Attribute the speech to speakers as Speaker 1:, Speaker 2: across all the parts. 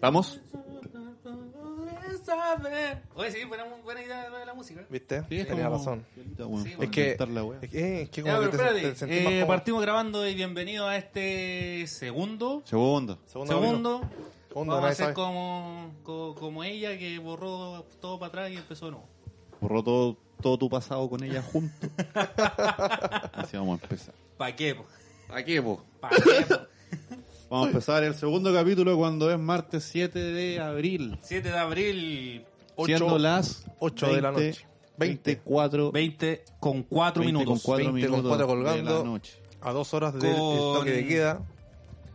Speaker 1: ¿Vamos?
Speaker 2: Oye, sí, buena, buena idea lo de la música.
Speaker 3: ¿Viste?
Speaker 1: Sí, es
Speaker 3: Tenía
Speaker 1: como-
Speaker 3: razón.
Speaker 1: Bueno,
Speaker 2: Sí,
Speaker 1: para
Speaker 3: Es que,
Speaker 1: inventar la wea.
Speaker 3: es que- es
Speaker 2: Ya,
Speaker 3: que como
Speaker 2: pero
Speaker 3: que te,
Speaker 2: espérate,
Speaker 3: te sentís más
Speaker 2: eh,
Speaker 3: cómodo.
Speaker 2: partimos grabando y bienvenido a este segundo.
Speaker 1: Segundo.
Speaker 3: Segundo.
Speaker 2: Segundo.
Speaker 3: Segundo,
Speaker 2: Vamos a
Speaker 3: nadie
Speaker 2: hacer
Speaker 3: sabe.
Speaker 2: como, co- como ella que borró todo para atrás y empezó de nuevo.
Speaker 1: Borró todo, todo tu pasado con ella junto. Así vamos a empezar.
Speaker 2: ¿Para qué? po?
Speaker 1: ¿A qué, vos?
Speaker 2: ¿Pa' qué, po?
Speaker 1: Vamos a empezar el segundo capítulo cuando es martes 7 de abril.
Speaker 2: 7 de abril,
Speaker 3: Ocho-
Speaker 1: siendo las
Speaker 3: ocho de la noche.
Speaker 1: 24,
Speaker 2: 20 con 4
Speaker 1: 20
Speaker 2: minutos.
Speaker 1: con 4
Speaker 3: 20 con
Speaker 1: minutos
Speaker 3: cuatro
Speaker 1: de
Speaker 3: colgando.
Speaker 1: la noche.
Speaker 3: A dos horas del del
Speaker 2: Con-
Speaker 3: toque de queda.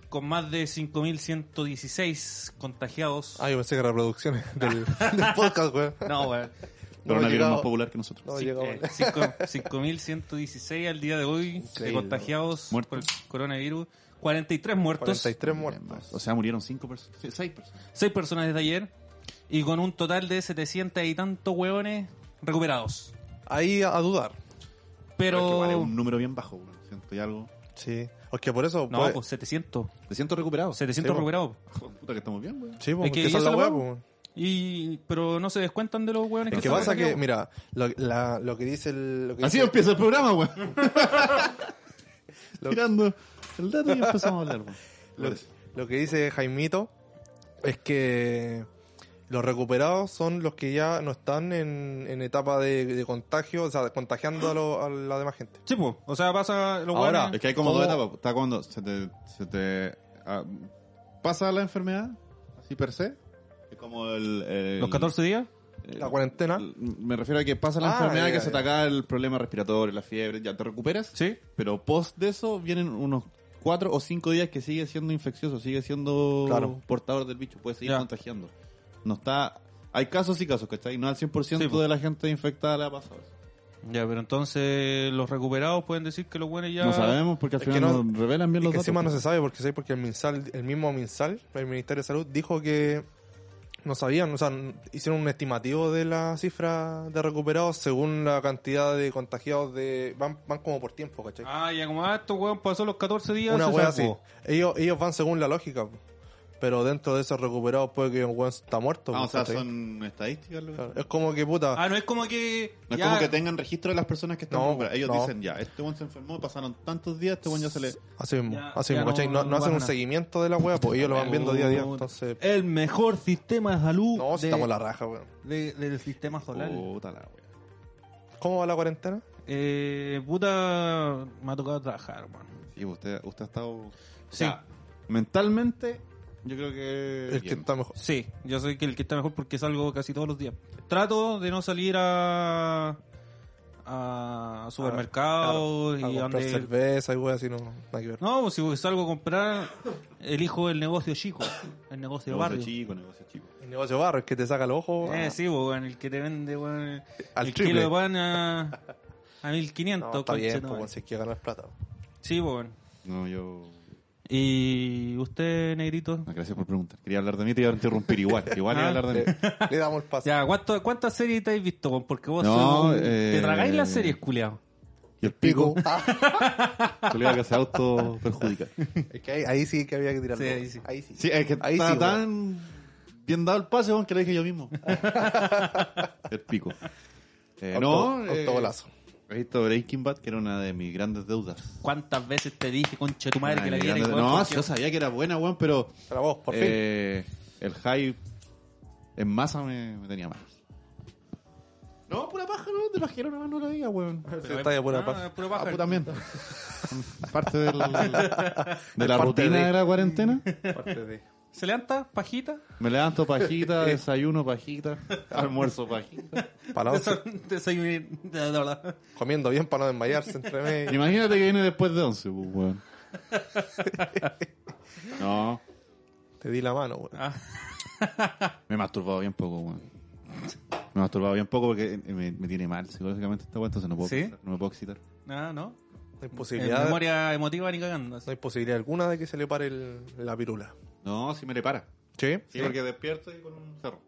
Speaker 2: Con más de 5.116 contagiados.
Speaker 3: Ah, yo pensé que era reproducciones del, del podcast, güey.
Speaker 2: No, weón.
Speaker 3: No
Speaker 1: Pero una vida
Speaker 3: llegaba-
Speaker 1: más popular que nosotros.
Speaker 3: No
Speaker 1: Sí.
Speaker 3: llegaba.
Speaker 2: Eh, cinco- 5.116 al día de hoy de
Speaker 3: Increíble.
Speaker 2: contagiados
Speaker 1: Muertos.
Speaker 2: por el coronavirus. 43 muertos,
Speaker 3: 43 muertos.
Speaker 1: O sea, murieron 5 personas. 6 personas.
Speaker 2: 6 personas desde ayer y con un total de 700 y tantos hueones recuperados.
Speaker 3: Ahí a, a dudar.
Speaker 1: Pero es que igual es
Speaker 2: Pero...
Speaker 1: un número bien bajo, bueno, Siento y algo.
Speaker 3: Sí. Es que por eso.
Speaker 2: No,
Speaker 3: pues,
Speaker 2: pues 700.
Speaker 1: ¿Te siento recuperado?
Speaker 2: 700
Speaker 3: Sí, po.
Speaker 2: recuperados.
Speaker 1: Puta que estamos bien, güey.
Speaker 3: Sí,
Speaker 2: Es
Speaker 3: porque
Speaker 2: que
Speaker 3: esa
Speaker 2: eso
Speaker 3: es la
Speaker 2: es
Speaker 3: weá,
Speaker 2: lo
Speaker 3: pues.
Speaker 2: Y, pero no se descuentan de los hueones
Speaker 3: Es que
Speaker 2: están
Speaker 3: pasa que,
Speaker 2: contagiados.
Speaker 3: mira, lo, la- lo que dice el. Lo que
Speaker 1: Así
Speaker 3: dice-
Speaker 1: empieza el programa, güey.
Speaker 3: Lo-
Speaker 1: Tirando el dato y empezamos a hablar, güey.
Speaker 3: lo, lo que dice Jaimito es que los recuperados son los que ya no están en, en etapa de, de contagio, o sea, contagiando a, lo- a la demás gente.
Speaker 2: Sí, po. O sea, pasa los
Speaker 3: Ahora,
Speaker 2: hueones...
Speaker 1: Es que hay como
Speaker 3: ¿Cómo?
Speaker 1: dos etapas. Está cuando se te, se te ah, pasa la enfermedad, así per se. Es como el. el-
Speaker 2: Los 14 días.
Speaker 1: eh,
Speaker 3: La cuarentena.
Speaker 1: el- Me refiero a que pasa la
Speaker 3: Ah,
Speaker 1: enfermedad,
Speaker 3: ya,
Speaker 1: que
Speaker 3: ya.
Speaker 1: se te acaba el problema respiratorio, la fiebre, ya te recuperas.
Speaker 2: Sí.
Speaker 1: Pero post de eso vienen unos cuatro o cinco días que sigue siendo infeccioso, sigue siendo
Speaker 3: Claro.
Speaker 1: portador del bicho, puede seguir
Speaker 2: Ya.
Speaker 1: contagiando. No está. Hay casos y casos, ¿cachai? No al 100%
Speaker 2: Sí, po.
Speaker 1: de la gente infectada le ha pasado. eso.
Speaker 2: Ya, pero entonces los recuperados pueden decir que los buenos ya...
Speaker 1: No sabemos porque al
Speaker 3: Es que
Speaker 1: final
Speaker 3: no-
Speaker 1: no, revelan bien
Speaker 3: Y
Speaker 1: los
Speaker 3: que
Speaker 1: datos. pues.
Speaker 3: encima no
Speaker 1: po.
Speaker 3: se sabe porque ¿sabes? porque el MinSal, el mismo MinSal, el Ministerio de Salud, dijo que no sabían, o sea, hicieron un estimativo de la cifra de recuperados según la cantidad de contagiados de van, van como por tiempo, ¿cachai?
Speaker 2: Ah, ya como, ah, estos hueón pasó los 14 días.
Speaker 3: Este. Una
Speaker 2: se
Speaker 3: wea así.
Speaker 2: salvó.
Speaker 3: Ellos, ellos van según la lógica, po. pero dentro de esos recuperados puede que un weón está muerto.
Speaker 1: Ah,
Speaker 3: po,
Speaker 1: o sea,
Speaker 3: ¿cachai?
Speaker 1: son estadísticas. lo que-
Speaker 3: Claro, Es como que puta.
Speaker 2: Ah, no es como que.
Speaker 1: No es
Speaker 2: ya-
Speaker 1: como que tengan registro de las personas que están
Speaker 3: No,
Speaker 1: recuperadas. Ellos
Speaker 3: no.
Speaker 1: dicen, ya, este buen se enfermó, pasaron tantos días, este buen ya se le...
Speaker 3: Así mismo,
Speaker 2: ya-
Speaker 3: así
Speaker 2: ya
Speaker 3: mismo, ¿cachai?
Speaker 2: no-
Speaker 3: No,
Speaker 2: no
Speaker 3: no hacen
Speaker 2: bajan
Speaker 3: un
Speaker 2: nada.
Speaker 3: seguimiento de la wea, pues ellos lo van viendo día a día. Entonces,
Speaker 2: El mejor sistema de salud.
Speaker 3: no,
Speaker 2: Uh,
Speaker 3: si
Speaker 2: de-
Speaker 3: estamos la Oh. raja, weón.
Speaker 2: de- del sistema solar.
Speaker 1: Puta la wea.
Speaker 3: ¿Cómo va la cuarentena?
Speaker 2: Eh, puta, me ha tocado trabajar, hermano.
Speaker 1: Sí, usted, usted ha estado...
Speaker 2: Sí,
Speaker 1: Ya, mentalmente, yo creo que...
Speaker 3: El que
Speaker 1: bien.
Speaker 3: está mejor.
Speaker 2: sí, yo soy que el que está mejor porque salgo casi todos los días. Trato de no salir a. a supermercados
Speaker 3: A
Speaker 2: y a
Speaker 3: comprar
Speaker 2: donde.
Speaker 3: cerveza y weas así, no, nada que ver.
Speaker 2: No, si salgo a comprar, elijo el negocio chico, el negocio
Speaker 1: Negocio
Speaker 2: de barrio.
Speaker 1: chico, negocio chico.
Speaker 3: El negocio barro es que te saca el ojo.
Speaker 2: Eh,
Speaker 3: ah,
Speaker 2: sí, po, weón, el que te vende, weón, el-
Speaker 3: Al
Speaker 2: el
Speaker 3: triple.
Speaker 2: kilo de pan a, a
Speaker 3: no,
Speaker 2: 1500,
Speaker 3: está bien,
Speaker 2: conchetumare.
Speaker 3: pues, weón, si es que ganar plata. weón.
Speaker 2: Sí, po, weón.
Speaker 1: No, yo...
Speaker 2: ¿Y usted, negrito?
Speaker 1: no, gracias por preguntar. Quería hablar de mí, te iba a interrumpir igual. Igual iba a hablar de mí.
Speaker 3: Le, le damos el pase.
Speaker 2: Ya, ¿cuánto- ¿cuántas series te has visto, weón? Porque vos
Speaker 1: No,
Speaker 2: sos un-
Speaker 1: eh,
Speaker 2: te tragáis las series, culiao.
Speaker 1: Y el pico. Ah. Culiao que se auto perjudica.
Speaker 3: Es que ahí, ahí sí que había que tirarlo.
Speaker 2: Sí,
Speaker 3: weón.
Speaker 2: ahí sí.
Speaker 3: Ahí sí.
Speaker 1: Sí, es que
Speaker 3: Ahí
Speaker 1: está
Speaker 3: sí,
Speaker 1: tan bien dado el pase, weón, que lo dije yo mismo. el pico. Eh, no,
Speaker 3: Octo-
Speaker 1: eh,
Speaker 3: octogolazo.
Speaker 1: he visto Breaking Bad, que era una de mis grandes deudas.
Speaker 2: ¿Cuántas veces te dije, concha tu madre,
Speaker 1: Una de
Speaker 2: que la
Speaker 1: mis
Speaker 2: vieras?
Speaker 1: grandes-
Speaker 2: weón,
Speaker 1: No,
Speaker 2: porque-
Speaker 1: si yo sabía que era buena, weón, pero
Speaker 3: Para vos, por fin.
Speaker 1: eh, el hype en masa me, me tenía mal. No, pura paja, no, te pajero, no, no lo digas, weón.
Speaker 3: Sí, está ya pura
Speaker 2: Ah,
Speaker 3: paja.
Speaker 2: es pura
Speaker 1: Ah,
Speaker 2: paja.
Speaker 1: pues también. Parte del- de la
Speaker 3: Parte
Speaker 1: rutina
Speaker 3: de-
Speaker 1: de la cuarentena.
Speaker 3: Parte de-
Speaker 2: ¿Se levanta? ¿Pajita?
Speaker 1: Me levanto pajita, desayuno pajita, almuerzo pajita.
Speaker 3: Para la once,
Speaker 2: Desa- desayuné- de verdad.
Speaker 3: comiendo bien para no desmayarse entre medio.
Speaker 1: Imagínate que viene después de 11, pues, weón. No.
Speaker 3: Te di la mano, weón.
Speaker 1: Me he masturbado bien poco, weón. Me he masturbado bien poco porque eh, me, me tiene mal psicológicamente esta weá, entonces no puedo,
Speaker 2: ¿Sí?
Speaker 1: no me puedo excitar.
Speaker 2: Ah, no.
Speaker 3: No hay
Speaker 2: En
Speaker 3: posibilidad,
Speaker 2: memoria emotiva ni cagando. así.
Speaker 3: no hay posibilidad alguna de que se le pare el- la pirula.
Speaker 1: No, si me le para.
Speaker 3: ¿Sí?
Speaker 1: Sí, porque despierto y con un cerro.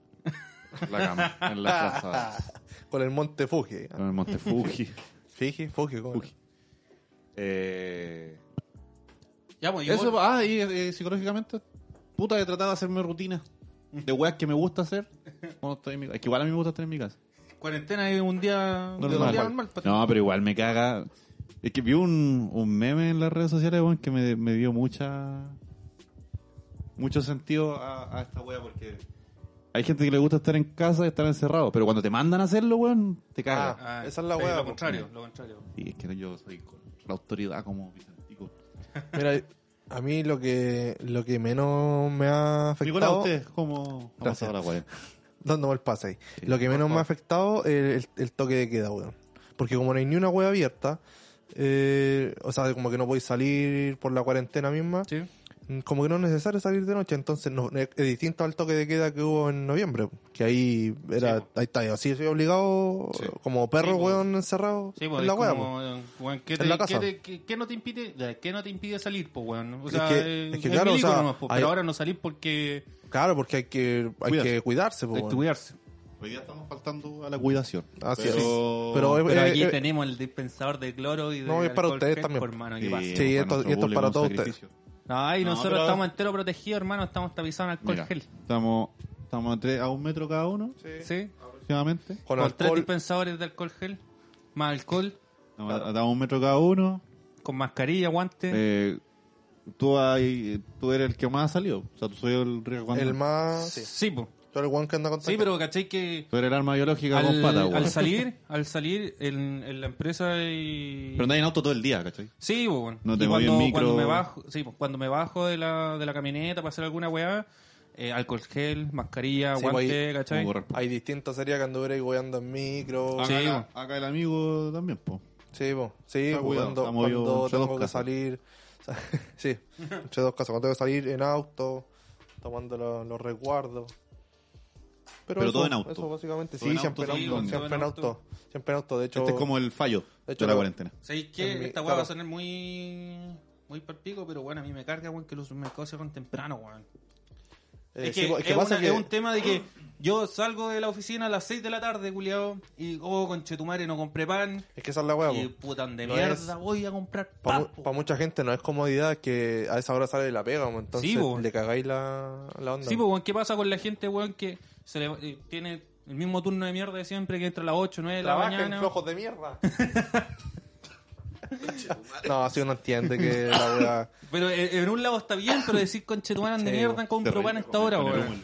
Speaker 1: En la cama, en la plaza,
Speaker 3: Con el monte Fuji.
Speaker 1: con el monte Fuji.
Speaker 3: Fiji, Fuji, ¿cómo era?
Speaker 1: Fuji. Eh,
Speaker 2: Ya, pues, y
Speaker 1: eso,
Speaker 2: vos-
Speaker 1: ah, y eh, psicológicamente, puta, he tratado de hacerme rutina de weas que me gusta hacer. cuando estoy en mi- Es que igual a mí me gusta estar en mi casa.
Speaker 2: cuarentena es un día un
Speaker 1: Normal.
Speaker 2: día normal pues. pa-
Speaker 1: No, pero igual me caga. Es que vi un, un meme en las redes sociales, weón, que me, me dio mucha. mucho sentido a, a esta wea, porque. Hay gente que le gusta estar en casa y estar encerrado, pero cuando te mandan a hacerlo, weón, te caga.
Speaker 2: Ah,
Speaker 3: Esa es la
Speaker 2: sí,
Speaker 3: hueá,
Speaker 2: Lo
Speaker 3: po.
Speaker 2: contrario, lo contrario.
Speaker 1: Y es que yo soy con la autoridad como Vicentico.
Speaker 3: Mira, a mí lo que, lo que menos me ha afectado...
Speaker 1: Nicolás, ¿usted cómo ha
Speaker 3: Gracias.
Speaker 1: pasado la wea?
Speaker 3: dándome el pase ahí.
Speaker 1: Sí,
Speaker 3: lo que
Speaker 1: por
Speaker 3: menos me
Speaker 1: favor.
Speaker 3: ha afectado es el, el toque de queda, weón. Porque como no hay ni una web abierta, eh, o sea, como que no podéis salir por la cuarentena misma,
Speaker 2: Sí.
Speaker 3: mm, como que no es necesario salir de noche, entonces no, es es distinto al toque de queda que hubo en noviembre, que ahí era,
Speaker 2: Sí, po.
Speaker 3: ahí está, yo así soy obligado,
Speaker 1: Sí.
Speaker 3: como
Speaker 2: Sí,
Speaker 3: perro,
Speaker 2: po.
Speaker 3: weón, encerrado
Speaker 2: Sí, pues,
Speaker 3: en la
Speaker 2: es
Speaker 3: wea, po.
Speaker 2: como, eh, weón, ¿qué, te-
Speaker 3: En la
Speaker 2: qué
Speaker 3: casa.
Speaker 2: te- qué- qué no te impide, de- qué no te impide salir, pues, weón? O
Speaker 3: Es
Speaker 2: sea,
Speaker 3: que-
Speaker 2: eh,
Speaker 3: es que claro, o
Speaker 2: milico
Speaker 3: sea,
Speaker 2: nomás, po,
Speaker 3: hay-
Speaker 2: pero ahora no salir porque
Speaker 3: Claro, porque hay que, hay
Speaker 1: Cuidarse.
Speaker 3: que cuidarse, po,
Speaker 2: hay que
Speaker 3: weón. Eh,
Speaker 2: cuidarse.
Speaker 1: Hoy día estamos faltando a la cuidación.
Speaker 3: Así
Speaker 1: pero...
Speaker 3: es. Ah, Pero es-
Speaker 2: Pero
Speaker 3: eh,
Speaker 2: aquí
Speaker 3: eh,
Speaker 2: tenemos el dispensador de cloro y de
Speaker 3: No, y para
Speaker 2: alcohol
Speaker 3: ustedes
Speaker 2: gel,
Speaker 3: también.
Speaker 2: por hermano,
Speaker 1: Sí,
Speaker 2: ¿qué pasa?
Speaker 3: Sí, esto-
Speaker 1: nuestro
Speaker 3: y esto es para
Speaker 1: público, un
Speaker 3: todos ustedes.
Speaker 1: sacrificio.
Speaker 2: Ay,
Speaker 1: No,
Speaker 2: nosotros
Speaker 1: pero-
Speaker 2: estamos enteros protegidos, hermano, estamos tapizados en alcohol
Speaker 1: Mira,
Speaker 2: gel.
Speaker 1: estamos, estamos a, tres- a un metro cada uno
Speaker 2: ¿Sí?
Speaker 1: aproximadamente.
Speaker 3: Con
Speaker 2: Con tres
Speaker 3: alcohol,
Speaker 2: dispensadores de alcohol gel, más alcohol,
Speaker 1: Estamos a- a un metro cada uno.
Speaker 2: con mascarilla, guantes.
Speaker 1: Eh, tú, hay, tú eres el que más ha salido. O sea, tú soy el riesgo cuando-
Speaker 3: el más...
Speaker 2: sí,
Speaker 3: Sí.
Speaker 2: po.
Speaker 3: Yo era el weón que anda con
Speaker 2: Sí,
Speaker 3: tanque.
Speaker 2: pero ¿cachai que
Speaker 1: Tú eres el arma biológica con
Speaker 2: al,
Speaker 1: pata,
Speaker 2: al
Speaker 1: weón.
Speaker 2: salir, al salir en, en la empresa y...
Speaker 1: Pero andáis en auto todo el día, ¿cachai?
Speaker 2: Sí, pues, bueno.
Speaker 1: No
Speaker 2: Y
Speaker 1: te moví
Speaker 2: cuando,
Speaker 1: en micro.
Speaker 2: cuando me bajo, sí, pues, cuando me bajo de la, de la camioneta para hacer alguna weá, eh, alcohol gel, mascarilla,
Speaker 3: Sí,
Speaker 2: guante,
Speaker 3: pues,
Speaker 1: Como
Speaker 2: ¿cachai?
Speaker 1: corresponde.
Speaker 3: Hay distintas series que anduvierais weando en micro.
Speaker 1: Acá,
Speaker 2: Sí,
Speaker 1: acá- acá el amigo también, po.
Speaker 3: Sí, po. sí
Speaker 1: Está
Speaker 3: po,
Speaker 1: cuidado,
Speaker 3: cuando,
Speaker 1: está movido
Speaker 3: cuando
Speaker 1: entre
Speaker 3: tengo
Speaker 1: dos
Speaker 3: que
Speaker 1: casas.
Speaker 3: salir. sí, entre dos casos. Cuando tengo que salir en auto, tomando lo- los resguardos.
Speaker 1: Pero
Speaker 3: eso-
Speaker 1: todo en auto.
Speaker 3: Eso básicamente,
Speaker 1: Todo
Speaker 3: sí,
Speaker 1: en
Speaker 3: siempre
Speaker 1: auto,
Speaker 3: en
Speaker 1: sí,
Speaker 3: auto.
Speaker 1: con-
Speaker 3: Siempre
Speaker 2: todo en
Speaker 3: en
Speaker 2: auto.
Speaker 3: auto. Siempre en auto. De hecho,
Speaker 1: Este es como el fallo de,
Speaker 3: de hecho,
Speaker 1: la
Speaker 3: lo-
Speaker 1: cuarentena.
Speaker 2: ¿Sabéis
Speaker 3: En
Speaker 2: qué?
Speaker 3: mi-
Speaker 2: Esta weá va a
Speaker 3: claro.
Speaker 2: sonar muy... Muy perpico, pero bueno, a mí me carga, weón, que los supermercados cierran temprano, weón.
Speaker 3: eh,
Speaker 2: es
Speaker 3: sí,
Speaker 2: que,
Speaker 3: po, es que
Speaker 2: es,
Speaker 3: pasa
Speaker 2: una-
Speaker 3: que.
Speaker 2: es un tema de que yo salgo de la oficina a las 6 de la tarde, culiao, y oh, conchetumare, no compré pan,
Speaker 3: Es que esa es la weá.
Speaker 2: y
Speaker 3: po.
Speaker 2: putan de
Speaker 3: no
Speaker 2: mierda,
Speaker 3: pues. es-
Speaker 2: voy a comprar
Speaker 3: Pa'
Speaker 2: pan.
Speaker 3: mu-
Speaker 2: po.
Speaker 3: pa' mucha gente no es comodidad que a esa hora sale de la pega, po, entonces
Speaker 2: Sí, po.
Speaker 3: le cagáis la, la onda.
Speaker 2: Sí, pues, weón, ¿qué pasa con la gente, weón, que se le, eh, tiene el mismo turno de mierda de siempre, que entra a las 8, 9 de la
Speaker 3: Trabajen,
Speaker 2: mañana?
Speaker 3: flojos de mierda. no, si uno entiende que la weá.
Speaker 2: Pero eh, en un lado está bien, pero decir conchetumaran de
Speaker 3: Sí,
Speaker 2: mierda, compro pan a esta hora, weón.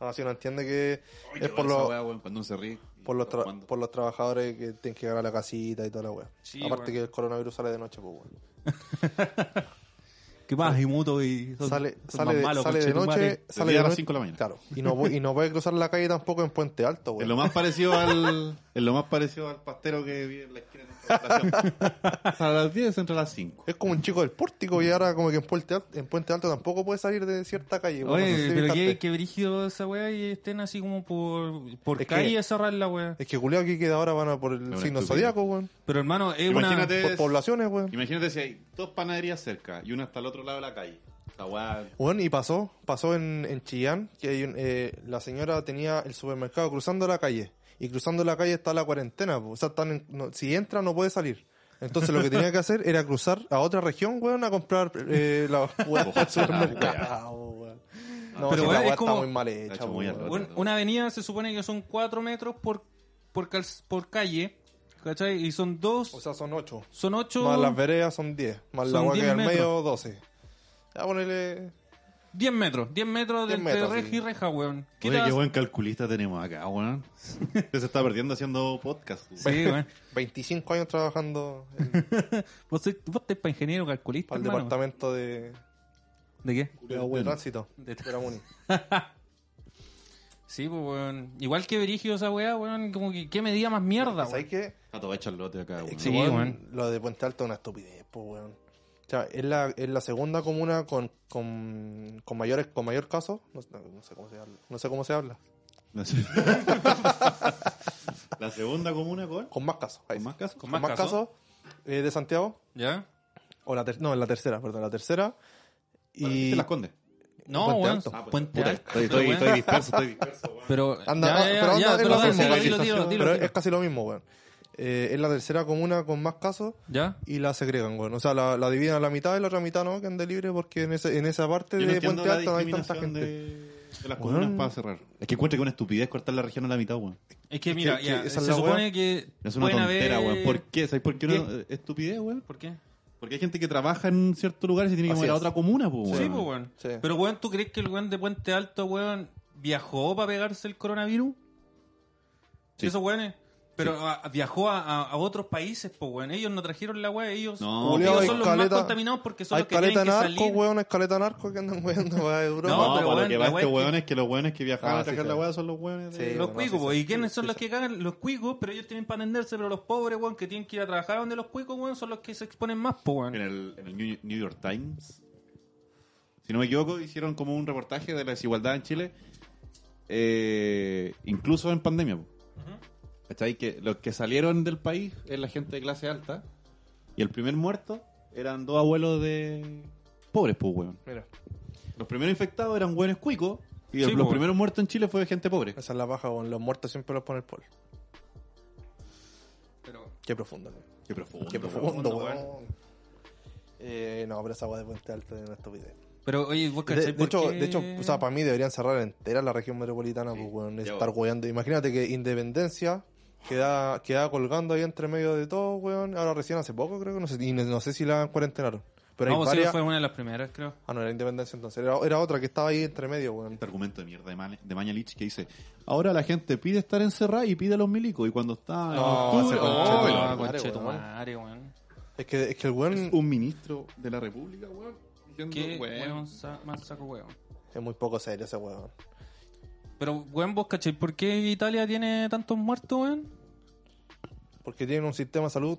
Speaker 3: No, si uno entiende que es por
Speaker 1: lo
Speaker 3: los,
Speaker 1: Cuando uno se ríe.
Speaker 3: por, los tra-
Speaker 1: Cuando-
Speaker 3: por los trabajadores que tienen que llegar a la casita y toda la weá.
Speaker 2: Sí,
Speaker 3: Aparte
Speaker 2: weón.
Speaker 3: que el coronavirus sale de noche, pues weón.
Speaker 2: ¿Qué pasa, Imuto? Y son-
Speaker 3: Sale,
Speaker 2: son
Speaker 3: sale,
Speaker 2: más
Speaker 3: de,
Speaker 2: malos,
Speaker 3: sale de
Speaker 2: conchetumare.
Speaker 3: noche. Sale
Speaker 1: día
Speaker 3: de
Speaker 1: a las
Speaker 3: noche-
Speaker 1: cinco de la mañana.
Speaker 3: Claro. Y no, pu- y no puede cruzar la calle tampoco en Puente Alto,
Speaker 1: Es
Speaker 3: weón.
Speaker 1: lo más parecido al es lo más parecido al pastero que vive en la esquina de nuestra habitación. A las 10 entre las 5.
Speaker 3: Es como un chico del pórtico y ahora como que en Puente Alto, en Puente Alto tampoco puede salir de cierta calle. weón. No sé
Speaker 2: Oye,
Speaker 3: si
Speaker 2: pero
Speaker 3: fijaste.
Speaker 2: qué, qué brígido esa weá y estén así como por, por
Speaker 3: Es que-
Speaker 2: calle a cerrar la weá.
Speaker 3: Es que culiao aquí queda ahora van a por el
Speaker 1: una
Speaker 3: signo
Speaker 1: estupidez.
Speaker 3: zodiaco, weón.
Speaker 2: Pero hermano, es
Speaker 1: Imagínate-
Speaker 3: Por poblaciones, weón.
Speaker 1: Imagínate si hay dos panaderías cerca y una hasta el otro lado de la calle. Está guay.
Speaker 3: Bueno, y pasó, pasó en, en Chillán, que hay un- eh, la señora tenía el supermercado cruzando la calle. Y cruzando la calle está la cuarentena, po. o sea, están en- no- si entra no puede salir. Entonces lo que tenía que hacer era cruzar a otra región, weón, a comprar eh, la weá del supermercado, weón. No,
Speaker 2: Pero,
Speaker 3: si
Speaker 2: weón, es
Speaker 3: la weá está
Speaker 2: como-
Speaker 3: muy mal
Speaker 1: Está
Speaker 3: hecha,
Speaker 1: hecho muy
Speaker 3: weón.
Speaker 1: al
Speaker 2: una,
Speaker 1: roto.
Speaker 2: un- una avenida se supone que son 4 metros por, por, calz- por calle, ¿cachai? Y son dos,
Speaker 3: O sea, son ocho.
Speaker 2: son 8...
Speaker 3: Más las veredas son 10. Más la
Speaker 2: Son
Speaker 3: weá que
Speaker 2: 10
Speaker 3: hay al medio,
Speaker 2: metros.
Speaker 3: 12. Ya ponele...
Speaker 2: 10 metros, 10 metros de
Speaker 3: 10 metros,
Speaker 2: entre reja
Speaker 3: sí.
Speaker 2: y reja, weón. ¿Qué
Speaker 1: Oye,
Speaker 2: te
Speaker 1: qué
Speaker 2: vas-
Speaker 1: buen calculista tenemos acá, weón. Que se está perdiendo haciendo podcast. weón.
Speaker 2: Sí, weón.
Speaker 3: 25 años trabajando en-
Speaker 2: Vos, sois- vos estás para ingeniero calculista,
Speaker 3: para el
Speaker 2: hermano.
Speaker 3: departamento de,
Speaker 2: ¿De qué?
Speaker 3: de tránsito
Speaker 2: De-
Speaker 3: de la Muni.
Speaker 2: Sí, pues, weón. Igual que Verigio esa weá, weón, como que qué medida más mierda,
Speaker 3: ¿Sabes
Speaker 2: weón.
Speaker 3: qué?
Speaker 1: Está todo hecho el lote acá, weón.
Speaker 2: Sí,
Speaker 3: Weón,
Speaker 2: weón.
Speaker 3: Lo de Puente Alto es una estupidez, pues, weón. O sea, es la, es la segunda comuna con, con, con, mayores, con mayor caso. No, no sé cómo se habla. No sé cómo se habla.
Speaker 1: No sé. la segunda comuna con.
Speaker 3: Con más casos.
Speaker 1: ¿Con
Speaker 3: ahí sí.
Speaker 1: más casos?
Speaker 3: Con
Speaker 2: más
Speaker 3: más,
Speaker 2: casos?
Speaker 3: casos eh, de Santiago.
Speaker 2: ¿Ya?
Speaker 3: O la ter- no, en la tercera, perdón, la tercera.
Speaker 1: Y...
Speaker 3: Y
Speaker 1: Te la esconde.
Speaker 2: No,
Speaker 3: Puente
Speaker 2: weón.
Speaker 3: Alto.
Speaker 1: Ah, pues,
Speaker 2: Puente
Speaker 1: puta,
Speaker 2: Alto,
Speaker 1: Estoy, estoy,
Speaker 2: weón.
Speaker 1: estoy disperso, estoy disperso. weón.
Speaker 2: Pero.
Speaker 3: Anda,
Speaker 2: ya,
Speaker 3: no,
Speaker 2: ya,
Speaker 3: pero
Speaker 2: ya,
Speaker 3: anda,
Speaker 2: te
Speaker 3: es
Speaker 2: lo
Speaker 3: lo
Speaker 2: doy,
Speaker 3: mismo,
Speaker 2: dilo,
Speaker 3: es
Speaker 2: dilo, dilo,
Speaker 3: casi-
Speaker 2: dilo,
Speaker 3: pero
Speaker 2: dilo.
Speaker 3: es casi lo mismo, weón. Eh, es la tercera comuna con más casos
Speaker 2: ¿Ya?
Speaker 3: y la segregan, weón. O sea, la, la dividen a la mitad y la otra mitad no, que ande libre porque en, ese- en esa parte
Speaker 1: Yo no
Speaker 3: de
Speaker 1: entiendo
Speaker 3: Puente
Speaker 1: la
Speaker 3: Alto no hay tanta
Speaker 1: discriminación
Speaker 3: gente.
Speaker 1: de, de las comunas
Speaker 3: Weón.
Speaker 1: para cerrar. Es que encuentro que una estupidez cortar la región a la mitad, weón.
Speaker 2: Es que mira,
Speaker 3: que
Speaker 2: ya,
Speaker 3: esa es
Speaker 2: se
Speaker 3: la
Speaker 2: supone
Speaker 3: weá.
Speaker 2: que.
Speaker 1: Es una
Speaker 2: pueden
Speaker 1: tontera,
Speaker 2: haber-
Speaker 1: weón. ¿Por qué? ¿Sabes por qué
Speaker 2: ¿Qué?
Speaker 1: una eh, estupidez, weón?
Speaker 2: ¿Por qué?
Speaker 1: Porque hay gente que trabaja en ciertos lugares y tiene que
Speaker 3: Así
Speaker 1: mover a
Speaker 3: es.
Speaker 1: otra comuna, pues, weón.
Speaker 2: Sí, pues, weón.
Speaker 3: Sí.
Speaker 2: Pero, weón, ¿tú crees que el weón de Puente Alto, weón, viajó para pegarse el coronavirus?
Speaker 1: Sí.
Speaker 2: Esos weones. Pero a- viajó a, a- a otros países, pues, weón. Ellos no trajeron la weá, ellos,
Speaker 1: No,
Speaker 2: ellos
Speaker 1: culiao,
Speaker 2: son
Speaker 3: hay
Speaker 2: los
Speaker 3: caleta-
Speaker 2: más contaminados porque son
Speaker 3: Hay
Speaker 2: los que tienen
Speaker 3: caleta
Speaker 2: que
Speaker 3: narco,
Speaker 2: salir.
Speaker 3: weón, hay caleta narco que andan weando para Europa.
Speaker 1: No,
Speaker 2: No, pues, pero,
Speaker 1: pero
Speaker 2: weón,
Speaker 1: lo que
Speaker 2: la
Speaker 1: va este
Speaker 2: weá es que-
Speaker 1: weón es que los weones que viajaban
Speaker 3: Ah,
Speaker 1: a
Speaker 3: sí,
Speaker 1: traer la
Speaker 3: claro.
Speaker 1: weá son los weones de...
Speaker 3: Sí,
Speaker 2: Los
Speaker 3: weón,
Speaker 2: cuicos,
Speaker 3: sí,
Speaker 2: pues.
Speaker 3: sí,
Speaker 2: ¿Y quiénes
Speaker 3: sí,
Speaker 2: son
Speaker 3: sí,
Speaker 2: los
Speaker 3: sí.
Speaker 2: que cagan? Los cuicos, pero ellos tienen para atenderse, pero los pobres, weón, que tienen que ir a trabajar donde los cuicos, weón, son los que se exponen más, pues, weón.
Speaker 1: En el, en el New- New York Times, si no me equivoco, hicieron como un reportaje de la desigualdad en Chile, eh, incluso en pandemia. po. ¿Cachai? Que los que salieron del país es la gente de clase alta y el primer muerto eran dos abuelos de pobres, pues, weón.
Speaker 3: Mira,
Speaker 1: Los primeros infectados eran hueones cuicos y
Speaker 2: Sí,
Speaker 1: los,
Speaker 2: po,
Speaker 1: los
Speaker 2: weón.
Speaker 1: primeros muertos en Chile fue de gente pobre.
Speaker 3: esa es la paja, weón. Los muertos siempre los pone el pol.
Speaker 2: Pero,
Speaker 3: Qué profundo, weón.
Speaker 1: Qué profundo.
Speaker 3: Qué
Speaker 1: weón.
Speaker 3: profundo,
Speaker 2: profundo,
Speaker 3: weón. Eh, no, pero esa weá de Puente Alto es una estupidez.
Speaker 2: pero oye, vos
Speaker 3: De,
Speaker 2: cachai,
Speaker 3: de
Speaker 2: por
Speaker 3: hecho,
Speaker 2: qué-
Speaker 3: de hecho, o sea, para mí deberían cerrar entera la región metropolitana, pues, weón,
Speaker 1: ya,
Speaker 3: estar
Speaker 1: weón.
Speaker 3: weando. Imagínate que Independencia queda, queda colgando ahí entre medio de todo, weón. Ahora recién hace poco, creo, no sé, y no sé si la cuarentenaron. Pero hay
Speaker 2: No, pues, sí,
Speaker 3: varias...
Speaker 2: fue una de las primeras, creo.
Speaker 3: Ah, no, era Independencia entonces. Era, era otra que estaba ahí entre medio, weón.
Speaker 1: Este argumento de mierda de, Ma- de Mañalich que dice, ahora la gente pide estar encerrada y pide a los milicos y cuando está... en
Speaker 3: No,
Speaker 1: octubre-
Speaker 3: ese
Speaker 1: ¡Oh,
Speaker 3: conche-
Speaker 1: el
Speaker 2: Ah,
Speaker 3: weón.
Speaker 2: conchetumare, weón.
Speaker 3: Es que, es que el weón
Speaker 1: Es
Speaker 3: es,
Speaker 1: un ministro de la República, weón. Diciendo,
Speaker 2: Qué
Speaker 1: weón.
Speaker 2: weón sa- más saco weón.
Speaker 3: muy poco serio ese weón.
Speaker 2: Pero, weón, vos cachai, ¿por qué Italia tiene tantos muertos, weón?
Speaker 3: Porque tienen un sistema de salud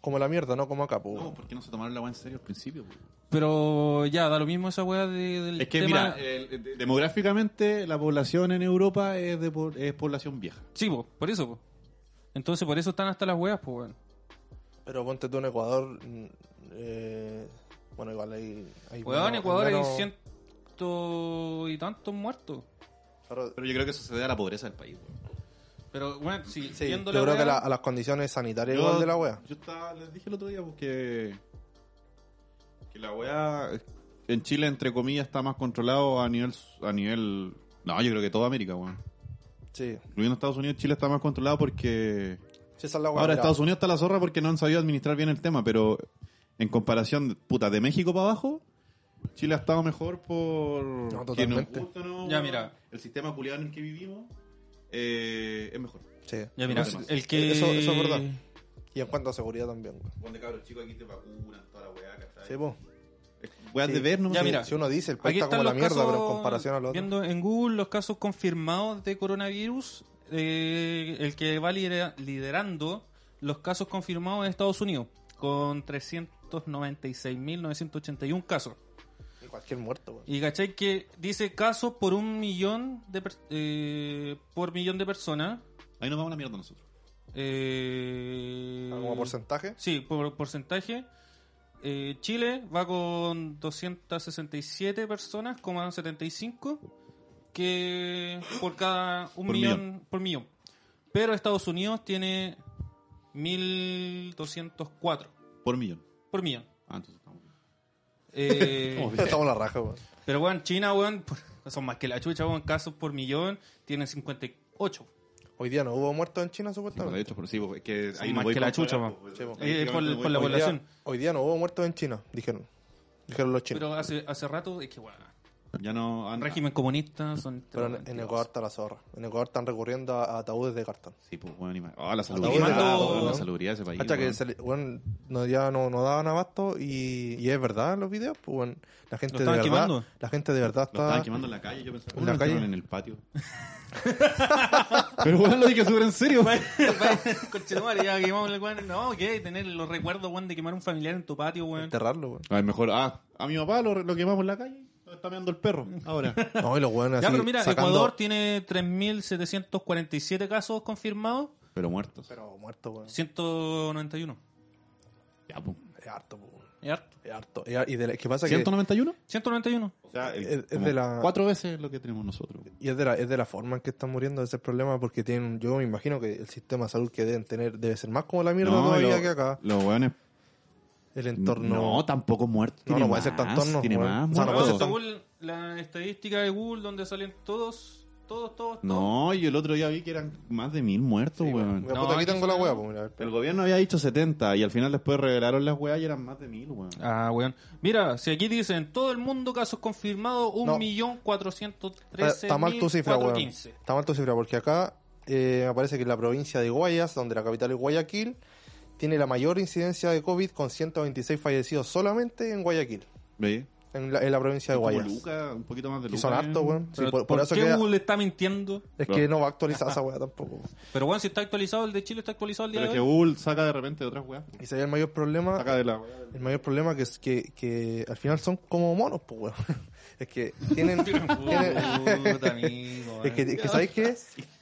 Speaker 3: como la mierda, no como acá, pues,
Speaker 1: No,
Speaker 3: weón.
Speaker 1: ¿por qué no se tomaron la weá en serio al principio? weón?
Speaker 2: Pero ya, da lo mismo esa weá de- del
Speaker 1: Es que
Speaker 2: tema.
Speaker 3: eh,
Speaker 1: mira, el- de- demográficamente la población en Europa es, de, po- es población vieja.
Speaker 2: Sí, po, por eso, po. Entonces, por eso están hasta las weas, pues, weón.
Speaker 3: Pero ponte tú en Ecuador. mm, eh, bueno, igual hay. hay
Speaker 2: Weón, en
Speaker 3: menos-
Speaker 2: Ecuador hay
Speaker 3: menos-
Speaker 2: ciento y tantos muertos.
Speaker 3: Claro,
Speaker 1: Pero yo creo que eso se debe a la pobreza del país, weón.
Speaker 2: Pero, weón, si
Speaker 3: Sí, yo
Speaker 2: viendo
Speaker 3: creo
Speaker 2: la
Speaker 3: que
Speaker 2: wea-
Speaker 3: la- a las condiciones sanitarias igual de la wea.
Speaker 1: Yo estaba- les dije el otro día pues, que, que la wea eh, en Chile, entre comillas, está más controlado a nivel... A nivel no, yo creo que toda América, weón.
Speaker 3: Sí,
Speaker 1: Incluyendo Estados Unidos, Chile está más controlado porque...
Speaker 3: sí, esa es la wea.
Speaker 1: Ahora
Speaker 3: mira.
Speaker 1: Estados Unidos está la zorra porque no han sabido administrar bien el tema, pero en comparación, puta, de México para abajo, Chile ha estado mejor por...
Speaker 3: No,
Speaker 1: que
Speaker 3: totalmente.
Speaker 1: nos guste o no,
Speaker 2: Ya, mira.
Speaker 1: El sistema culiado en el que vivimos eh, es mejor.
Speaker 3: Sí.
Speaker 2: Ya, mira,
Speaker 1: No,
Speaker 2: el que.
Speaker 3: Eso- eso es verdad. Y en cuanto a seguridad también, wea.
Speaker 1: Donde cabros chicos aquí te vacunan, toda la weá, ¿cachai?
Speaker 3: Sí, po.
Speaker 1: Weas
Speaker 3: Sí.
Speaker 1: de ver, ¿no?
Speaker 2: Ya,
Speaker 1: Sí.
Speaker 2: mira.
Speaker 3: Si uno dice, el país
Speaker 2: Aquí
Speaker 3: está
Speaker 2: están
Speaker 3: como la
Speaker 2: los
Speaker 3: mierda,
Speaker 2: casos,
Speaker 3: pero en comparación a los otros.
Speaker 2: Viendo en Google los casos confirmados de coronavirus, eh, el que va lidera- liderando los casos confirmados en Estados Unidos, con 396.981 casos.
Speaker 3: Y Cualquier muerto, wea.
Speaker 2: Y cachai que dice casos por un millón de per- eh, por millón de personas.
Speaker 1: Ahí nos vamos a la mierda nosotros.
Speaker 2: eh,
Speaker 3: Ah, Como porcentaje.
Speaker 2: Sí, por porcentaje. eh, Chile va con 267 personas, coma 75, que por cada un
Speaker 1: Por
Speaker 2: millón,
Speaker 1: millón.
Speaker 2: por millón. Pero Estados Unidos tiene 1204
Speaker 1: Por millón.
Speaker 2: por millón.
Speaker 1: Ah, entonces estamos bien.
Speaker 2: Eh,
Speaker 3: Estamos en la raja, weón.
Speaker 2: pero bueno, China, weón, son más que la chucha, weón, casos por millón, tienen 58.
Speaker 3: Hoy día no hubo muertos en China, supuestamente.
Speaker 1: 58 por sí, pues, es que
Speaker 2: Sí,
Speaker 1: ahí no
Speaker 2: más
Speaker 1: voy
Speaker 2: que la
Speaker 1: con-
Speaker 2: chucha, man.
Speaker 1: pues,
Speaker 3: Sí, po.
Speaker 1: ahí
Speaker 2: Eh, por-
Speaker 1: no voy
Speaker 2: por
Speaker 1: con-
Speaker 2: la
Speaker 3: Hoy día-
Speaker 2: población.
Speaker 3: Hoy día no hubo muertos en China, dijeron. Dijeron los chinos.
Speaker 2: Pero hace, hace rato, es que, weón,
Speaker 1: Ya no. ah, han-
Speaker 2: Régimen comunista, son.
Speaker 3: Pero en, en Ecuador está la zorra. En Ecuador están recurriendo a, a ataúdes de cartón.
Speaker 1: Sí, pues, bueno, ima- Ah, la
Speaker 3: de
Speaker 1: salubridad.
Speaker 2: gato,
Speaker 1: weón, La
Speaker 3: ¿no?
Speaker 1: salubridad de ese país.
Speaker 3: Hasta que
Speaker 1: weón.
Speaker 3: se le- weón, no, ya no, no daban abasto y, y es verdad en los videos, pues weón, la gente
Speaker 2: ¿Lo
Speaker 3: de
Speaker 2: estaban
Speaker 3: verdad,
Speaker 2: quemando?
Speaker 3: la gente de verdad
Speaker 1: Lo estaban
Speaker 3: está
Speaker 1: quemando en la calle, yo pensaba.
Speaker 3: ¿En la
Speaker 1: "Oh, lo
Speaker 3: calle?
Speaker 1: quemaron en el patio. Pero bueno, lo dije súper en serio.
Speaker 2: Conchetumare, ya quemamos el weón. No, ¿qué? Tener los recuerdos, weón, de quemar un familiar en tu patio, weón.
Speaker 3: enterrarlo, weón.
Speaker 1: A ver, mejor, ah, a mi papá lo, lo quemamos en la calle. Lo está meando el perro. Ahora.
Speaker 3: No, y los weones
Speaker 2: Ya,
Speaker 3: así
Speaker 2: pero mira,
Speaker 3: sacando-
Speaker 2: Ecuador tiene 3.747 casos confirmados,
Speaker 1: Pero muertos.
Speaker 3: pero muerto, weón.
Speaker 2: 191.
Speaker 1: Ya, pues.
Speaker 3: Es harto, pues, weón.
Speaker 2: Es harto.
Speaker 3: es harto. Y, y de la- que pasa que
Speaker 1: ¿191?
Speaker 2: 191.
Speaker 1: O sea, el-
Speaker 3: Es- es
Speaker 1: como
Speaker 3: de la-
Speaker 1: cuatro veces lo que tenemos nosotros.
Speaker 3: y es de la es de la forma en que están muriendo ese es el problema porque tienen yo me imagino que el sistema de salud que deben tener debe ser más como la mierda
Speaker 1: y
Speaker 3: todavía
Speaker 1: lo-
Speaker 3: que acá.
Speaker 1: Los hueones.
Speaker 3: El entorno
Speaker 1: No, tampoco muertos.
Speaker 3: No,
Speaker 1: Tiene
Speaker 3: no puede ser tan
Speaker 1: más,
Speaker 3: torno,
Speaker 1: Tiene
Speaker 3: weón.
Speaker 1: más
Speaker 3: O sea,
Speaker 2: Bueno,
Speaker 3: no puede
Speaker 1: muertos.
Speaker 3: ser tan-
Speaker 2: según la estadística de Google, donde salen todos, todos, todos, todos.
Speaker 1: No, y el otro día vi que eran más de mil muertos, weón.
Speaker 3: Mira,
Speaker 2: No,
Speaker 3: puta, aquí
Speaker 2: aquí
Speaker 3: tengo la weá, pues, mira, a ver,
Speaker 1: El gobierno había dicho 70 y al final después revelaron las weas y eran más de mil, weón.
Speaker 2: Ah, weón. Mira, si aquí dicen en todo el mundo casos confirmados,
Speaker 3: No.
Speaker 2: 1.413.415.
Speaker 3: Está, está mal tu cifra, weón. Está mal tu cifra, porque acá eh, aparece que la provincia de Guayas, donde la capital es Guayaquil, tiene la mayor incidencia de COVID con 126 fallecidos solamente en Guayaquil,
Speaker 1: ¿Veis?
Speaker 3: en la, en la provincia de
Speaker 1: Como
Speaker 3: Guayas.
Speaker 1: Luca, un poquito más de
Speaker 3: Y
Speaker 1: Luca.
Speaker 3: son hartos,
Speaker 1: eh.
Speaker 3: weón. Sí,
Speaker 2: pues, Pero,
Speaker 3: por,
Speaker 2: por,
Speaker 3: por eso
Speaker 2: qué
Speaker 3: que
Speaker 2: Google está mintiendo?
Speaker 3: es que no va a actualizar esa weá tampoco.
Speaker 2: Pero weón, si está actualizado, el de Chile está actualizado el día
Speaker 1: Pero es que
Speaker 2: de hoy.
Speaker 1: Google saca de repente de otras weas.
Speaker 3: Y sería el mayor problema.
Speaker 1: Saca de la wea. del-
Speaker 3: El mayor problema que es que, que al final son como monos, pues, weón. Es que tienen. tienen-
Speaker 2: Puta, amigo, eh.
Speaker 3: es que,
Speaker 2: weón.
Speaker 3: es que ¿sabes qué?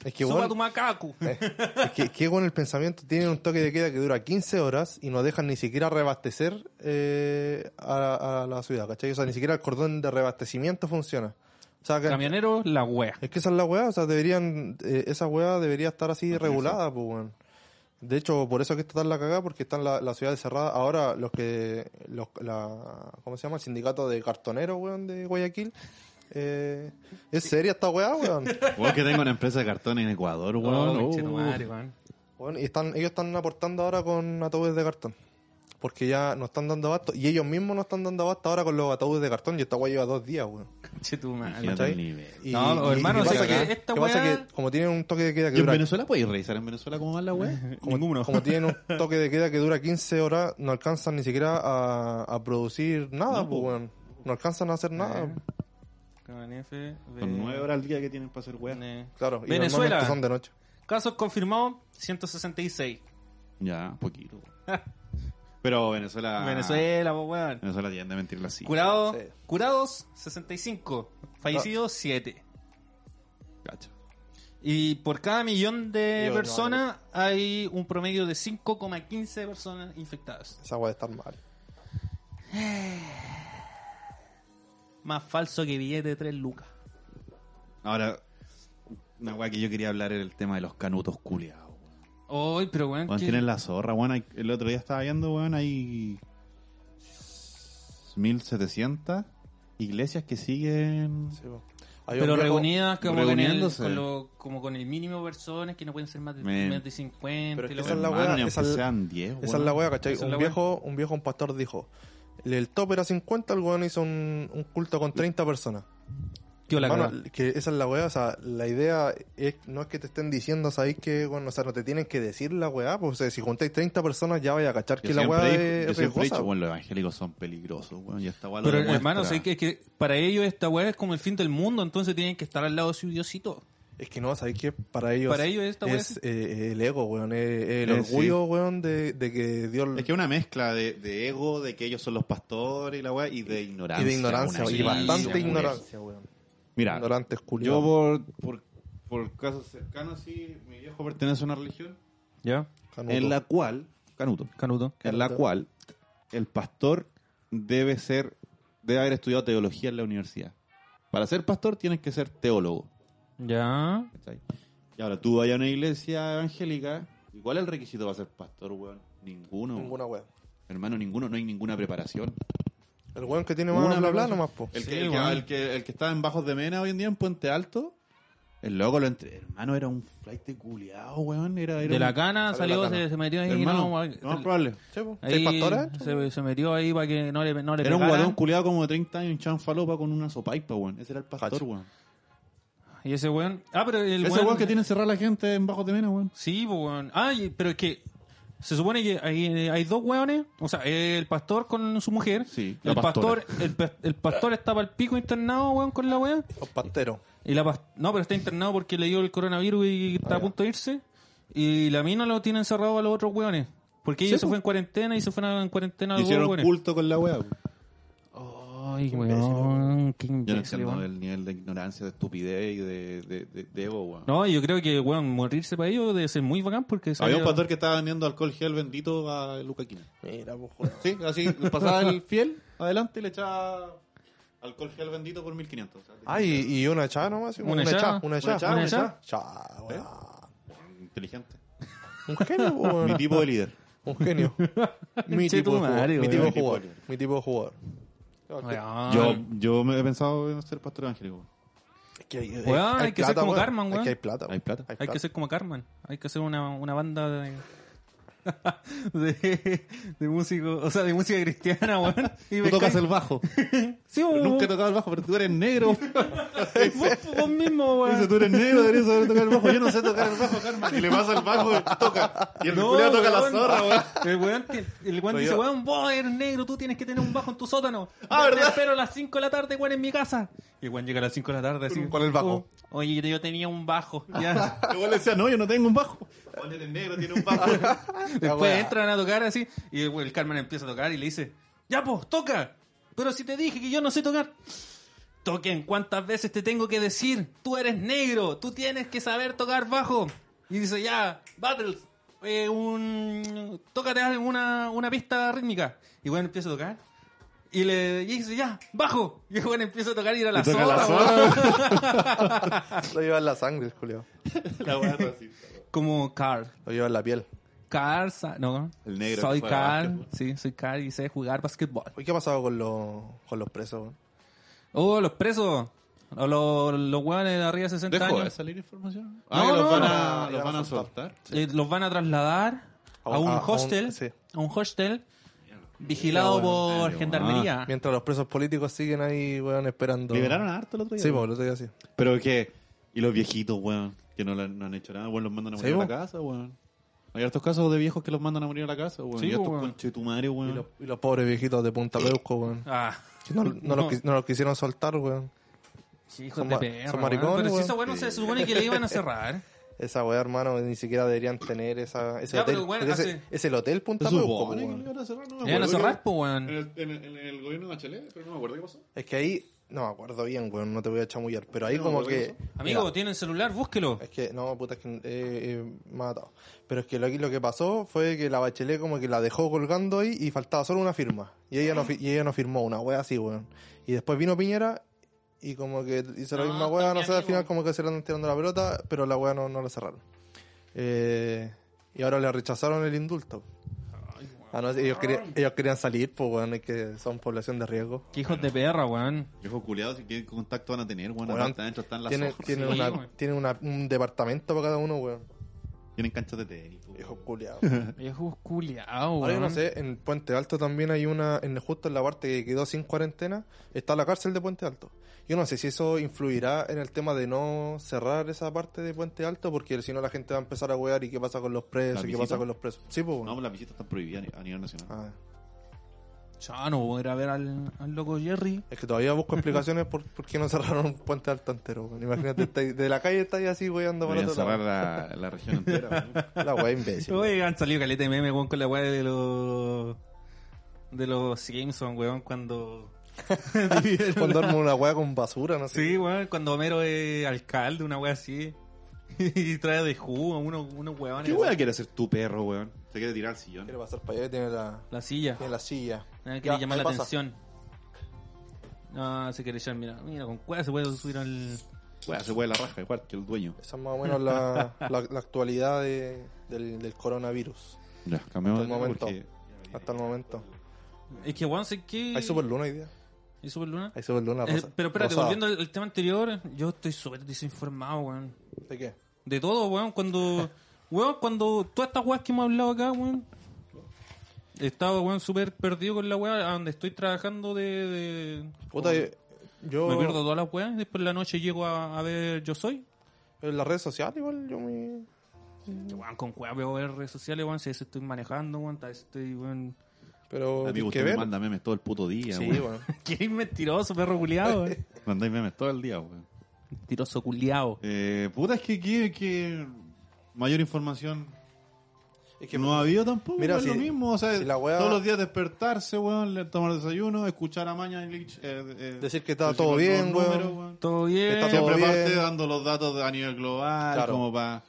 Speaker 3: Es que,
Speaker 2: Suba
Speaker 3: weón,
Speaker 2: tu macaco.
Speaker 3: Es que, que con el pensamiento tienen un toque de queda que dura 15 horas y no dejan ni siquiera reabastecer eh, a, a la ciudad, ¿cachai? O sea, ni siquiera el cordón de reabastecimiento funciona. O sea, que-
Speaker 2: Camionero, la wea.
Speaker 3: es que esa es la weá, o sea, deberían, eh, esa weá debería estar así regulada, pues, weón. De hecho, por eso es que está tan la cagada, porque están la- las ciudades cerradas. Ahora, los que, los, la, ¿cómo se llama? El sindicato de cartoneros, weón, de Guayaquil. Eh, es seria esta weá, weón.
Speaker 1: Weón, que tengo una empresa de cartón en Ecuador, weón.
Speaker 2: Oh,
Speaker 1: Oh.
Speaker 2: conchetumare, weón.
Speaker 3: Bueno, y están, ellos están aportando ahora con ataúdes de cartón. Porque ya no están dando abasto. Y ellos mismos no están dando abasto ahora con los ataúdes de cartón. Y esta weá lleva dos días, weón.
Speaker 2: Conchetumare.
Speaker 1: Imagínate el
Speaker 3: ¿Cachai?
Speaker 1: nivel.
Speaker 3: Y-
Speaker 2: No,
Speaker 3: y-
Speaker 2: hermano,
Speaker 3: y
Speaker 2: si
Speaker 3: pasa
Speaker 2: es que esta
Speaker 3: que pasa
Speaker 2: weá-
Speaker 3: que como tienen un toque de queda que
Speaker 1: ¿Y en
Speaker 3: dura.
Speaker 1: Venezuela podéis revisar en Venezuela cómo va la wea?
Speaker 3: Como, como tienen un toque de queda que dura 15 horas, no alcanzan ni siquiera a, a producir nada,
Speaker 1: No,
Speaker 3: pues,
Speaker 1: po.
Speaker 3: weón. No alcanzan a hacer nada.
Speaker 2: Eh, con F, B,
Speaker 1: Son nueve horas al día que tienen para hacer weas.
Speaker 2: N.
Speaker 3: Claro, y
Speaker 2: Venezuela.
Speaker 3: normalmente son de noche.
Speaker 2: Casos confirmados, 166.
Speaker 1: Ya, poquito. weón. Pero Venezuela.
Speaker 3: Ah.
Speaker 2: Venezuela, po, weón.
Speaker 1: Venezuela tiende a mentir las cifras.
Speaker 2: Curado-
Speaker 3: sí.
Speaker 2: Curados, 65. Fallecidos,
Speaker 3: Ah.
Speaker 2: 7.
Speaker 1: Cacha.
Speaker 2: Y por cada millón de
Speaker 3: Yo no,
Speaker 2: personas hay un promedio de 5,15 personas infectadas.
Speaker 3: Esa weá de estar mal.
Speaker 2: Más falso que billete de 3 lucas.
Speaker 1: Ahora, una weá que yo quería hablar era el tema de los canutos culiados.
Speaker 2: Hoy, pero weón.
Speaker 1: Weón,
Speaker 2: que-
Speaker 1: tienen la zorra, weón. Hay- El otro día estaba viendo, weón, hay 1700 iglesias que siguen...
Speaker 3: Sí, po. Hay un
Speaker 2: Pero
Speaker 3: viejo-
Speaker 2: reunidas como con, el,
Speaker 1: reuniéndose.
Speaker 2: con lo- como con el mínimo de personas que no pueden ser más de,
Speaker 1: Men.
Speaker 2: menos de 50.
Speaker 3: Pero es
Speaker 2: y
Speaker 3: que
Speaker 2: la
Speaker 3: esa es la
Speaker 2: weá.
Speaker 1: Hermano,
Speaker 3: weá,
Speaker 1: ni aunque
Speaker 3: esa es la-
Speaker 1: sean 10,
Speaker 3: Esa es la weá, ¿cachai?
Speaker 2: Esa es
Speaker 3: Un
Speaker 2: la weá.
Speaker 3: viejo, un viejo, un pastor dijo, el tope era 50, el weón hizo un, un culto con 30 personas.
Speaker 2: Tío, la
Speaker 3: Hermano,
Speaker 2: cagá.
Speaker 3: que esa es la weá, o sea, la idea es, no es que te estén diciendo, sabéis que, bueno, o sea, no te tienen que decir la weá, pues, o sea, si juntáis 30 personas ya vaya a cachar
Speaker 1: Yo
Speaker 3: que la
Speaker 1: siempre
Speaker 3: weá
Speaker 1: digo- yo
Speaker 3: es
Speaker 1: siempre he
Speaker 3: riesgosa.
Speaker 1: dicho, bueno, los evangélicos son peligrosos, weón, y esta weá lo
Speaker 2: Pero
Speaker 1: demuestra.
Speaker 2: hermano, sé que, que para ellos esta weá es como el fin del mundo, entonces tienen que estar al lado de su diosito.
Speaker 3: Es que no, sabéis que para ellos,
Speaker 2: Para ellos esta weá
Speaker 3: es
Speaker 2: es-
Speaker 3: eh, el ego, weón, es- es el
Speaker 1: Eh,
Speaker 3: orgullo, weón, de, de que Dios...
Speaker 1: Es que una mezcla de, de ego, de que ellos son los pastores y la weá, y de
Speaker 3: y
Speaker 1: ignorancia.
Speaker 3: de ignorancia,
Speaker 1: una
Speaker 3: y
Speaker 2: ignorancia,
Speaker 3: bastante
Speaker 1: weón.
Speaker 3: ignorancia, weón.
Speaker 1: Mira,
Speaker 3: Ignorantes,
Speaker 1: yo
Speaker 3: culiados.
Speaker 1: por, por, por casos cercanos, sí, mi viejo pertenece a una religión
Speaker 2: ¿Ya?
Speaker 3: Canuto.
Speaker 1: en la cual... Canuto.
Speaker 2: Canuto.
Speaker 1: en la
Speaker 3: Cierto.
Speaker 1: cual el pastor debe ser debe haber estudiado teología en la universidad. Para ser pastor tienes que ser teólogo.
Speaker 2: Ya.
Speaker 1: ¿cachai? Y ahora tú vayas a una iglesia evangélica, ¿y ¿cuál es el requisito para ser pastor, weón? Ninguno.
Speaker 3: Ninguna weá.
Speaker 1: Hermano, ninguno, no hay ninguna preparación.
Speaker 3: El weón que tiene más
Speaker 1: Una
Speaker 3: bla bla
Speaker 1: preparación.
Speaker 3: nomás, po.
Speaker 1: El,
Speaker 2: Sí,
Speaker 1: que, el, que,
Speaker 2: weón.
Speaker 1: el que- el que está en Bajos de Mena hoy en día, en Puente Alto, El loco, lo entre... hermano, era un flight de culiao, weón. Era, era
Speaker 2: De la
Speaker 1: un-
Speaker 2: cana
Speaker 3: Sale la
Speaker 2: salió,
Speaker 3: cana.
Speaker 2: se, se metió ahí.
Speaker 1: Hermano,
Speaker 2: no,
Speaker 1: lo más probable. Sí, po.
Speaker 3: ¿Seis
Speaker 2: ahí
Speaker 3: pastoras?
Speaker 2: se, se metió ahí para que no le, no le
Speaker 1: Era un
Speaker 2: pegaran.
Speaker 1: guadón culiado como de 30 años, un chanfalopa con una sopaipa, weón. Ese era el pastor,
Speaker 3: Cacho.
Speaker 1: weón.
Speaker 2: Y ese weón. Ah, pero el
Speaker 1: Ese weón que tiene encerrada la gente en Bajo de Mena, weón.
Speaker 2: Sí, pues, weón. Ah, y- pero es que se supone que hay, hay dos weones. O sea, el pastor con su mujer.
Speaker 1: Sí, la
Speaker 2: el pastor, el, pa- el pastor está para el pico internado, weón, con la weón.
Speaker 3: Los pasteros.
Speaker 2: Y la pas- no, pero está internado porque le dio el coronavirus
Speaker 1: Ah,
Speaker 2: y está a punto de irse. Y la mina lo tiene encerrado a los otros weones. Porque ellos se fue en cuarentena y se fueron en cuarentena a los
Speaker 1: Hicieron
Speaker 2: otros weones.
Speaker 1: culto con la weá. weón.
Speaker 2: Ay, weón, qué
Speaker 1: Yo no
Speaker 2: imbécil,
Speaker 1: entiendo
Speaker 2: weón.
Speaker 1: el nivel de ignorancia, de estupidez y de, de, de, de ego, weón.
Speaker 2: No, yo creo que, weón, morirse para ellos debe ser muy bacán porque...
Speaker 1: Había
Speaker 2: salió-
Speaker 1: un pastor que estaba vendiendo alcohol gel bendito a Luca Quina.
Speaker 3: Mira, pues, joder.
Speaker 1: Sí, así pasaba el fiel adelante y le echaba alcohol gel bendito por 1500. O sea,
Speaker 3: Ah, y, y una chá nomás. sí,
Speaker 2: Una
Speaker 3: Una,
Speaker 2: chá,
Speaker 3: chá, una chá.
Speaker 1: una chá,
Speaker 2: una chá.
Speaker 3: Chá, weón.
Speaker 1: Inteligente.
Speaker 3: Un genio, po,
Speaker 1: Mi
Speaker 3: weón.
Speaker 1: tipo de líder.
Speaker 3: Un genio. Mi
Speaker 2: Che,
Speaker 3: tipo de
Speaker 2: tu
Speaker 3: jugador.
Speaker 2: madre,
Speaker 3: Mi
Speaker 2: weón.
Speaker 3: tipo de
Speaker 1: Mi tipo
Speaker 3: jugador.
Speaker 1: de-
Speaker 3: Mi tipo de jugador.
Speaker 2: Weón.
Speaker 1: Yo, yo me he pensado en ser pastor evangélico. weón.
Speaker 3: Es que hay, hay-
Speaker 2: Weón, hay que ser como
Speaker 3: weón.
Speaker 2: Cartman,
Speaker 3: Es
Speaker 2: weón.
Speaker 3: que hay plata.
Speaker 1: Hay plata.
Speaker 2: Hay que ser como Carmen, hay que ser una, una banda de, de, de músico, o sea, de música cristiana, weón. Y
Speaker 1: Tú
Speaker 2: me
Speaker 1: tocas
Speaker 2: cae-
Speaker 1: el bajo.
Speaker 2: Sí, weón,
Speaker 1: Nunca he
Speaker 2: vos,
Speaker 1: tocado el bajo, pero tú eres negro.
Speaker 2: vos- vos mismo,
Speaker 1: Dice,
Speaker 2: weón.
Speaker 1: tú eres negro, deberías saber tocar el bajo. Yo no sé tocar el bajo, Carmen. Y le pasa el bajo, toca. Y el culiao toca la
Speaker 2: weón.
Speaker 1: zorra, weón.
Speaker 2: El weón, te- el weón
Speaker 1: Soy
Speaker 2: dice,
Speaker 1: yo.
Speaker 2: weón, vos eres negro, tú tienes que tener un bajo en tu sótano.
Speaker 1: Ah,
Speaker 2: Yo te
Speaker 1: ¿verdad?
Speaker 2: espero a las 5 de la tarde, weón, en mi casa. Y el weón llega a las 5 de la tarde así.
Speaker 3: Con el bajo.
Speaker 2: "Oh, oye, yo tenía un bajo. Ya.
Speaker 1: Igual le decía, no, yo no tengo un bajo. Juan eres negro, tiene un bajo.
Speaker 2: Después
Speaker 3: weá.
Speaker 2: entran a tocar así y el, el Carmen empieza a tocar y le dice, ya pues, toca. Pero si te dije que yo no sé tocar. Toquen, ¿cuántas veces te tengo que decir? Tú eres negro, tú tienes que saber tocar bajo. Y dice, ya, Battles, eh, un... tócate alguna una pista rítmica. Y bueno, empieza a tocar. Y le y dice, ya, bajo. Y bueno, empieza a tocar y ir a la
Speaker 1: toca
Speaker 2: sola.
Speaker 1: la
Speaker 3: Lo lleva en la sangre, Julio.
Speaker 1: La weá racista.
Speaker 2: Como Carl.
Speaker 3: Lo lleva en la piel.
Speaker 2: Carl, sa- no.
Speaker 1: El negro
Speaker 2: Soy
Speaker 1: que juega
Speaker 2: Carl,
Speaker 1: básquetbol.
Speaker 2: sí, soy Carl y sé jugar basquetbol.
Speaker 3: Oye, ¿Qué ha pasado con los, con los presos, weón?
Speaker 2: Oh, los presos. O los, los hueones de arriba de 60
Speaker 1: ¿Dejó de
Speaker 2: años.
Speaker 1: salir información?
Speaker 2: No,
Speaker 1: Ah, que los
Speaker 2: no,
Speaker 1: van
Speaker 2: no.
Speaker 1: a,
Speaker 3: Ya
Speaker 1: los van
Speaker 3: van a
Speaker 1: a soltar.
Speaker 2: Eh, los van a trasladar a,
Speaker 3: A un-
Speaker 2: un
Speaker 3: a- a un-
Speaker 2: hostel.
Speaker 3: sí.
Speaker 2: A un hostel vigilado
Speaker 3: Mira, bueno, Ah,
Speaker 2: por
Speaker 1: bueno.
Speaker 2: gendarmería.
Speaker 3: Mientras los presos políticos siguen ahí, weón, esperando.
Speaker 1: Liberaron a harto el otro día.
Speaker 3: Sí,
Speaker 1: weón. Ah.
Speaker 3: pues, lo otro día sí.
Speaker 1: Pero que, y los viejitos, weón, que no, le- no han hecho nada, weón, los mandan a
Speaker 3: Sí,
Speaker 1: morir a la
Speaker 3: po.
Speaker 1: casa, weón. Hay hartos casos de viejos que los mandan a morir a la casa, weón.
Speaker 2: Sí,
Speaker 1: y estos
Speaker 2: weón.
Speaker 1: conchetumares,
Speaker 3: Y
Speaker 1: weón.
Speaker 3: los, y los pobres viejitos de Punta Peuco, weón.
Speaker 2: Ah,
Speaker 3: Que No, no, Los, quis- no los quisieron soltar, weón.
Speaker 2: sí, hijos
Speaker 3: Son
Speaker 2: de
Speaker 3: ma-
Speaker 2: perra,
Speaker 3: son
Speaker 2: weón.
Speaker 3: maricones,
Speaker 2: Pero si
Speaker 3: weón.
Speaker 2: esa weón no se supone que le iban a cerrar.
Speaker 3: Esa weá, hermano, ni siquiera deberían tener esa, ese
Speaker 2: Ya,
Speaker 3: hotel.
Speaker 2: pero, weón,
Speaker 3: Porque
Speaker 2: hace-
Speaker 3: ese, es el hotel Punta
Speaker 1: Se
Speaker 3: Peuco,
Speaker 1: supone que
Speaker 3: weón.
Speaker 1: le iban a cerrar, no me
Speaker 2: Le iban a
Speaker 1: acuerdo
Speaker 2: cerrar,
Speaker 1: qué-
Speaker 2: pues, weón.
Speaker 1: En el, en, el, en el gobierno de Bachelet, pero no me acuerdo qué pasó.
Speaker 3: Es que ahí, no me acuerdo bien, weón, no te voy a chamullar, pero ahí
Speaker 1: No,
Speaker 3: como
Speaker 1: pero
Speaker 3: que...
Speaker 2: Amigo,
Speaker 3: Mira,
Speaker 2: tienen celular, búsquelo.
Speaker 3: es que, no, puta, es que eh, eh, me ha matado. Pero es que lo, lo que pasó fue que la Bachelet como que la dejó colgando ahí y faltaba solo una firma. Y ella no, fi- y ella no firmó una wea así, weón. Y después vino Piñera y como que hizo la
Speaker 2: No,
Speaker 3: misma wea, no sé, al
Speaker 2: amigo.
Speaker 3: final como que se le andan tirando la pelota, pero la wea no, no la cerraron. Eh, y ahora le rechazaron el indulto. Ah, no, ellos, querían, ellos querían salir, pues, weón, es que son población de riesgo.
Speaker 2: Qué hijos de perra, weón.
Speaker 1: Viejos culiados, ¿y ¿qué contacto van a tener, weón?
Speaker 3: Weón,
Speaker 1: Hasta adentro están las
Speaker 3: Tienen,
Speaker 1: hojas.
Speaker 3: tienen
Speaker 2: Sí,
Speaker 3: una-
Speaker 2: güey.
Speaker 3: tienen una- un departamento para cada uno, weón.
Speaker 1: Tienen canchas de tenis, weón.
Speaker 3: Hijo culiado.
Speaker 2: Viejos culiados,
Speaker 3: Ahora yo
Speaker 2: weón.
Speaker 3: no sé, en Puente Alto también hay una, en justo en la parte que quedó sin cuarentena, está la cárcel de Puente Alto. Yo no sé si eso influirá en el tema de no cerrar esa parte de Puente Alto, porque si no la gente va a empezar a wear y qué pasa con los presos,
Speaker 1: ¿La
Speaker 3: qué
Speaker 1: visita?
Speaker 3: pasa con los presos. Sí, pues,
Speaker 1: No,
Speaker 3: weón.
Speaker 1: pues las visitas están prohibidas a nivel nacional.
Speaker 3: Ah,
Speaker 2: Ya no voy a ir a ver al, al loco Jerry.
Speaker 3: es que todavía busco explicaciones por, por qué no cerraron Puente Alto entero, weón. Imagínate, estáis- de la calle estáis así weando para
Speaker 1: Deberían
Speaker 3: otro
Speaker 1: cerrar
Speaker 3: lado.
Speaker 1: la, la región entera, weón.
Speaker 3: La wea imbécil. weón.
Speaker 2: Oye, han salido caleta de meme, weón, con la weá de los. de los Simpsons, weón, cuando.
Speaker 3: Cuando armo una wea con basura, no sé.
Speaker 2: sí, weón, cuando Homero es alcalde, una weá así. y trae de jugo a uno- unos weones.
Speaker 1: ¿Qué weón quiere hacer tu perro, weón? Se quiere tirar al sillón.
Speaker 3: Quiere pasar para allá y tiene la,
Speaker 2: La silla.
Speaker 3: tiene la silla.
Speaker 2: Nada,
Speaker 3: Ya,
Speaker 2: Quiere llamar
Speaker 3: ahí
Speaker 2: la
Speaker 3: pasa.
Speaker 2: atención. Ah, se quiere echar, mira, mira, con cuál se puede subir al.
Speaker 1: Weón, se puede la raja, igual que el dueño.
Speaker 3: Esa es más o menos la, la- la actualidad de- del, del coronavirus.
Speaker 1: Ya, cambiamos
Speaker 3: Hasta el
Speaker 1: de tema
Speaker 3: momento.
Speaker 1: porque
Speaker 3: Hasta el momento.
Speaker 2: Es que, weón, sé que.
Speaker 3: Hay super luna hoy día.
Speaker 2: ¿Y Superluna?
Speaker 3: Ahí se vuelve una
Speaker 2: Eh,
Speaker 3: rosa-
Speaker 2: pero espérate,
Speaker 3: rosada.
Speaker 2: volviendo al, al tema anterior, yo estoy súper desinformado, weón.
Speaker 3: ¿De qué?
Speaker 2: De todo, weón. Cuando, weón, cuando todas estas weas que hemos hablado acá, weón, he estado, weón, súper perdido con la wea a donde estoy trabajando de... de-
Speaker 3: Puta, eh, yo...
Speaker 2: Oh, Me pierdo todas las weas y después en la noche llego a, a ver Yo Soy.
Speaker 3: En las redes sociales igual yo me...
Speaker 2: Weón, con weas veo ver redes sociales, weón, si a veces estoy manejando, weón, a veces estoy, weón...
Speaker 3: Pero
Speaker 1: Amigo,
Speaker 3: tienes
Speaker 1: usted
Speaker 3: que
Speaker 1: me
Speaker 3: ver.
Speaker 1: manda memes todo el puto día,
Speaker 3: Sí,
Speaker 1: weón.
Speaker 3: bueno.
Speaker 2: Qué mentiroso, perro culiado, weón.
Speaker 1: Mandáis memes todo el día, weón.
Speaker 2: Mentiroso culiado.
Speaker 1: Eh, puta, es que, que, que mayor información
Speaker 3: Es
Speaker 1: que no ha habido tampoco.
Speaker 3: Mira,
Speaker 1: es
Speaker 3: si-
Speaker 1: lo mismo, o sea,
Speaker 3: si la weá-
Speaker 1: todos los días despertarse, weón, le- tomar desayuno, escuchar a Maña y Lich, eh, eh,
Speaker 3: Decir que está
Speaker 1: decir
Speaker 3: todo
Speaker 1: los
Speaker 3: bien,
Speaker 1: números,
Speaker 3: weón.
Speaker 2: Todo bien.
Speaker 3: Está todo
Speaker 1: Siempre
Speaker 3: bien.
Speaker 1: parte dando los datos de- a nivel global,
Speaker 3: Claro.
Speaker 1: como para...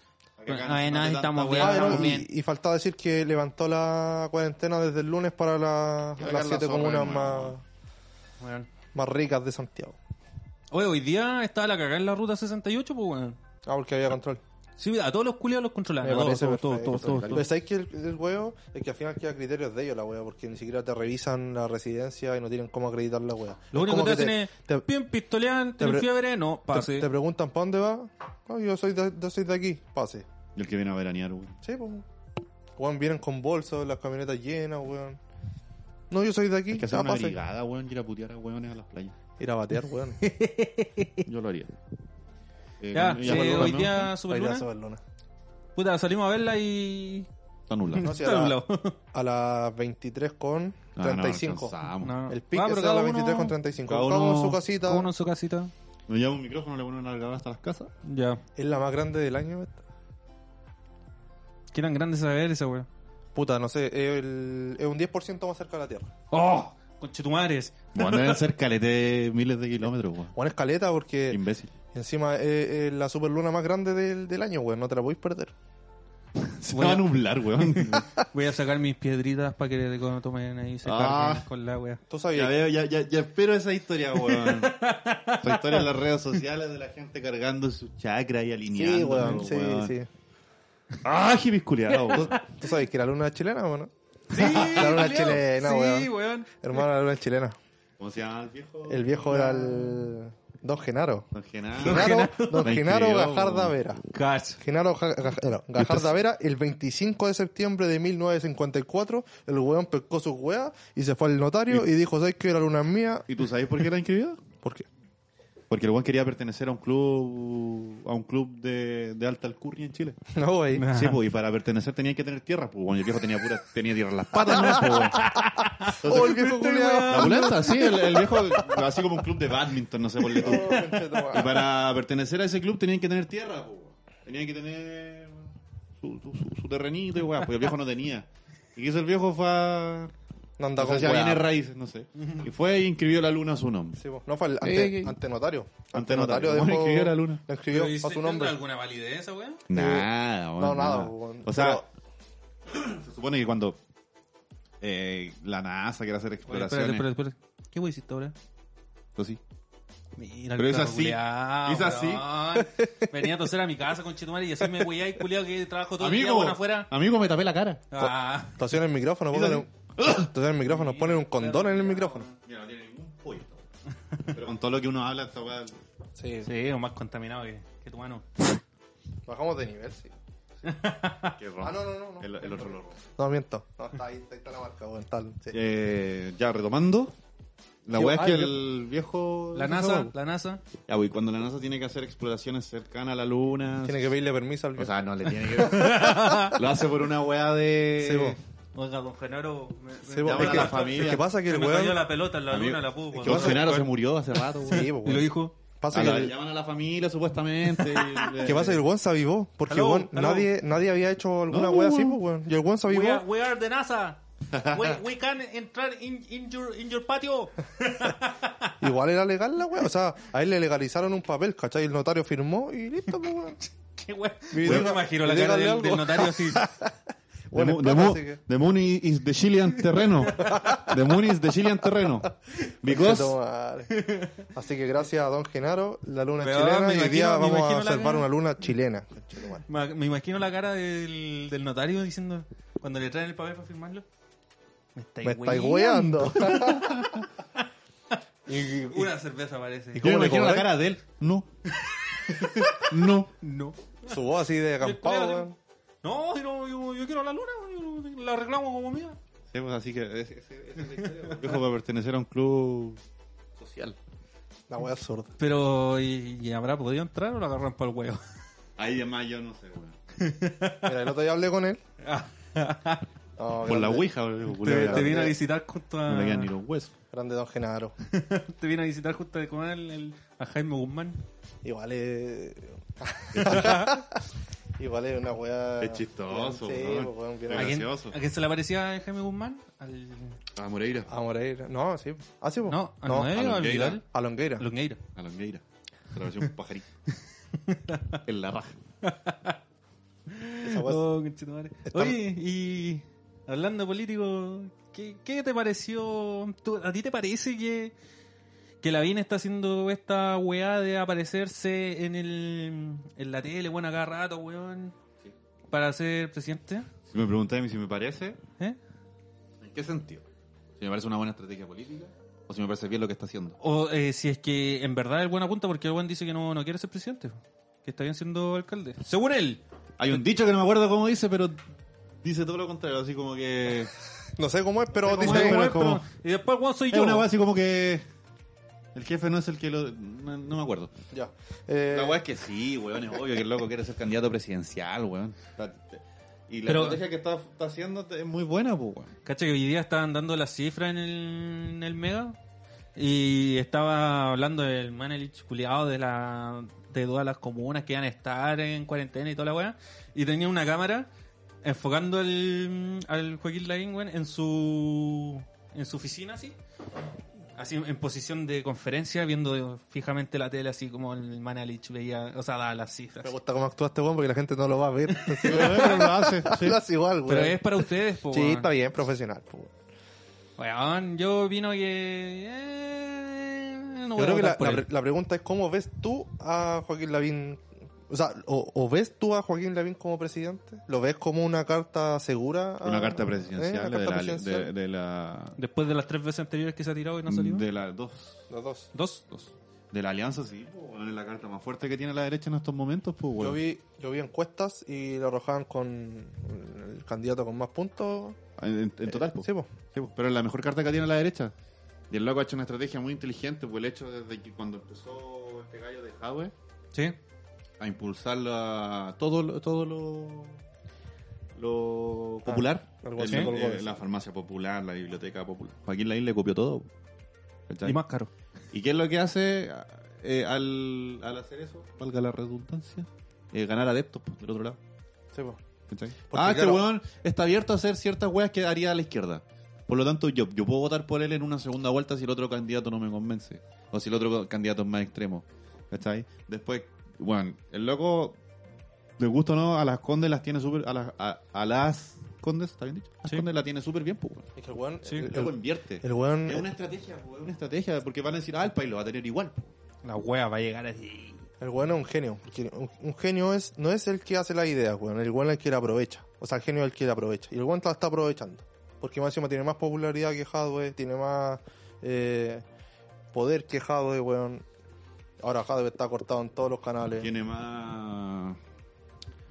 Speaker 2: No, eh, nadie estamos bien,
Speaker 3: Ah,
Speaker 2: estamos
Speaker 3: no,
Speaker 2: bien.
Speaker 3: y, y faltaba decir que levantó la cuarentena desde el lunes para la-
Speaker 1: Y acá
Speaker 3: las
Speaker 1: la
Speaker 3: siete
Speaker 1: zorra
Speaker 3: comunas
Speaker 1: de
Speaker 3: más,
Speaker 1: nuevo.
Speaker 2: Weón.
Speaker 3: más ricas de Santiago.
Speaker 2: Oye, hoy día estaba la cagada en la ruta 68, pues, weón.
Speaker 3: Ah, porque había control.
Speaker 2: Sí, a todos los culiados los controlaban.
Speaker 3: Me
Speaker 2: A todos,
Speaker 3: parece
Speaker 2: todos, todos,
Speaker 3: perfecto.
Speaker 2: todos, todos,
Speaker 3: Pero
Speaker 2: todos.
Speaker 3: ¿sabes que el, el huevo? Es que al final queda criterios de ellos la wea, porque ni siquiera te revisan la residencia y no tienen cómo acreditar la wea.
Speaker 2: Lo
Speaker 3: Es
Speaker 2: único
Speaker 3: como
Speaker 2: que te hacen
Speaker 3: te-
Speaker 2: es,
Speaker 3: te-
Speaker 2: bien pistolean, tenés
Speaker 3: pre-
Speaker 2: fiebre, no,
Speaker 3: te-
Speaker 2: pase.
Speaker 3: te preguntan, ¿para dónde vas? No, yo soy de, yo soy de aquí, pase.
Speaker 1: Y el que viene a veranear, weón.
Speaker 3: Sí, pues. Weón, vienen con bolsos, las camionetas llenas, weón. No, yo soy de aquí,
Speaker 1: Hay que hacer
Speaker 3: ah,
Speaker 1: una
Speaker 3: pase.
Speaker 1: brigada, weón, y ir a putear a weones a las playas.
Speaker 3: Ir a batear, weón.
Speaker 1: Yo lo haría. Eh,
Speaker 2: ya,
Speaker 1: con-
Speaker 2: eh,
Speaker 1: ya con los
Speaker 2: hoy
Speaker 1: memes,
Speaker 2: día
Speaker 3: Para ir a
Speaker 2: Superluna,
Speaker 3: Soberluna.
Speaker 2: puta, salimos a verla y...
Speaker 1: Está nublado.
Speaker 3: No, si
Speaker 2: Está
Speaker 3: a, la-
Speaker 2: nublado.
Speaker 3: a las 23 con
Speaker 1: No, no,
Speaker 3: 35.
Speaker 1: alcanzamos.
Speaker 2: Ah, No.
Speaker 3: el pico
Speaker 2: Ah,
Speaker 3: es
Speaker 2: pero
Speaker 3: a
Speaker 2: cada
Speaker 3: las 23
Speaker 2: uno-
Speaker 3: con 35.
Speaker 1: cada
Speaker 3: Estamos en
Speaker 1: uno-
Speaker 3: su casita.
Speaker 2: Cada uno en su casita.
Speaker 1: Nos lleva un micrófono, le ponemos una largada hasta las casas.
Speaker 2: Ya.
Speaker 3: Es la más grande del año. esta.
Speaker 2: Que eran grandes a ver esa weón.
Speaker 3: Puta, no sé. Es, el- es un 10% más cerca de la Tierra.
Speaker 2: ¡Oh! Conchetumares.
Speaker 1: Bueno, deben ser calete miles de kilómetros, weón.
Speaker 3: Buena escaleta porque
Speaker 1: Imbécil.
Speaker 3: encima es, es la superluna más grande del, del año, weón. No te la podéis perder.
Speaker 1: Se
Speaker 2: Voy
Speaker 1: va
Speaker 2: a-
Speaker 1: a nublar, weón.
Speaker 2: Voy a sacar mis piedritas para que le tomen ahí y se
Speaker 1: Ah.
Speaker 2: carguen con la wea.
Speaker 3: Tú
Speaker 1: ya
Speaker 3: sabías.
Speaker 1: veo, ya, ya, ya espero esa historia, weón. Esa historia en las redes sociales de la gente cargando su chakra y alineando.
Speaker 3: Sí, weón. Sí, sí.
Speaker 1: Ah, jibisculeado, weón.
Speaker 3: Tú sabes que la luna es chilena, weón.
Speaker 2: Sí,
Speaker 3: La luna
Speaker 2: culiao.
Speaker 3: chilena,
Speaker 2: Sí,
Speaker 3: weón.
Speaker 2: weón.
Speaker 3: Hermano, la luna es chilena.
Speaker 1: ¿Cómo se llama el viejo?
Speaker 3: El viejo era el. Don Genaro.
Speaker 1: Don Genaro.
Speaker 3: Genaro, don
Speaker 1: Me
Speaker 3: Genaro
Speaker 1: escribió,
Speaker 3: Gajarda
Speaker 1: weón.
Speaker 3: Vera.
Speaker 2: Cacho.
Speaker 3: Genaro Ja- Ga- no, Gajarda Vera, el 25 de septiembre de 1954, el weón pescó sus weas y se fue al notario y dijo, ¿sabes que la luna es mía?
Speaker 1: ¿Y tú sabes por qué la inscribió?
Speaker 3: ¿Por qué?
Speaker 1: Porque el weón quería pertenecer a un club, a un club de, de alta alcurnia en Chile.
Speaker 3: No, wey.
Speaker 2: Ajá.
Speaker 1: Sí, pues, y para pertenecer tenía que tener tierra, pues, bueno, el viejo tenía pura, tenía tierra en las patas, ¿no? Pues, weón. Entonces,
Speaker 3: Oh, el viejo culiao.
Speaker 1: La pulenta, sí, el, el viejo, así como un club de badminton, no sé por qué.
Speaker 3: Oh, conchetumare.
Speaker 1: Y para pertenecer a ese club tenían que tener tierra, po, weón. tenían que tener su, su- su- su terrenito y weá, porque el viejo no tenía. Y que hizo el viejo fue a...
Speaker 3: No anda
Speaker 1: No
Speaker 3: con
Speaker 1: sé si
Speaker 3: weá.
Speaker 1: viene raíces, no sé. Y fue y inscribió la luna a su nombre.
Speaker 3: Sí, po. no fue al ante,
Speaker 1: Sí, sí.
Speaker 3: antenotario.
Speaker 1: Antenotario,
Speaker 3: dejó-
Speaker 1: le escribió a la luna.
Speaker 3: Le escribió
Speaker 2: ¿y
Speaker 3: a
Speaker 2: se-
Speaker 3: su
Speaker 2: ¿tendrá
Speaker 3: nombre.
Speaker 2: alguna validez esa weón?
Speaker 1: Nada, weón,
Speaker 3: No, nada, weón.
Speaker 1: O sea, se supone que cuando eh, la NASA quiere hacer exploraciones,
Speaker 2: Espérate, espérate, espérate. ¿Qué wey hiciste ahora?
Speaker 1: entonces sí.
Speaker 2: Mira,
Speaker 1: Pero
Speaker 2: el
Speaker 1: es
Speaker 2: perro
Speaker 1: así.
Speaker 2: culiao,
Speaker 1: Es así.
Speaker 2: weón. Venía a toser a mi casa con y así me weía y culiao que trabajo todo el día bueno afuera.
Speaker 1: amigo, me tapé la cara.
Speaker 2: Ah,
Speaker 3: Estaciona el micrófono, ponen un, estaciona el micrófono, ponen un condón en el micrófono.
Speaker 1: Mira, no tiene ningún pollo. Pero con todo lo que uno habla, esta weá.
Speaker 3: Sí,
Speaker 2: sí, o más contaminado que, que tu mano.
Speaker 3: Bajamos de nivel, sí.
Speaker 1: que rojo.
Speaker 3: Ah, no, no, no, no.
Speaker 1: El, el otro lo rojo.
Speaker 3: No, miento. No, está ahí, ahí está la marca, weón. Está, sí.
Speaker 1: Eh, ya, retomando. La
Speaker 3: Sí,
Speaker 1: weá es
Speaker 3: ah,
Speaker 1: que
Speaker 3: yo-
Speaker 1: el viejo.
Speaker 2: La NASA, la NASA.
Speaker 1: Ya, güey, cuando la NASA tiene que hacer exploraciones cercanas a la luna.
Speaker 3: Tiene que pedirle permiso al
Speaker 1: O
Speaker 3: viejo.
Speaker 1: sea, no le tiene que. lo hace por una weá de.
Speaker 3: Sí, po.
Speaker 2: Oiga, don Genaro, me, me-
Speaker 3: Sí, po,
Speaker 1: Llama
Speaker 3: es
Speaker 1: a
Speaker 3: que,
Speaker 1: la familia.
Speaker 3: es que pasa que
Speaker 2: se
Speaker 3: el
Speaker 2: me cayó
Speaker 3: weón.
Speaker 2: la pelota en la
Speaker 1: Amigo,
Speaker 2: luna, la pupa.
Speaker 1: es que
Speaker 3: weón.
Speaker 1: Don Genaro se murió hace rato, weón.
Speaker 3: Sí, po,
Speaker 2: Y lo
Speaker 3: weón.
Speaker 2: dijo.
Speaker 3: Pasa
Speaker 1: A
Speaker 3: que
Speaker 1: la-
Speaker 3: el-
Speaker 1: Llaman a la familia, supuestamente. y-
Speaker 3: ¿Qué pasa? El weón se avivó. Porque
Speaker 2: Aló,
Speaker 3: weón,
Speaker 2: aló.
Speaker 3: nadie, nadie había hecho alguna
Speaker 1: No,
Speaker 3: wea
Speaker 1: weón.
Speaker 3: así, pues, weón. Y el weón se avivó.
Speaker 2: We are, we are the NASA. We, we can entrar in, in your, in your patio.
Speaker 3: Igual era legal la wea. O sea, a él le legalizaron un papel, ¿cachai? El notario firmó y listo, pues, weón.
Speaker 2: Qué weón.
Speaker 3: Mira,
Speaker 2: Yo me imagino la
Speaker 3: dígale
Speaker 2: cara del,
Speaker 3: algo.
Speaker 2: del notario así.
Speaker 1: The,
Speaker 3: Bueno,
Speaker 1: mo- the,
Speaker 3: plata,
Speaker 1: mo-
Speaker 3: así que-
Speaker 1: the moon i- is the Chilean terreno. The moon is the Chilean terreno. Because.
Speaker 3: Chetumare. Así que gracias a Don Genaro, la luna es
Speaker 2: Weón, me
Speaker 3: chilena. Y hoy
Speaker 2: imagino-
Speaker 3: día
Speaker 2: me
Speaker 3: vamos
Speaker 2: imagino
Speaker 3: a
Speaker 2: la
Speaker 3: salvar
Speaker 2: cara.
Speaker 3: una luna chilena. Chetumare.
Speaker 2: Ma- Me imagino la cara del, del notario diciendo, cuando le traen el papel para firmarlo, me estáis
Speaker 3: Me estáis
Speaker 2: weando".
Speaker 3: weando. Y, y-
Speaker 2: Una cerveza parece.
Speaker 3: ¿Y
Speaker 1: Yo
Speaker 3: cómo
Speaker 1: me
Speaker 3: le
Speaker 1: imagino la
Speaker 3: cobráis?
Speaker 1: cara de él. No. no.
Speaker 2: No.
Speaker 3: su voz así de acampado, weón.
Speaker 2: No, si no, yo, yo quiero la luna, weón, yo la arreglamos como mía.
Speaker 1: Sí, pues, así que es- es- esa es la historia, pues. Viejo para pertenecer a un club social.
Speaker 3: La wea absurda.
Speaker 2: Pero, ¿y, y habrá podido entrar o la agarran para el huevo?
Speaker 1: Ahí además yo no sé, weón.
Speaker 3: Mira, el otro día hablé con él. No,
Speaker 1: Por la
Speaker 3: grande-
Speaker 1: ouija, weón.
Speaker 2: Te, te
Speaker 1: No
Speaker 2: vine a visitar junto a.
Speaker 1: le quedan ni los huesos.
Speaker 3: Grande don Genaro.
Speaker 2: Te vine a visitar junto a- con él el- a Jaime Guzmán.
Speaker 3: Igual es. Igual es una wea.
Speaker 1: Es chistoso,
Speaker 3: Sí,
Speaker 1: weón.
Speaker 3: pues, weón, bien
Speaker 1: Es
Speaker 2: ¿A quién,
Speaker 1: gracioso.
Speaker 2: a quién se le parecía a Jaime Guzmán? Al.
Speaker 1: A Moreira.
Speaker 3: A Moreira. No, sí. Ah, sí, pues.
Speaker 2: No, a
Speaker 1: a
Speaker 2: Noel o al
Speaker 1: Longueira.
Speaker 2: Vidal.
Speaker 3: A Longueira.
Speaker 2: A Longueira.
Speaker 1: A Longueira. Se la pareció un pajarito. en la raja.
Speaker 3: Esa wea-
Speaker 2: Oh, conchetumare.
Speaker 3: Está-
Speaker 2: Oye, y hablando de político, ¿qué, qué te pareció? ¿Tú- ¿A ti te parece que, que Lavín está haciendo esta weá de aparecerse en, el, en la tele, bueno, a cada rato, weón, para ser presidente?
Speaker 1: Si me preguntáis a mí si me parece,
Speaker 2: ¿Eh?
Speaker 1: ¿en qué sentido? Si me parece una buena estrategia política o si me parece bien lo que está haciendo.
Speaker 2: O eh, si es que en verdad el buen apunta porque el buen dice que no, no quiere ser presidente, que está bien siendo alcalde. Según él.
Speaker 1: Hay un dicho que no me acuerdo cómo dice, pero dice todo lo contrario, así como que es
Speaker 3: No sé cómo es, pero
Speaker 1: No sé
Speaker 3: dice
Speaker 1: cómo es,
Speaker 3: que-
Speaker 2: Según él,
Speaker 1: como-
Speaker 2: pero- y después, weón, soy yo.
Speaker 1: una weá así como que el jefe no es el que lo no, no me acuerdo.
Speaker 3: Ya. Eh,
Speaker 1: La weá es que sí, weón, es obvio que el loco quiere ser candidato presidencial, weón. Está- Y la
Speaker 2: Pero-
Speaker 1: estrategia que está, está haciendo es muy buena, pues, weón.
Speaker 2: Cacha que hoy día estaban dando las cifras en el, en el Mega y estaba hablando del Manelich culiado de la de todas las comunas que iban a estar en cuarentena y toda la weá. Y tenía una cámara enfocando el, al Joaquín Lavín weón, en su en su oficina así. Así en posición de conferencia, viendo fijamente la tele, así como el Manelich veía, o sea, daba las cifras.
Speaker 3: Me gusta cómo actúa este weón porque la gente no lo va a ver. Entonces,
Speaker 1: Pero lo hace, sí.
Speaker 3: Hablas igual, weón.
Speaker 2: Pero es para ustedes, po,
Speaker 3: Sí,
Speaker 2: weón.
Speaker 3: está bien, profesional, po, weón.
Speaker 2: Weón, yo opino que. eh, no voy
Speaker 3: Yo
Speaker 2: a
Speaker 3: creo
Speaker 2: votar
Speaker 3: que la,
Speaker 2: por
Speaker 3: la
Speaker 2: él.
Speaker 3: pre- la pregunta es cómo ves tú a Joaquín Lavín, o sea, o, o ves tú a Joaquín Lavín como presidente, lo ves como una carta segura, a-
Speaker 1: Una carta
Speaker 3: eh,
Speaker 1: presidencial,
Speaker 3: una carta
Speaker 1: de, la,
Speaker 3: presidencial?
Speaker 1: de- de la
Speaker 2: Después de las tres veces anteriores que se ha tirado y no salió.
Speaker 1: de las dos
Speaker 3: los dos.
Speaker 2: Dos, dos.
Speaker 1: de la alianza sí, pues, weón, es la carta más fuerte que tiene la derecha en estos momentos, pues, weón.
Speaker 3: Yo vi, yo vi encuestas y lo arrojaban con el candidato con más puntos.
Speaker 1: En, en total,
Speaker 3: Eh,
Speaker 1: pues.
Speaker 3: sí, po.
Speaker 1: Sí, pues, pero es la mejor carta que tiene la derecha. Y el loco ha hecho una estrategia muy inteligente, pues el hecho desde que cuando empezó este gallo de Jadwe
Speaker 2: Sí.
Speaker 1: a impulsar la- todo, lo- todo lo, lo popular,
Speaker 3: Ah, algo
Speaker 1: El-
Speaker 3: así, algo
Speaker 1: eh,
Speaker 3: de eso.
Speaker 1: la farmacia popular, la biblioteca popular. Joaquín Lavín le copió todo. ¿cachai?
Speaker 2: Y más caro.
Speaker 1: ¿Y qué es lo que hace eh, al, al hacer eso? Valga la redundancia. eh, ganar adeptos pues, del otro lado.
Speaker 3: Sí, po.
Speaker 1: ¿Cachai?
Speaker 3: Porque,
Speaker 1: ah, este
Speaker 3: claro-
Speaker 1: weón está abierto a hacer ciertas weas que haría a la izquierda. Por lo tanto, yo, yo puedo votar por él en una segunda vuelta si el otro candidato no me convence. O si el otro candidato es más extremo. ¿Cachai? Después, weón, el loco, de gusto o no, a las condes las tiene súper. A, las- a, a las condes, ¿está bien dicho? Las
Speaker 2: Sí.
Speaker 1: condes la tiene súper bien, pues, weón.
Speaker 3: Es que el weón,
Speaker 2: Sí,
Speaker 3: el,
Speaker 1: El loco
Speaker 3: el-
Speaker 1: invierte.
Speaker 3: el weón-
Speaker 1: Es una estrategia, pues, es una estrategia. Porque van a decir, ah, el país lo va a tener igual. pues.
Speaker 2: La wea va a llegar así.
Speaker 3: el weón es un genio, porque un, un genio es, no es el que hace la idea, weón, el weón es el que la aprovecha, o sea, el genio es el que la aprovecha, y el weón la está aprovechando, porque más encima tiene más popularidad que Hadwe, tiene más eh, poder que Hadwe, weón, ahora Hadwe está cortado en todos los canales,
Speaker 1: Tiene más.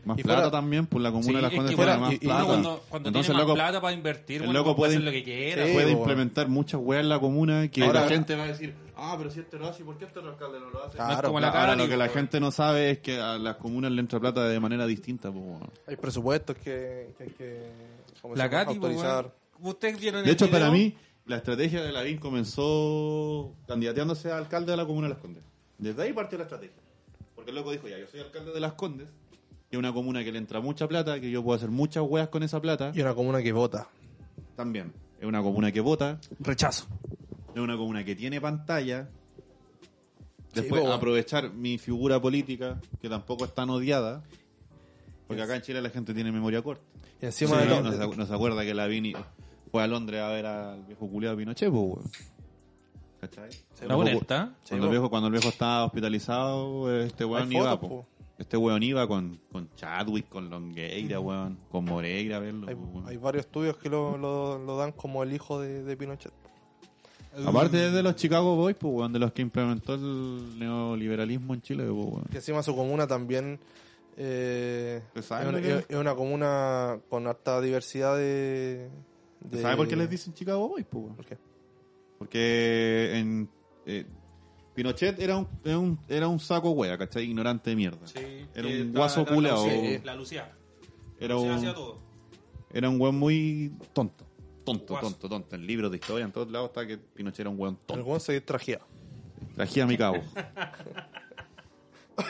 Speaker 1: Más
Speaker 3: Y
Speaker 1: plata
Speaker 3: fuera-
Speaker 1: también, pues la comuna de las
Speaker 2: es
Speaker 1: condes
Speaker 2: que
Speaker 1: tiene
Speaker 3: fuera-
Speaker 1: más
Speaker 3: y- y
Speaker 1: plata.
Speaker 3: uno
Speaker 2: cuando, cuando
Speaker 1: Entonces,
Speaker 2: tiene más
Speaker 1: loco,
Speaker 2: plata para invertir,
Speaker 1: el
Speaker 2: bueno,
Speaker 1: loco
Speaker 2: puede hacer
Speaker 1: puede-
Speaker 2: lo que quiera.
Speaker 3: Sí.
Speaker 1: puede
Speaker 3: weón.
Speaker 1: implementar muchas weas en la comuna que
Speaker 3: Ahora-
Speaker 1: la gente va a decir, ah, pero si este lo hace, ¿por qué este otro alcalde no lo hace?
Speaker 3: Claro,
Speaker 2: como la
Speaker 1: Ahora,
Speaker 2: cara,
Speaker 1: lo que
Speaker 2: digo,
Speaker 1: la
Speaker 2: weón.
Speaker 1: gente no sabe es que a las comunas le entra plata de manera distinta. Pues, weón.
Speaker 3: hay presupuestos que, que hay que como
Speaker 2: La
Speaker 3: se llama,
Speaker 2: Katy, pues,
Speaker 3: autorizar,
Speaker 2: weón. Ustedes vieron
Speaker 1: De
Speaker 2: el
Speaker 1: hecho,
Speaker 2: video?
Speaker 1: para mí, la estrategia de Lavín comenzó candidateándose a alcalde de la comuna de Las Condes. Desde ahí partió la estrategia. Porque el loco dijo, ya, yo soy alcalde de Las Condes, que es una comuna que le entra mucha plata, que yo puedo hacer muchas weas con esa plata.
Speaker 3: y una comuna que vota,
Speaker 1: También, es una comuna que vota,
Speaker 2: Rechazo.
Speaker 1: Es una comuna que tiene pantalla. Después
Speaker 3: po, weón.
Speaker 1: aprovechar mi figura política, que tampoco es tan odiada. Porque acá en Chile la gente tiene memoria corta.
Speaker 3: y encima
Speaker 1: Sí,
Speaker 3: de, lo-
Speaker 1: no, se, acu- no se acuerda que la Vini fue a Londres a ver al viejo culiado Pinochet, po, weón. ¿Cachai?
Speaker 2: La bonita.
Speaker 3: Sí,
Speaker 1: Cuando el,
Speaker 3: po.
Speaker 1: viejo, cuando el viejo estaba hospitalizado, eh, este weón
Speaker 3: Hay
Speaker 1: iba,
Speaker 3: fotos,
Speaker 1: po.
Speaker 3: po.
Speaker 1: Este weón iba con, con Chadwick, con Longueira, weón, con Moreira a verlo.
Speaker 3: hay,
Speaker 1: po, weón.
Speaker 3: hay varios estudios que lo, lo- lo dan como el hijo de, de Pinochet,
Speaker 1: Aparte de los Chicago Boys, pues, weón, de los que implementó el neoliberalismo en Chile, pues, weón.
Speaker 3: Que encima su comuna también eh,
Speaker 1: ¿Se
Speaker 3: es,
Speaker 1: sabe
Speaker 3: una,
Speaker 1: lo que
Speaker 3: es-
Speaker 1: es?
Speaker 3: es una comuna con harta diversidad de... de-
Speaker 1: ¿Sabes por qué les dicen Chicago Boys, pues, weón?
Speaker 3: ¿Por qué?
Speaker 1: Porque en, eh, Pinochet era un, era, un, era un saco wea, ¿cachai? Ignorante de mierda. era un guaso
Speaker 2: pulado
Speaker 1: culeado.
Speaker 3: sí.
Speaker 2: La Lucía.
Speaker 1: Era
Speaker 2: Lucía hacía
Speaker 1: un,
Speaker 2: todo.
Speaker 1: era un weón muy tonto. Tonto,
Speaker 2: Guaso.
Speaker 1: tonto, tonto. En libros de historia, en todos lados, está que Pinochet era un weón
Speaker 3: El
Speaker 1: tonto.
Speaker 3: weón se trajea.
Speaker 1: Trajía a mi cabo.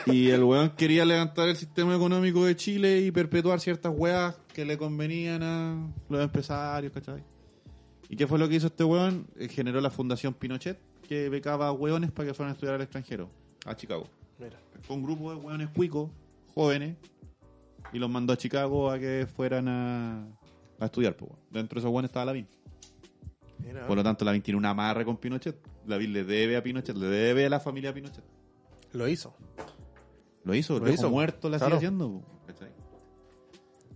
Speaker 1: Y el weón quería levantar el sistema económico de Chile y perpetuar ciertas weas que le convenían a los empresarios, ¿cachai? ¿Y qué fue lo que hizo este weón? Eh, Generó la Fundación Pinochet, que becaba a weones para que fueran a estudiar al extranjero, a Chicago.
Speaker 3: Mira.
Speaker 1: Fue un grupo de weones cuicos, jóvenes, y los mandó a Chicago a que fueran a, a estudiar. Pues, weón. Dentro de esos weones estaba Lavín.
Speaker 3: Mira.
Speaker 1: Por lo tanto, Lavín tiene una amarre con Pinochet. Lavín le debe a Pinochet, le debe a la familia Pinochet.
Speaker 3: Lo hizo.
Speaker 1: Lo hizo, lo
Speaker 3: Lo hizo,
Speaker 1: hizo muerto, la
Speaker 3: claro.
Speaker 1: sigue haciendo. po, ¿cachai?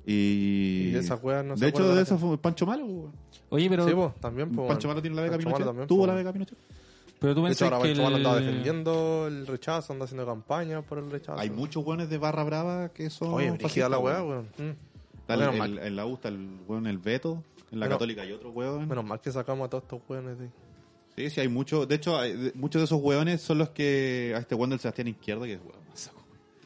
Speaker 1: Y.
Speaker 3: Y de esas weas no se
Speaker 1: De hecho,
Speaker 3: acuerda
Speaker 1: de
Speaker 3: la
Speaker 1: eso fue Pancho Malo. po.
Speaker 4: Oye, pero,
Speaker 3: sí, pues, también. po,
Speaker 1: Pancho
Speaker 3: weón.
Speaker 1: Malo tiene la beca
Speaker 3: Pancho Malo
Speaker 1: Pinochet.
Speaker 3: también,
Speaker 1: Tuvo
Speaker 3: po,
Speaker 1: la
Speaker 3: weón.
Speaker 1: beca Pinochet.
Speaker 4: pero tú
Speaker 3: De hecho,
Speaker 4: pensás
Speaker 3: ahora
Speaker 4: que
Speaker 3: Pancho Malo
Speaker 4: el-
Speaker 3: andaba defendiendo el rechazo, anda haciendo campaña por el rechazo.
Speaker 1: Hay muchos weones de barra brava que son.
Speaker 3: Ah, Oye, brigida
Speaker 1: fascistas,
Speaker 3: la
Speaker 1: po,
Speaker 3: weá,
Speaker 1: weón.
Speaker 3: weón. Mm.
Speaker 1: Está el-
Speaker 3: Menos
Speaker 1: el-
Speaker 3: mal.
Speaker 1: En la U está el weón el Beto. En la
Speaker 3: Menos-
Speaker 1: Católica hay otro weón.
Speaker 3: Menos mal que sacamos a todos estos weones de ahí.
Speaker 1: Sí, sí, hay muchos. De hecho, hay- de- muchos de esos weones son los que. A este weón del Sebastián Izquierda, que es weón. más saco.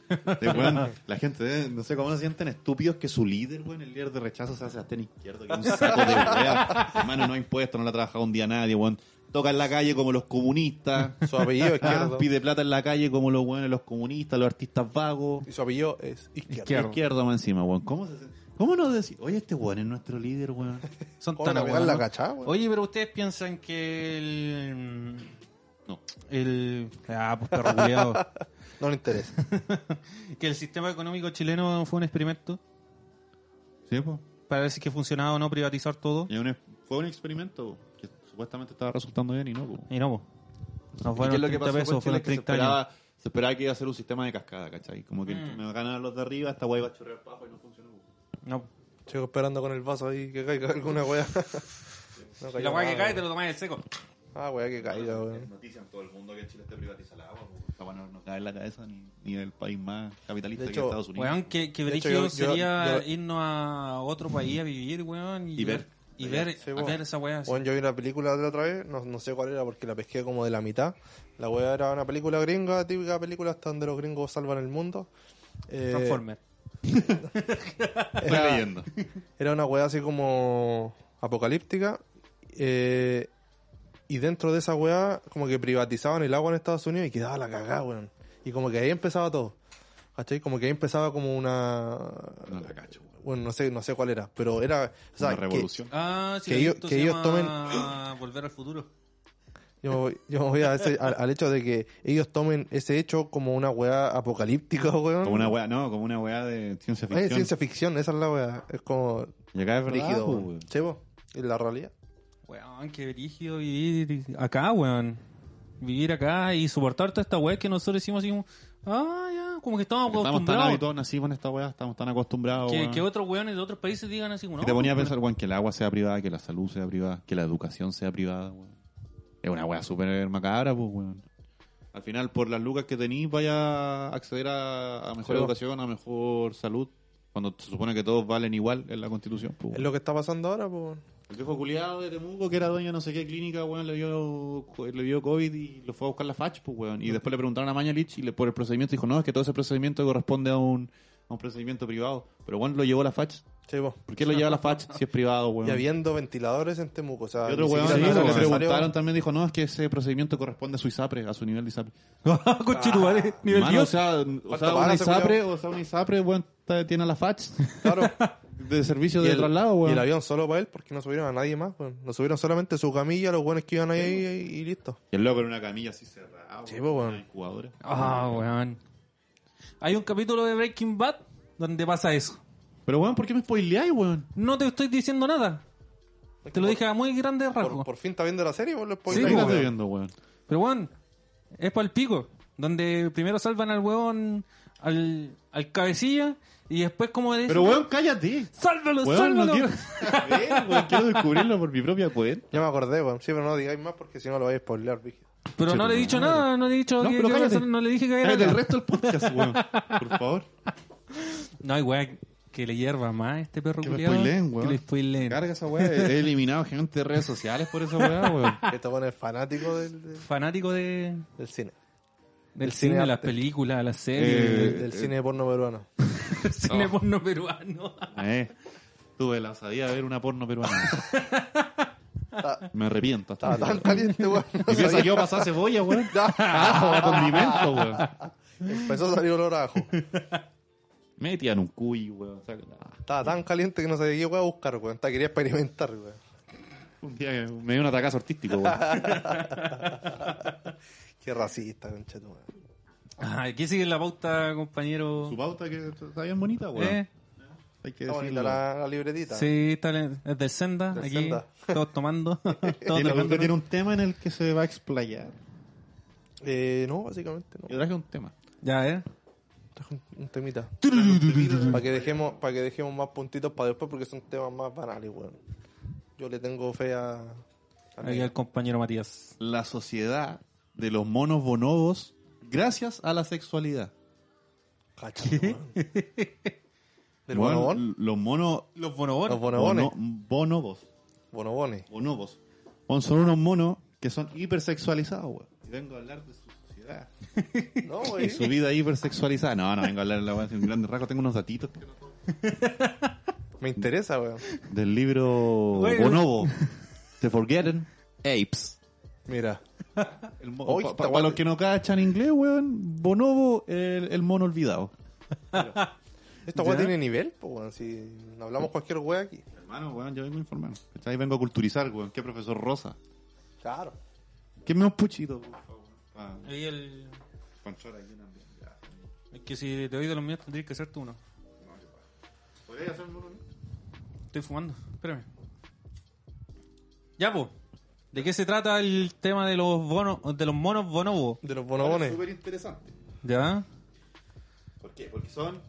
Speaker 1: Este weón, la gente, eh, no sé cómo se sienten estúpidos que su líder, weón, el líder de rechazo sea Sebastián Izquierdo, que es un saco de wea. Hermano, no ha impuesto, no la ha trabajado un día nadie, weón. Toca en la calle como los comunistas.
Speaker 3: Su apellido es
Speaker 1: Ah,
Speaker 3: izquierdo.
Speaker 1: pide plata en la calle como los weones, los comunistas, los artistas vagos.
Speaker 3: Y su apellido es izquierdo.
Speaker 4: Izquierdo.
Speaker 1: Izquierdo más encima, weón. ¿Cómo, se- cómo no decir? Oye, este weón es nuestro líder, weón.
Speaker 2: Son
Speaker 3: ¿Cómo
Speaker 2: tan
Speaker 3: la weá
Speaker 2: abuelos,
Speaker 3: la
Speaker 2: ¿no?
Speaker 3: cachá, weón?
Speaker 2: Oye, pero ustedes piensan que el.
Speaker 1: No.
Speaker 2: El. Ah, pues perro culiao.
Speaker 3: No le interesa.
Speaker 2: que el sistema económico chileno fue un experimento
Speaker 1: Sí, pues.
Speaker 2: para ver si es que funcionaba o no privatizar todo.
Speaker 1: Y un- fue un experimento que supuestamente estaba resultando bien y no. po.
Speaker 2: Y no, po. No
Speaker 1: ¿Y
Speaker 2: fueron
Speaker 1: qué es lo que
Speaker 2: 30
Speaker 1: pasó con
Speaker 2: pesos,
Speaker 1: Chile?
Speaker 2: fueron
Speaker 1: Que se
Speaker 2: 30 años.
Speaker 1: esperaba, se esperaba que iba a ser un sistema de cascada, ¿cachai? Como que
Speaker 3: Mm.
Speaker 1: me ganan los de arriba, esta guay va a chorrear para abajo y no funcionó. po.
Speaker 2: No.
Speaker 3: Sigo esperando con el vaso ahí que caiga alguna weá. No
Speaker 2: Y
Speaker 3: cayó
Speaker 2: la weá que
Speaker 3: nada,
Speaker 2: cae te lo tomás el seco.
Speaker 3: weón. Ah, weá que caiga,
Speaker 1: Es
Speaker 3: weón.
Speaker 1: noticia en todo el mundo que en Chile esté privatizada el agua. po. Esta guay no, no cae en la cabeza ni, ni el país más capitalista
Speaker 3: De
Speaker 1: que
Speaker 3: hecho,
Speaker 1: Estados Unidos.
Speaker 2: Weón, que, que
Speaker 3: De hecho,
Speaker 2: brígido
Speaker 3: yo- yo-
Speaker 2: sería
Speaker 3: yo-
Speaker 2: irnos a otro país a vivir, weón. Y,
Speaker 1: Y ver.
Speaker 2: Y ver,
Speaker 3: Sí,
Speaker 2: a
Speaker 3: weón.
Speaker 2: ver esa weá. así.
Speaker 3: Weón, yo vi una película de la otra vez, no, no sé cuál era porque la pesqué como de la mitad. La weá era una película gringa, típica película hasta donde los gringos salvan el mundo. Eh,
Speaker 2: Transformer.
Speaker 1: Estoy leyendo.
Speaker 3: Era una weá así como apocalíptica. eh, y dentro de esa weá, como que privatizaban el agua en Estados Unidos y quedaba la cagada, weón. Y como que ahí empezaba todo. ¿Cachai? Como que ahí empezaba como una.
Speaker 1: No la cacho. weón.
Speaker 3: Bueno, no sé, no sé cuál era, pero era. O sea,
Speaker 1: Una
Speaker 3: que-
Speaker 1: revolución.
Speaker 2: Ah, sí,
Speaker 3: que
Speaker 2: lo he
Speaker 3: ellos-
Speaker 2: visto,
Speaker 3: que
Speaker 2: se
Speaker 3: ellos
Speaker 2: llama Volver al futuro.
Speaker 3: yo, me voy- yo me voy a ese- al, al hecho de que ellos tomen ese hecho como una weá apocalíptica, weón.
Speaker 1: Como una weá, no, como una weá de ciencia
Speaker 3: Eh,
Speaker 1: ficción.
Speaker 3: ciencia ficción, esa es la weá. Es como.
Speaker 1: Y acá es verdad,
Speaker 3: Rígido,
Speaker 1: po,
Speaker 3: weón.
Speaker 1: weón.
Speaker 3: Sí, po, en la realidad.
Speaker 2: Weón, qué brígido vivir acá, weón. Vivir acá y soportar toda esta weá que nosotros hicimos así como... Ah, ya, como que estamos
Speaker 1: Estamos tan
Speaker 2: acostumbrados.
Speaker 1: habituados, nacimos en esta weá, estamos tan acostumbrados.
Speaker 2: que,
Speaker 1: weón.
Speaker 2: que otros weones de otros países digan así como...
Speaker 1: Que te
Speaker 2: no,
Speaker 1: ponía a
Speaker 2: pero-
Speaker 1: pensar, weón, que el agua sea privada, que la salud sea privada, que la educación sea privada, weón. Es una weá súper macabra, pues, weón. Al final, por las lucas que tenís, vaya a acceder a, a mejor
Speaker 3: Sí,
Speaker 1: educación, a mejor salud, cuando se supone que todos valen igual en la constitución, pues,
Speaker 3: Es
Speaker 1: weón.
Speaker 3: lo que está pasando ahora, po, weón.
Speaker 1: El viejo culiado de Temuco, que era dueño de no sé qué clínica, weón, le dio, le dio COVID y lo fue a buscar la FACH, pues, weón. Y después le preguntaron a Mañalich y le, por el procedimiento dijo, no, es que todo ese procedimiento corresponde a un, a un procedimiento privado. Pero, weón, lo llevó la FACH.
Speaker 3: Sí, po.
Speaker 1: ¿Por qué lo lleva la FACH si es privado, weón?
Speaker 3: Y habiendo ventiladores en Temuco, o sea,
Speaker 1: Y otro
Speaker 3: ni
Speaker 1: weón
Speaker 3: siquiera
Speaker 1: sí,
Speaker 3: nada
Speaker 1: le
Speaker 3: necesario.
Speaker 1: preguntaron también, dijo, no, es que ese procedimiento corresponde a su ISAPRE, a su nivel de ISAPRE.
Speaker 2: Conchetumare, nivel
Speaker 1: Ah, Mano,
Speaker 2: Dios.
Speaker 1: o sea, o sea,
Speaker 3: ¿Cuánto
Speaker 1: una
Speaker 3: pagas,
Speaker 1: ISAPRE, o sea, una ISAPRE, weón, está- tiene a la FACH
Speaker 3: Claro.
Speaker 1: de servicio
Speaker 3: Y
Speaker 1: de
Speaker 3: el-
Speaker 1: traslado,
Speaker 3: Y el
Speaker 1: weón.
Speaker 3: avión solo para él, porque no subieron a nadie más, weón. No subieron solamente su camilla, los buenos que iban ahí y, y listo.
Speaker 1: Y el loco en una camilla así cerrada,
Speaker 3: Sí, pues, weón.
Speaker 1: una incubadora.
Speaker 2: Ah, weón. Hay un capítulo de Breaking Bad donde pasa eso.
Speaker 1: Pero, weón, ¿por qué me spoileáis, weón?
Speaker 2: No te estoy diciendo nada. Te lo dije a muy grande rasgo.
Speaker 3: Por, por fin está viendo la serie, weón. los
Speaker 1: ¿Qué
Speaker 3: spoilers,
Speaker 2: Sí,
Speaker 1: estás
Speaker 3: weón.
Speaker 1: viendo, weón?
Speaker 2: Pero, weón, es para el pico. Donde primero salvan al weón al, al cabecilla y después como le dicen,
Speaker 1: Pero weón, cállate.
Speaker 2: ¡Sálvalo,
Speaker 1: Weón, no
Speaker 2: sálvalo!
Speaker 1: quiero saber, weón, quiero descubrirlo por mi propia cuenta.
Speaker 3: Ya me acordé, weón. Sí, pero no digáis más porque si no lo vais a spoilear, Vigil.
Speaker 2: Pero no le he dicho nada, no le he dicho
Speaker 1: No,
Speaker 2: que
Speaker 1: pero
Speaker 2: yo
Speaker 1: cállate.
Speaker 2: no le dije que era
Speaker 1: Cállate el
Speaker 2: acá.
Speaker 1: resto del podcast, weón. Por favor.
Speaker 2: No hay weá que le hierva más a este perro
Speaker 1: Que me
Speaker 2: culiado.
Speaker 1: spoileen, weón.
Speaker 2: Que le spoileen.
Speaker 1: Carga esa weá. He eliminado gente de redes sociales por esa weá, weón.
Speaker 3: Esto pone fanático del, del-
Speaker 2: Fanático de,
Speaker 3: del cine.
Speaker 2: del
Speaker 3: El
Speaker 2: cine,
Speaker 3: cinearte.
Speaker 2: las películas, las
Speaker 1: Eh,
Speaker 2: series,
Speaker 3: del, del cine porno peruano.
Speaker 2: del cine porno peruano.
Speaker 1: Eh, tuve la osadía de ver una porno peruana. Me arrepiento hasta
Speaker 3: Estaba
Speaker 1: ahora.
Speaker 3: tan caliente, weón. No
Speaker 1: Y piensa
Speaker 3: sabía-
Speaker 1: que yo pasaba cebolla, weón. Ajo, condimento, weón.
Speaker 3: Empezó a salir olor a ajo.
Speaker 1: Me tiran un cuy, weón. sácala.
Speaker 3: Estaba tan caliente que no sabía qué weón buscar, weón. Estaba- Quería experimentar, weón.
Speaker 1: Un día que me dio un atacazo artístico, weón.
Speaker 3: Qué racista, concha tu madre.
Speaker 2: Ajá, aquí sigue la pauta, compañero.
Speaker 1: Su pauta que está bien bonita, weón.
Speaker 2: ¿Eh?
Speaker 1: Hay que
Speaker 3: Está bonita
Speaker 1: decirlo.
Speaker 3: la, la libretita.
Speaker 2: Sí, está en- es del Senda,
Speaker 3: Del
Speaker 2: aquí,
Speaker 3: Senda.
Speaker 2: todos tomando. todos
Speaker 1: Tiene,
Speaker 2: tomando.
Speaker 1: usted tiene un tema en el que se va a explayar.
Speaker 3: Eh, no, básicamente no.
Speaker 1: Yo traje un tema.
Speaker 2: Ya, ¿eh?
Speaker 3: Traje un, un temita. para que dejemos para que dejemos más puntitos para después porque son temas más banales, weón. Yo le tengo fe a... a
Speaker 2: Aquí el compañero Matías.
Speaker 1: La sociedad de los monos bonobos gracias a la sexualidad.
Speaker 3: Cachando, weón. ¿Del
Speaker 1: Weón,
Speaker 3: bonobón?
Speaker 1: Los monos...
Speaker 2: Los bonobos.
Speaker 3: Los bonobones.
Speaker 1: bono- bonobos.
Speaker 3: Bonobones.
Speaker 1: bonobos. Bueno, son unos monos que son hipersexualizados, weón. Y vengo a hablar de su sociedad.
Speaker 3: No,
Speaker 1: Y
Speaker 3: güey.
Speaker 1: su vida hipersexualizada. No, no vengo a hablar de la weá sin grandes rasgos. Tengo unos datitos que no-
Speaker 3: Me interesa, weón.
Speaker 1: del libro
Speaker 2: Bueno.
Speaker 1: Bonobo. The Forgotten Apes.
Speaker 3: Mira. Oy,
Speaker 1: Para
Speaker 3: esta weá-
Speaker 1: los que no cachan inglés, weón, Bonobo, el, el mono olvidado.
Speaker 3: Esta weá tiene nivel, pues, weón. Si hablamos cualquier weá aquí.
Speaker 1: Hermano, weón, yo vengo a informar. Ahí vengo a culturizar, weón. ¿Qué profesor Rosa?
Speaker 3: Claro.
Speaker 1: ¿Qué me un puchito, por favor? Ah,
Speaker 2: Ahí el...
Speaker 1: Panchora aquí también. ya.
Speaker 2: Es que si te doy de los míos tendrías que hacerte uno.
Speaker 1: ¿Podría hacerme uno?
Speaker 2: Estoy fumando, espérame. Ya, po. ¿De qué se trata el tema de los bonos, de los monos bonobos?
Speaker 3: De los bonobones.
Speaker 1: Súper interesante.
Speaker 2: ¿Ya?
Speaker 1: ¿Por qué? Porque son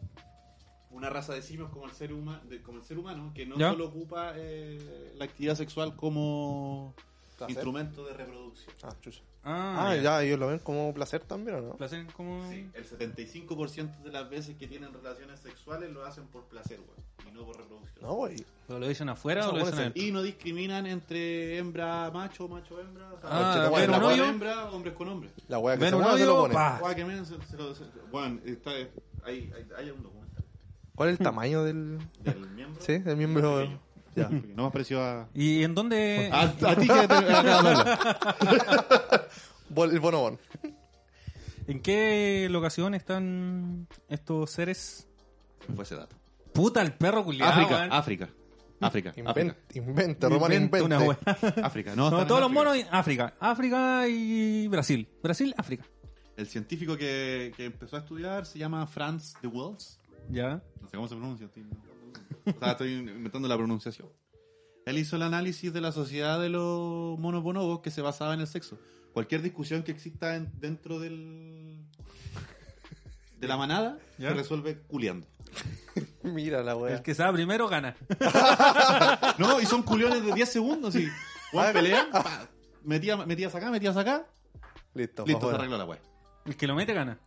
Speaker 1: una raza de simios como el ser, huma- de- como el ser humano que no
Speaker 2: ¿Ya?
Speaker 1: solo ocupa eh, la actividad sexual como
Speaker 3: Placer.
Speaker 1: instrumento de reproducción.
Speaker 3: Ah, chucha.
Speaker 2: Ah,
Speaker 3: Ah, ya, ellos lo ven como placer también, ¿o no?
Speaker 2: Placer como...
Speaker 1: Sí, el 75% de las veces que tienen relaciones sexuales lo hacen por placer, güey, y no por reproducción.
Speaker 3: No, güey.
Speaker 2: ¿Pero lo dicen afuera
Speaker 3: Eso
Speaker 2: o lo
Speaker 3: puede
Speaker 2: dicen
Speaker 3: ser.
Speaker 2: adentro?
Speaker 1: Y no discriminan entre hembra macho, macho hembra, o sea,
Speaker 2: Ah,
Speaker 1: macho con
Speaker 3: bueno,
Speaker 1: hembra,
Speaker 3: un
Speaker 1: con
Speaker 2: hoyo.
Speaker 1: hembra, hombres con hombres.
Speaker 3: La weá que
Speaker 2: Ven
Speaker 3: se
Speaker 2: un
Speaker 3: mueve se
Speaker 2: hoyo,
Speaker 3: lo pone.
Speaker 2: pa. Ah.
Speaker 1: Guau, que men, se- se lo- se- Bueno, está, ahí, ahí- ahí hay un documental
Speaker 3: ¿Cuál es el tamaño del.
Speaker 1: del miembro.
Speaker 3: Sí, del miembro?
Speaker 1: Pequeño.
Speaker 3: Ya.
Speaker 1: No me pareció a...
Speaker 2: ¿Y en dónde...?
Speaker 3: Ah.
Speaker 1: A, a ti que te acá, Pablo.
Speaker 3: Bol- El bonobón.
Speaker 2: ¿En qué locación están estos seres?
Speaker 1: Me fue ese dato.
Speaker 2: Puta, el perro culiado.
Speaker 1: África, África, África, África,
Speaker 3: Invente, invente, Román, invente.
Speaker 2: una wea.
Speaker 1: África. No, están
Speaker 2: No,
Speaker 1: en
Speaker 2: todos
Speaker 1: África.
Speaker 2: los monos en África. África y Brasil. Brasil, África.
Speaker 1: El científico que, que empezó a estudiar se llama Franz de Waals.
Speaker 2: Ya.
Speaker 1: No sé cómo se pronuncia. estoy inventando. O sea, estoy inventando la pronunciación. Él hizo el análisis de la sociedad de los monos bonobos que se basaba en el sexo. Cualquier discusión que exista en- dentro del de la manada
Speaker 2: ¿Ya?
Speaker 1: se resuelve culeando.
Speaker 3: Mira la
Speaker 2: El
Speaker 3: weá.
Speaker 2: que sabe primero gana.
Speaker 1: No, y son culeones de 10 segundos y Juan pelea, pa, metía, metías acá, metías acá,
Speaker 3: Listo, pa'
Speaker 1: listo, se
Speaker 3: fuera.
Speaker 1: arregló la wea.
Speaker 2: El que lo mete gana.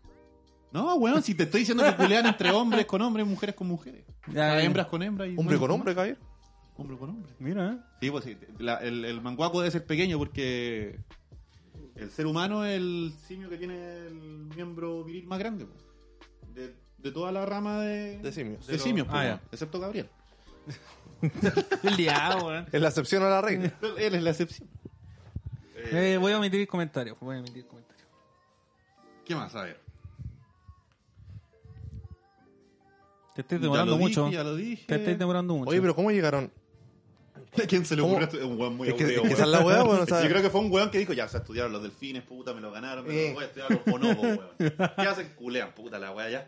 Speaker 1: No, weón, si te estoy diciendo que culean entre hombres con hombres, mujeres con mujeres. O sea,
Speaker 2: Ya, ya.
Speaker 1: hembras con hembras y.
Speaker 3: Hombre
Speaker 1: monos
Speaker 3: con hombre, Javier.
Speaker 1: monos. Hombre con hombre.
Speaker 2: Mira, ¿eh?
Speaker 1: Sí, pues sí. la- el, el manguaco debe ser pequeño porque. El ser humano es el simio que tiene el miembro viril más grande, pues. De, de toda la rama de.
Speaker 3: De simios.
Speaker 1: De
Speaker 3: Pero-
Speaker 1: simios, pues,
Speaker 2: Ah,
Speaker 1: weón,
Speaker 2: ya.
Speaker 1: Excepto Gabriel.
Speaker 2: El diablo, weón.
Speaker 3: Es la excepción a la regla.
Speaker 1: Él es la excepción.
Speaker 2: Eh, voy a omitir comentarios. Voy a omitir comentarios.
Speaker 1: ¿Qué más? A ver.
Speaker 2: Te estoy demorando
Speaker 1: ya lo
Speaker 2: mucho.
Speaker 1: Dije, ya lo dije.
Speaker 2: Te estoy demorando mucho.
Speaker 3: Oye, pero ¿cómo llegaron?
Speaker 1: ¿A quién se le
Speaker 3: ¿Cómo?
Speaker 1: ocurrió? esto? Es un weón muy
Speaker 3: Es que-
Speaker 1: aburrido,
Speaker 3: es que
Speaker 1: weón.
Speaker 3: esa es la weá, weón, o sea-
Speaker 1: Yo creo que fue un weón que dijo, ya se estudiaron los delfines, puta, me lo ganaron, me
Speaker 3: Eh.
Speaker 1: lo voy a estudiar los bonobos, weón. ¿Qué hacen? Culean, puta, la weá ya.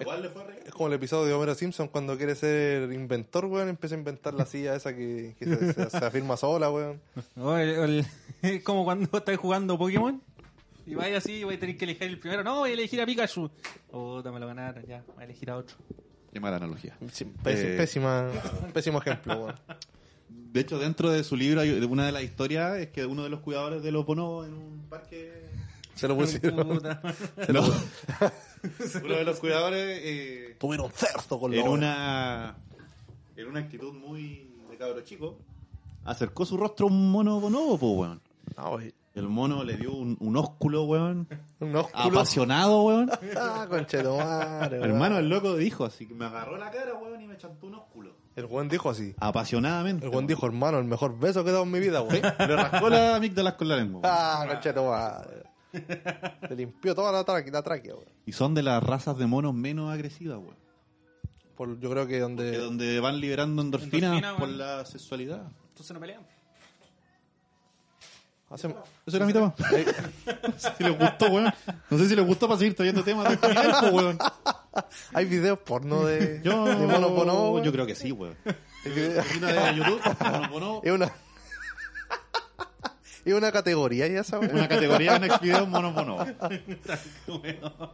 Speaker 1: Igual le fue re...
Speaker 3: Es como el episodio de Homer Simpson cuando quiere ser inventor, weón. Empieza a inventar la silla esa que, que se, se- se afirma sola, weón.
Speaker 2: Oh, el- el- es como cuando estás jugando Pokémon Y vais así, vais a tener que elegir el primero. No, voy a elegir a Pikachu. Puta, me lo ganaron, ya. Voy a elegir a otro.
Speaker 1: Qué mala analogía.
Speaker 3: Sí, pés-
Speaker 1: Eh,
Speaker 3: pésima, pésimo ejemplo, weón.
Speaker 1: De hecho, dentro de su libro, hay una de las historias es que uno de los cuidadores de los bonobos en un parque.
Speaker 3: Se lo pusieron.
Speaker 2: Puta.
Speaker 1: No. uno de los cuidadores eh,
Speaker 3: Tuvieron cerdo con
Speaker 1: en
Speaker 3: los-
Speaker 1: una en una actitud muy de cabro chico acercó su rostro a un mono bonobo, po, weón.
Speaker 3: Ah, oye.
Speaker 1: El mono le dio un, un ósculo, weón.
Speaker 3: Un ósculo.
Speaker 1: Ah, Apasionado, weón.
Speaker 3: Ah, conchetumare, weón.
Speaker 1: Hermano, el loco dijo así que me agarró la cara, weón, y me chantó un ósculo.
Speaker 3: El Juan dijo así.
Speaker 1: Apasionadamente.
Speaker 3: El Juan dijo, hermano, el mejor beso que he dado en mi vida,
Speaker 1: Sí,
Speaker 3: weón.
Speaker 1: Le rascó las amígdalas con la lengua. weón.
Speaker 3: Ah, conchetumare. Le limpió toda la, tra la tráquea, weón.
Speaker 1: Y son de las razas de monos menos agresivas, weón.
Speaker 3: Por- yo creo que
Speaker 1: Que
Speaker 3: donde.
Speaker 1: donde van liberando endorfinas
Speaker 2: Endorfina,
Speaker 1: por
Speaker 2: weón.
Speaker 1: la sexualidad.
Speaker 2: Entonces no pelean.
Speaker 3: Hace,
Speaker 1: Eso era mi tema. si les gustó, weón. No sé si les gustó para seguir trayendo temas de criminal, po, weón.
Speaker 3: hay videos porno de,
Speaker 1: Yo,
Speaker 3: de mono bonobo, weón.
Speaker 1: yo creo que sí, weón.
Speaker 3: El video-
Speaker 1: Una de YouTube, mono bonobo,
Speaker 3: Es una. es una categoría, ya sabes.
Speaker 1: una categoría en Xvideos mono bonobo.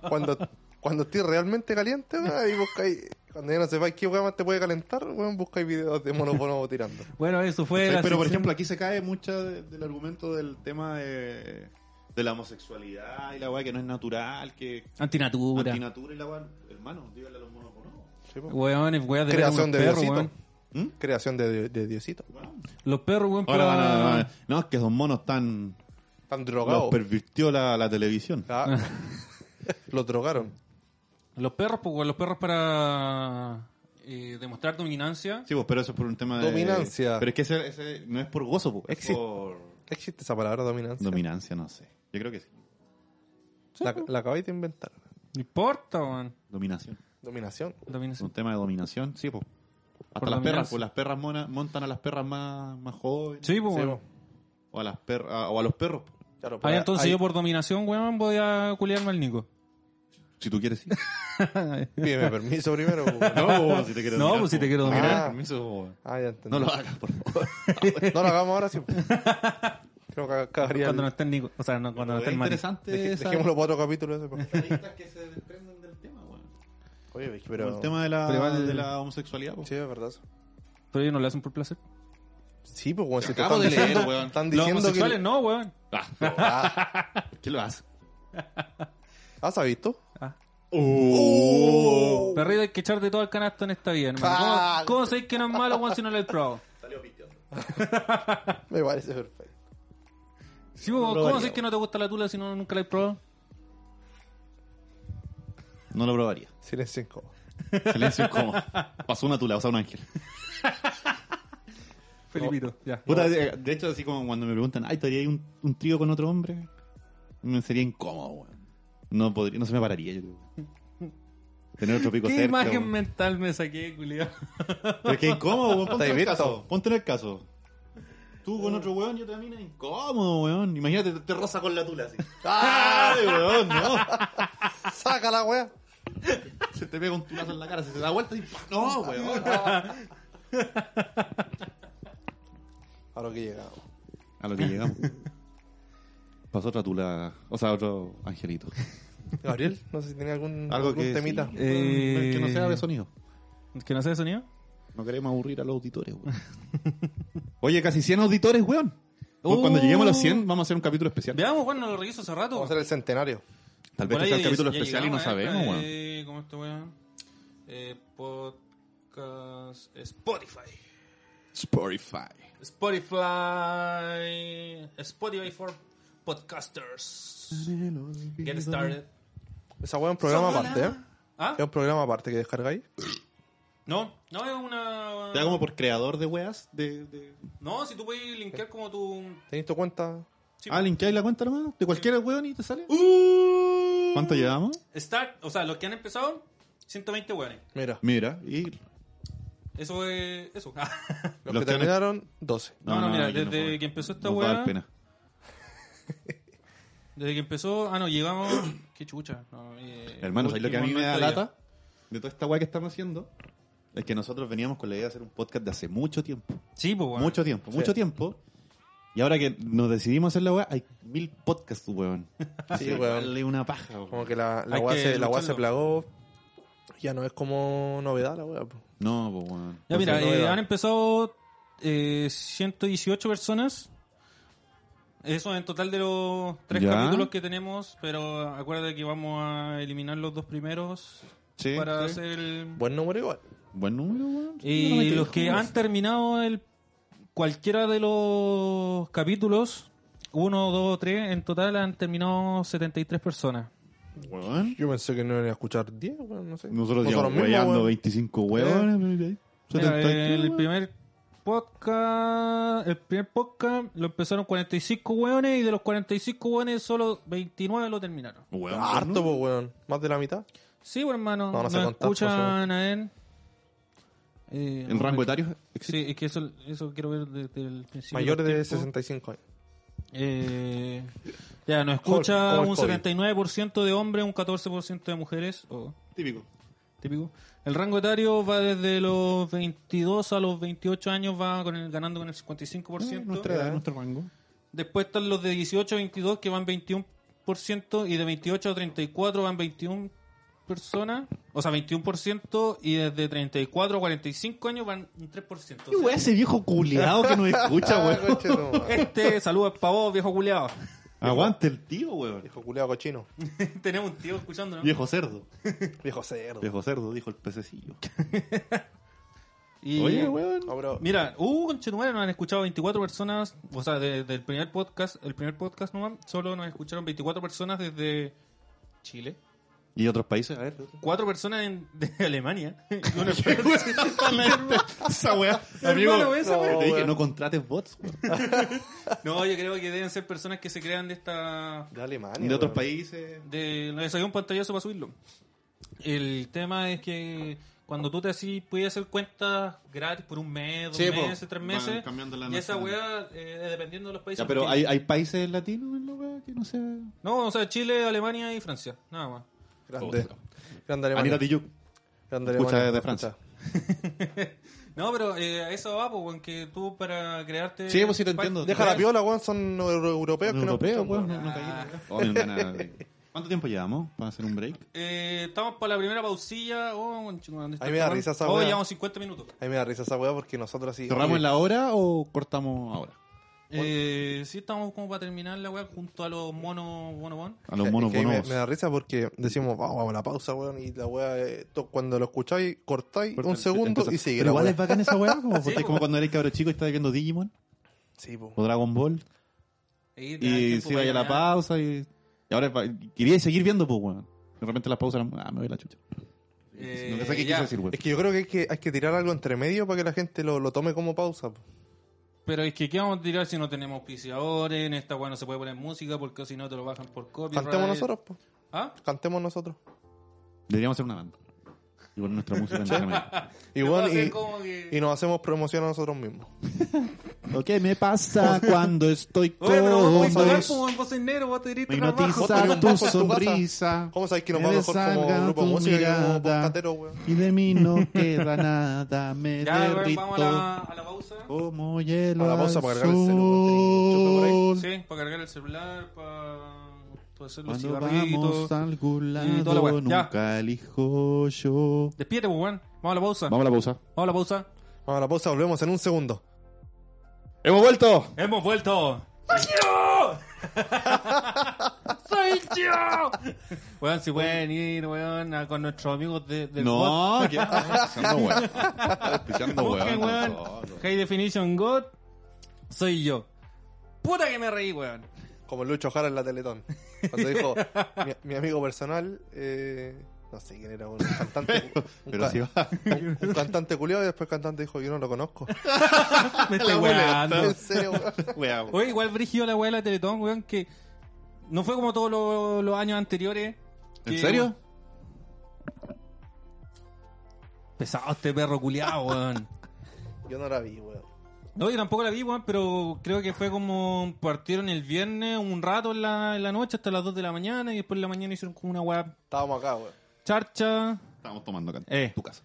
Speaker 3: cuando, cuando estoy realmente caliente, weón, ahí buscáis. Cuando ya no sepáis qué weón más te puede calentar, weón, buscáis videos de mono bonobo tirando.
Speaker 2: Bueno, eso fue la
Speaker 1: Pero, por
Speaker 2: sección-
Speaker 1: ejemplo, aquí se cae mucho de- del argumento del tema de, de la homosexualidad y la weá que no es natural, que
Speaker 2: Antinatura.
Speaker 1: antinatura y la weá. Hermano, dígale a los monos bonobos.
Speaker 3: Sí, po.
Speaker 2: Weón, es weá de
Speaker 3: Creación
Speaker 2: los
Speaker 3: de
Speaker 2: perros,
Speaker 3: Diosito.
Speaker 2: weón.
Speaker 1: ¿Mm?
Speaker 3: Creación de, de Diosito.
Speaker 1: Weón.
Speaker 2: Los perros, weón,
Speaker 1: Ahora van a-
Speaker 2: pa-
Speaker 1: van a- No, es que esos monos están...
Speaker 3: Están
Speaker 1: Los
Speaker 3: drogados.
Speaker 1: pervirtió la, la televisión.
Speaker 3: Ah. los drogaron.
Speaker 2: Los perros, pues, weón, los perros para eh, demostrar dominancia.
Speaker 1: Sí, pues, pero eso es por un tema de...
Speaker 3: Dominancia.
Speaker 1: Pero es que ese, ese no es por gozo, po, es
Speaker 3: Exi-
Speaker 1: por
Speaker 3: ¿Existe esa palabra dominancia?
Speaker 1: dominancia, no sé. Yo creo que sí.
Speaker 3: La, la acabáis de inventar.
Speaker 2: No importa, weón.
Speaker 1: Dominación.
Speaker 3: Dominación.
Speaker 1: Es un
Speaker 2: Dominación.
Speaker 1: tema de dominación, sí, pues. Hasta
Speaker 2: Por
Speaker 1: las
Speaker 2: dominancia.
Speaker 1: perras, pues las perras mona- montan a las perras más, más jóvenes.
Speaker 2: Sí, pues,
Speaker 3: Sí,
Speaker 2: weón.
Speaker 3: po.
Speaker 1: O a las perras, o a los perros. po.
Speaker 3: Claro,
Speaker 2: Ahí
Speaker 3: pues,
Speaker 2: entonces
Speaker 3: ahí-
Speaker 2: yo por dominación, weón, voy a culiarme al Nico.
Speaker 1: Si tú quieres, sí.
Speaker 3: Pídeme permiso primero. weón.
Speaker 1: No, po, si te quieres
Speaker 2: No, pues, si
Speaker 1: po.
Speaker 2: te quiero
Speaker 1: Mirar,
Speaker 3: dominar.
Speaker 1: permiso, po.
Speaker 3: Ah, ya entendí.
Speaker 1: No lo hagas, por favor.
Speaker 3: No lo hagamos ahora sí. Creo que acabaría.
Speaker 2: Cuando no
Speaker 3: el-
Speaker 2: está el Nico. O sea, no, cuando no
Speaker 1: Es
Speaker 2: está el Mati.
Speaker 1: interesante
Speaker 3: Dej-
Speaker 1: esas
Speaker 3: Dejémoslo para otro capítulo. Ese, pues.
Speaker 1: aristas que se desprenden del tema, weón.
Speaker 3: Oye, pero.
Speaker 1: El tema de la,
Speaker 2: Pero igual-
Speaker 1: de la homosexualidad, po.
Speaker 3: Sí, es verdad.
Speaker 2: Pero ellos no lo hacen por placer.
Speaker 3: Sí, pues, weón. Si te
Speaker 1: Acabo
Speaker 3: están
Speaker 1: de leer,
Speaker 3: diciendo,
Speaker 1: weón.
Speaker 3: Están
Speaker 2: Los
Speaker 3: diciendo
Speaker 2: homosexuales
Speaker 3: que.
Speaker 2: no, weón.
Speaker 1: Ah,
Speaker 3: Ah,
Speaker 1: ¿Qué lo hace?
Speaker 3: ¿Ah, ¿se ha visto?
Speaker 2: Ah.
Speaker 1: Oh.
Speaker 2: Perrito hay que echar de todo el canasto en esta vida, hermano. ¿Cómo-
Speaker 3: Ah.
Speaker 2: ¿Cómo, sabéis que no es malo, weón, si no lo he probado?
Speaker 3: Me parece perfecto.
Speaker 2: Sí, weón,
Speaker 3: lo
Speaker 2: ¿Cómo
Speaker 3: haría,
Speaker 2: sabéis que no te gusta la tula si no nunca la he probado?
Speaker 1: No lo probaría.
Speaker 3: Silencio incómodo.
Speaker 1: Silencio como pasó una tula, o sea, un ángel.
Speaker 2: Felipito, Oh. ya.
Speaker 1: Puta, de, de hecho, así como cuando me preguntan, ay, ¿te haría un, un trío con otro hombre? Me sería incómodo, weón. No, podría, no se me pararía, yo creo. Tener otro pico
Speaker 2: ¿Qué
Speaker 1: cerca.
Speaker 2: imagen
Speaker 1: weón.
Speaker 2: mental me saqué, culiado?
Speaker 1: Pero es que incómodo, weón. Ponte en
Speaker 3: ¿Estáis
Speaker 1: el
Speaker 3: visto?
Speaker 1: caso. Ponte en el caso. Tú con otro weón, yo también es incómodo, weón. Imagínate, te, te roza con la tula así. ¡Ay, weón! No.
Speaker 3: ¡Saca la weá!
Speaker 1: Se te pega un tulazo en la cara, se te da vuelta y ¡pa! ¡No, weón!
Speaker 3: Ahora que llegamos.
Speaker 1: A lo que llegamos. Pasó otra tula, o sea, otro angelito.
Speaker 3: Gabriel, no sé si tenía algún,
Speaker 1: Algo
Speaker 3: algún
Speaker 1: que
Speaker 3: temita.
Speaker 1: sí,
Speaker 2: Eh,
Speaker 1: que no sea de sonido.
Speaker 2: ¿Que no sea de sonido?
Speaker 1: No queremos aburrir a los auditores, weón. Oye, casi 100 auditores, weón. Weón, Cuando
Speaker 2: Uh.
Speaker 1: lleguemos a los 100, vamos a hacer un capítulo especial.
Speaker 2: Veamos, weón, no lo reviso hace rato.
Speaker 3: Vamos a hacer el centenario.
Speaker 1: Tal vez
Speaker 2: Por
Speaker 1: que sea
Speaker 2: ahí
Speaker 1: el capítulo
Speaker 2: ya
Speaker 1: especial y no
Speaker 2: llegamos, eh,
Speaker 1: sabemos, weón.
Speaker 2: eh, ¿Cómo esto, weón? Eh, podcast... Spotify.
Speaker 1: Spotify.
Speaker 2: Spotify. Spotify for podcasters. Get started.
Speaker 3: Esa weá es un programa aparte, ¿eh?
Speaker 2: ¿Ah?
Speaker 3: Es un programa aparte que descargáis.
Speaker 2: No, no es una.
Speaker 1: Te da como por creador de weas. De, de...
Speaker 2: No, si tú puedes linkear como tu.
Speaker 3: ¿Tenéis tu cuenta?
Speaker 2: Sí.
Speaker 1: Ah, linkeáis la cuenta nomás. De cualquier weón y te sale.
Speaker 2: ¡Uh!
Speaker 1: ¿Cuánto llevamos?
Speaker 2: Start, o sea, los que han empezado, 120 weones.
Speaker 3: Mira.
Speaker 1: Mira, y.
Speaker 2: Eso es. Eso.
Speaker 1: Los
Speaker 3: Los, que
Speaker 1: que han-
Speaker 3: terminaron, 12.
Speaker 2: No, no, mira,
Speaker 1: yo
Speaker 2: desde
Speaker 1: puedo.
Speaker 2: que empezó esta
Speaker 1: Nos va a dar
Speaker 2: wea-
Speaker 1: pena.
Speaker 2: Desde que empezó. Ah, no, llegamos. Qué chucha. No, eh,
Speaker 1: Hermano, ¿sabes lo que a mí
Speaker 2: último
Speaker 1: me da
Speaker 2: nuestro
Speaker 1: lata de toda esta weá que estamos haciendo? Es que nosotros veníamos con la idea de hacer un podcast de hace mucho tiempo.
Speaker 2: día. Sí, pues, weón.
Speaker 1: Mucho tiempo, mucho tiempo. Y ahora que nos decidimos hacer la weá, hay mil podcasts, weón.
Speaker 3: Sí, weón.
Speaker 1: Dale una paja, weón.
Speaker 3: Como que la, la
Speaker 2: Hay
Speaker 3: weá
Speaker 2: que
Speaker 3: se, la weá se
Speaker 2: lucharlo.
Speaker 3: plagó. Ya no es como novedad la weá. po.
Speaker 1: No, pues weón.
Speaker 2: Ya mira,
Speaker 3: Entonces,
Speaker 2: eh,
Speaker 3: novedad.
Speaker 2: han empezado eh, 118 personas. Eso en total de los tres
Speaker 1: Ya.
Speaker 2: capítulos que tenemos, pero acuérdate que vamos a eliminar los dos primeros
Speaker 1: Sí,
Speaker 2: para
Speaker 1: sí.
Speaker 2: hacer el...
Speaker 3: Buen número igual.
Speaker 1: Buen número, weón.
Speaker 2: eh, Y
Speaker 1: Yo no me
Speaker 2: los
Speaker 1: quejo,
Speaker 2: que
Speaker 1: weón.
Speaker 2: han terminado el cualquiera de los capítulos, uno, dos, tres, en total han terminado 73 personas.
Speaker 1: Weón.
Speaker 3: Yo pensé que no iban a escuchar 10, weón, no sé.
Speaker 1: Nosotros llevamos weyando 25 weones. mira ahí.
Speaker 2: Mira,
Speaker 1: 71,
Speaker 2: el
Speaker 1: weón.
Speaker 2: primer podcast, el primer podcast lo empezaron 45 hueones y de los 45 hueones solo 29 lo terminaron.
Speaker 1: Weón,
Speaker 3: Harto,
Speaker 1: ¿no?
Speaker 3: po, weón. Más de la mitad.
Speaker 2: Sí, bueno, hermano,
Speaker 3: No,
Speaker 2: no,
Speaker 3: no sé contar,
Speaker 2: escuchan a él. Eh,
Speaker 1: El rango etario.
Speaker 2: Sí, es que eso, eso quiero ver desde el principio.
Speaker 3: Mayor
Speaker 2: del
Speaker 3: de
Speaker 2: tiempo.
Speaker 3: 65 años.
Speaker 2: Eh, ya, nos escucha
Speaker 3: Hulk,
Speaker 2: un
Speaker 3: Hulk Hogan.
Speaker 2: 79% de hombres, un 14% de mujeres. o
Speaker 1: Típico.
Speaker 2: típico. El rango etario va desde los 22 a los 28 años, va con el- ganando con el 55%.
Speaker 1: Eh, Nuestra edad, nuestro rango.
Speaker 2: Después están los de 18 a 22 que van 21% y de 28 a 34 van 21 personas, o sea, 21% y desde 34 a 45 años van un 3%. O
Speaker 1: ¿Qué
Speaker 2: sea,
Speaker 1: weón ese viejo culiado que nos escucha, weón?
Speaker 3: Coche, no, weón.
Speaker 2: este, saludos para vos, viejo culeado.
Speaker 1: Aguante el tío, weón.
Speaker 3: Viejo culeado cochino.
Speaker 2: Tenemos un tío escuchándonos.
Speaker 1: Viejo cerdo.
Speaker 3: Viejo cerdo.
Speaker 1: Viejo cerdo, dijo el pececillo.
Speaker 2: Y-
Speaker 1: Oye, weón.
Speaker 3: No, pero
Speaker 2: Mira, uh, conchetumare, nos han escuchado 24 personas, o sea, desde el primer podcast, el primer podcast nomás, solo nos escucharon 24 personas desde Chile,
Speaker 1: ¿Y otros países? A ver.
Speaker 2: cuatro personas en- de Alemania, y una persona-
Speaker 1: Esa weá.
Speaker 2: Amigo,
Speaker 3: no,
Speaker 1: Te dije,
Speaker 3: weón.
Speaker 1: no contrates bots, weón.
Speaker 2: No, yo creo que deben ser personas que se crean de esta...
Speaker 3: De Alemania.
Speaker 1: Ni de otros
Speaker 3: weón.
Speaker 1: países.
Speaker 2: de lo desayuno un pantallazo para subirlo. El tema es que cuando tú te así puedes hacer cuentas gratis por un mes, dos
Speaker 3: Sí, po.
Speaker 2: meses, tres
Speaker 1: Van
Speaker 2: meses,
Speaker 1: cambiando la
Speaker 2: y esa
Speaker 1: nacionalidad.
Speaker 2: weá, eh, dependiendo de los países...
Speaker 1: Ya, pero
Speaker 2: porque-
Speaker 1: hay, hay países latinos en la weá que no sea.
Speaker 2: No, o sea, Chile, Alemania y Francia, nada más.
Speaker 3: Grande. Grande
Speaker 1: Oh, Anita
Speaker 3: Alemania.
Speaker 1: Tijoux.
Speaker 3: Grande
Speaker 1: Escucha
Speaker 3: Alemania.
Speaker 1: desde Francia.
Speaker 2: No, pero eh, a eso va, pues, que tú para crearte...
Speaker 1: Sí, pues sí, te
Speaker 2: pa-
Speaker 1: entiendo.
Speaker 3: Deja la
Speaker 2: creas-
Speaker 3: piola, weón. Son euro- europeos que no
Speaker 1: Europeo,
Speaker 3: escuchan,
Speaker 1: weón. No, no caí, weón. Oh, mi hermana, ¿Cuánto tiempo llevamos para hacer un break?
Speaker 2: Eh, estamos para la primera pausilla. Oh, chingón, ¿dónde está
Speaker 3: Ahí me da
Speaker 2: esta weá?
Speaker 3: risa esa
Speaker 2: Oh,
Speaker 3: weá.
Speaker 2: llevamos 50 minutos.
Speaker 3: A mí me da risa esa weá porque nosotros así.
Speaker 1: ¿Cerramos
Speaker 3: oye,
Speaker 1: en la hora o cortamos ahora?
Speaker 2: Eh, sí, estamos como para terminar la weá junto a los monos bonobon.
Speaker 1: A los
Speaker 3: Es
Speaker 1: monos
Speaker 3: que a mí me-
Speaker 1: bonobos.
Speaker 3: Me, da risa porque decimos, vamos, vamos a la pausa, weón. Y la weá, eh, to- cuando lo escucháis, cortáis
Speaker 1: Corta
Speaker 3: un
Speaker 1: el-
Speaker 3: segundo
Speaker 1: empieza.
Speaker 3: y sigue.
Speaker 1: Pero
Speaker 3: la
Speaker 1: igual
Speaker 3: weá.
Speaker 1: es bacán esa weá. Como,
Speaker 2: Sí,
Speaker 1: es
Speaker 2: po.
Speaker 1: como cuando eres cabro chico y estás viendo Digimon
Speaker 3: Sí, po.
Speaker 1: o Dragon Ball.
Speaker 2: Y,
Speaker 1: Y si vaya a la pausa y. y ahora es pa- quería seguir viendo, pues, weón. De repente las pausas eran. Ah, me voy a la chucha.
Speaker 2: Eh,
Speaker 1: no sé qué quise decir, weón.
Speaker 3: Es que yo creo que hay que, hay que tirar algo entre medio para que la gente lo, lo tome como pausa. po.
Speaker 2: Pero es que, ¿qué vamos a tirar si no tenemos auspiciadores? En esta weá no se puede poner música porque si no te lo bajan por copyright.
Speaker 3: Cantemos nosotros, po.
Speaker 2: ¿Ah?
Speaker 3: Cantemos nosotros.
Speaker 1: Deberíamos hacer una banda. Y poner nuestra música en la
Speaker 3: Y,
Speaker 2: Yo puedo
Speaker 3: bueno,
Speaker 2: hacer
Speaker 3: y,
Speaker 2: como que-
Speaker 3: y nos hacemos promoción a nosotros mismos.
Speaker 1: Lo que me pasa cuando estoy con
Speaker 2: Oye, pero vos podés tocar,
Speaker 1: vos.
Speaker 2: po, vos sos negro, vos te diriste
Speaker 1: Me
Speaker 2: trabajo.
Speaker 3: Vos tenés
Speaker 1: hipnotiza
Speaker 3: un
Speaker 1: tu
Speaker 3: bajo en tu casa.
Speaker 1: sonrisa.
Speaker 3: ¿Cómo sabes que nos
Speaker 1: me
Speaker 3: va mejor como
Speaker 1: deshaga
Speaker 3: grupo
Speaker 1: tu
Speaker 3: de música que como
Speaker 1: mirada,
Speaker 3: podcastero, weón?
Speaker 1: Y de mí no queda nada. Me
Speaker 2: Ya, weón,
Speaker 1: derrito.
Speaker 2: vamos a la, a la pausa.
Speaker 1: Como hielo.
Speaker 3: A la pausa
Speaker 1: al
Speaker 3: para cargar el celu, weón. Chupa
Speaker 1: sol.
Speaker 3: por
Speaker 2: Sí, para cargar el celular, para hacer los
Speaker 1: Cuando vamos
Speaker 2: cigarritos.
Speaker 1: a algún
Speaker 2: y toda
Speaker 1: lado,
Speaker 2: la weá. Ya.
Speaker 1: nunca elijo yo.
Speaker 2: Despídete, pues, weón. Vamos a la pausa. Vamos
Speaker 1: Vamos a la pausa.
Speaker 2: a la pausa.
Speaker 3: Vamos a la pausa, volvemos en un segundo.
Speaker 1: ¡Hemos vuelto!
Speaker 2: ¡Hemos vuelto! ¡Soy yo! ¡Soy yo! Weón, si pueden ir, weón, a- con nuestros amigos de, del bot.
Speaker 1: No, que pisando weón. Estás pisando
Speaker 2: Busquen,
Speaker 1: weón.
Speaker 2: weón. High Definition God. Soy yo. Puta que me reí, weón.
Speaker 3: Como Lucho Jara en la Teletón. Cuando dijo, mi, mi amigo personal, eh, no sé quién era, un cantante. un
Speaker 1: Pero
Speaker 3: ca-
Speaker 1: si va.
Speaker 3: un, un cantante culiado y después el cantante dijo, yo no lo conozco.
Speaker 2: Me estoy
Speaker 3: En
Speaker 2: weando.
Speaker 3: serio, weón.
Speaker 1: Weón.
Speaker 2: Oye, igual brígido la weá de la Teletón, weón, que no fue como todos los, los años anteriores. que-
Speaker 1: ¿En serio?
Speaker 2: Pesado este perro culiado, weón.
Speaker 3: Yo no la vi, weón.
Speaker 2: No, yo tampoco la vi, weón, pero creo que fue como partieron el viernes un rato en la, en la noche hasta las 2 de la mañana y después en la mañana hicieron como una weá
Speaker 3: Estábamos acá, weón.
Speaker 2: charcha.
Speaker 1: Estamos tomando acá.
Speaker 2: Eh.
Speaker 1: En tu casa.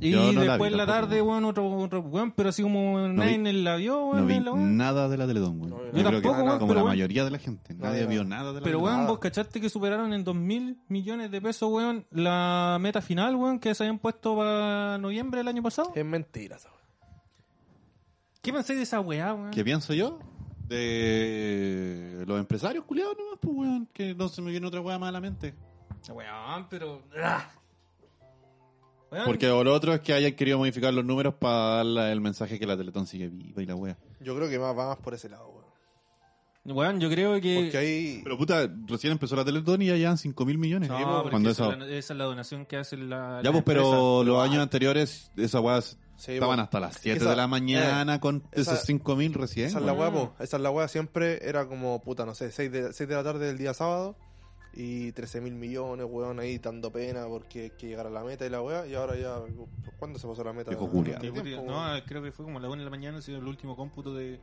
Speaker 2: Y
Speaker 1: Yo no la
Speaker 2: después
Speaker 1: vi
Speaker 2: en la
Speaker 1: tampoco,
Speaker 2: tarde, weón, otro, otro weón, pero así como nadie
Speaker 1: vi-
Speaker 2: la vio, weón.
Speaker 1: No vi
Speaker 2: la weón.
Speaker 1: nada de la Teletón, güey.
Speaker 3: No, yo
Speaker 1: Yo creo que
Speaker 2: tampoco,
Speaker 1: como
Speaker 2: weón,
Speaker 1: la
Speaker 2: pero weón.
Speaker 1: mayoría de la gente, nadie
Speaker 3: yo-
Speaker 1: vio nada de la
Speaker 2: Pero
Speaker 1: Teletón.
Speaker 2: weón,
Speaker 3: nada.
Speaker 2: vos cachaste que superaron en 2 mil millones de pesos, weón, la meta final, weón, que se habían puesto para noviembre del año pasado.
Speaker 1: Eh,
Speaker 3: Es mentira esa weá.
Speaker 2: ¿Qué pensáis de esa weá, weón?
Speaker 1: ¿Qué pienso yo? De los empresarios culiados nomás, pues, weón. Que no se me viene otra weá más a la mente.
Speaker 2: Weón, pero. ¡Ah! Weón,
Speaker 1: Porque lo otro es que hayan querido modificar los números para dar el mensaje que la Teletón sigue viva y la weá.
Speaker 3: Yo creo que va, va más por ese lado, weón.
Speaker 2: weón, yo creo que.
Speaker 3: Porque ahí.
Speaker 1: Pero puta, recién empezó la Teletón y ya llevan 5 mil millones.
Speaker 2: No,
Speaker 1: Sí, pues,
Speaker 2: porque
Speaker 1: cuando
Speaker 2: esa,
Speaker 1: eso-
Speaker 2: es la- esa es la donación que hace la.
Speaker 1: Ya,
Speaker 2: la
Speaker 1: pues,
Speaker 2: empresa.
Speaker 1: pero los años anteriores, esas weas
Speaker 3: Sí,
Speaker 1: estaban
Speaker 3: po.
Speaker 1: hasta las
Speaker 3: Es que
Speaker 1: 7
Speaker 3: esa-
Speaker 1: de la mañana con
Speaker 3: esa-
Speaker 1: esos 5 mil recién.
Speaker 3: Esa es
Speaker 1: weón.
Speaker 3: la weá, po. Esa es la weá. Siempre era como, puta, no sé, 6 de, seis de la tarde del día sábado y 13 mil millones, weón, ahí dando pena porque hay que llegar a la meta y la weá. Y ahora ya, ¿cuándo se pasó la meta?
Speaker 1: Viejo culiao.
Speaker 3: Tanto tiempo, weón.
Speaker 2: No, creo que fue como la 1 de la mañana, ha sido el último cómputo de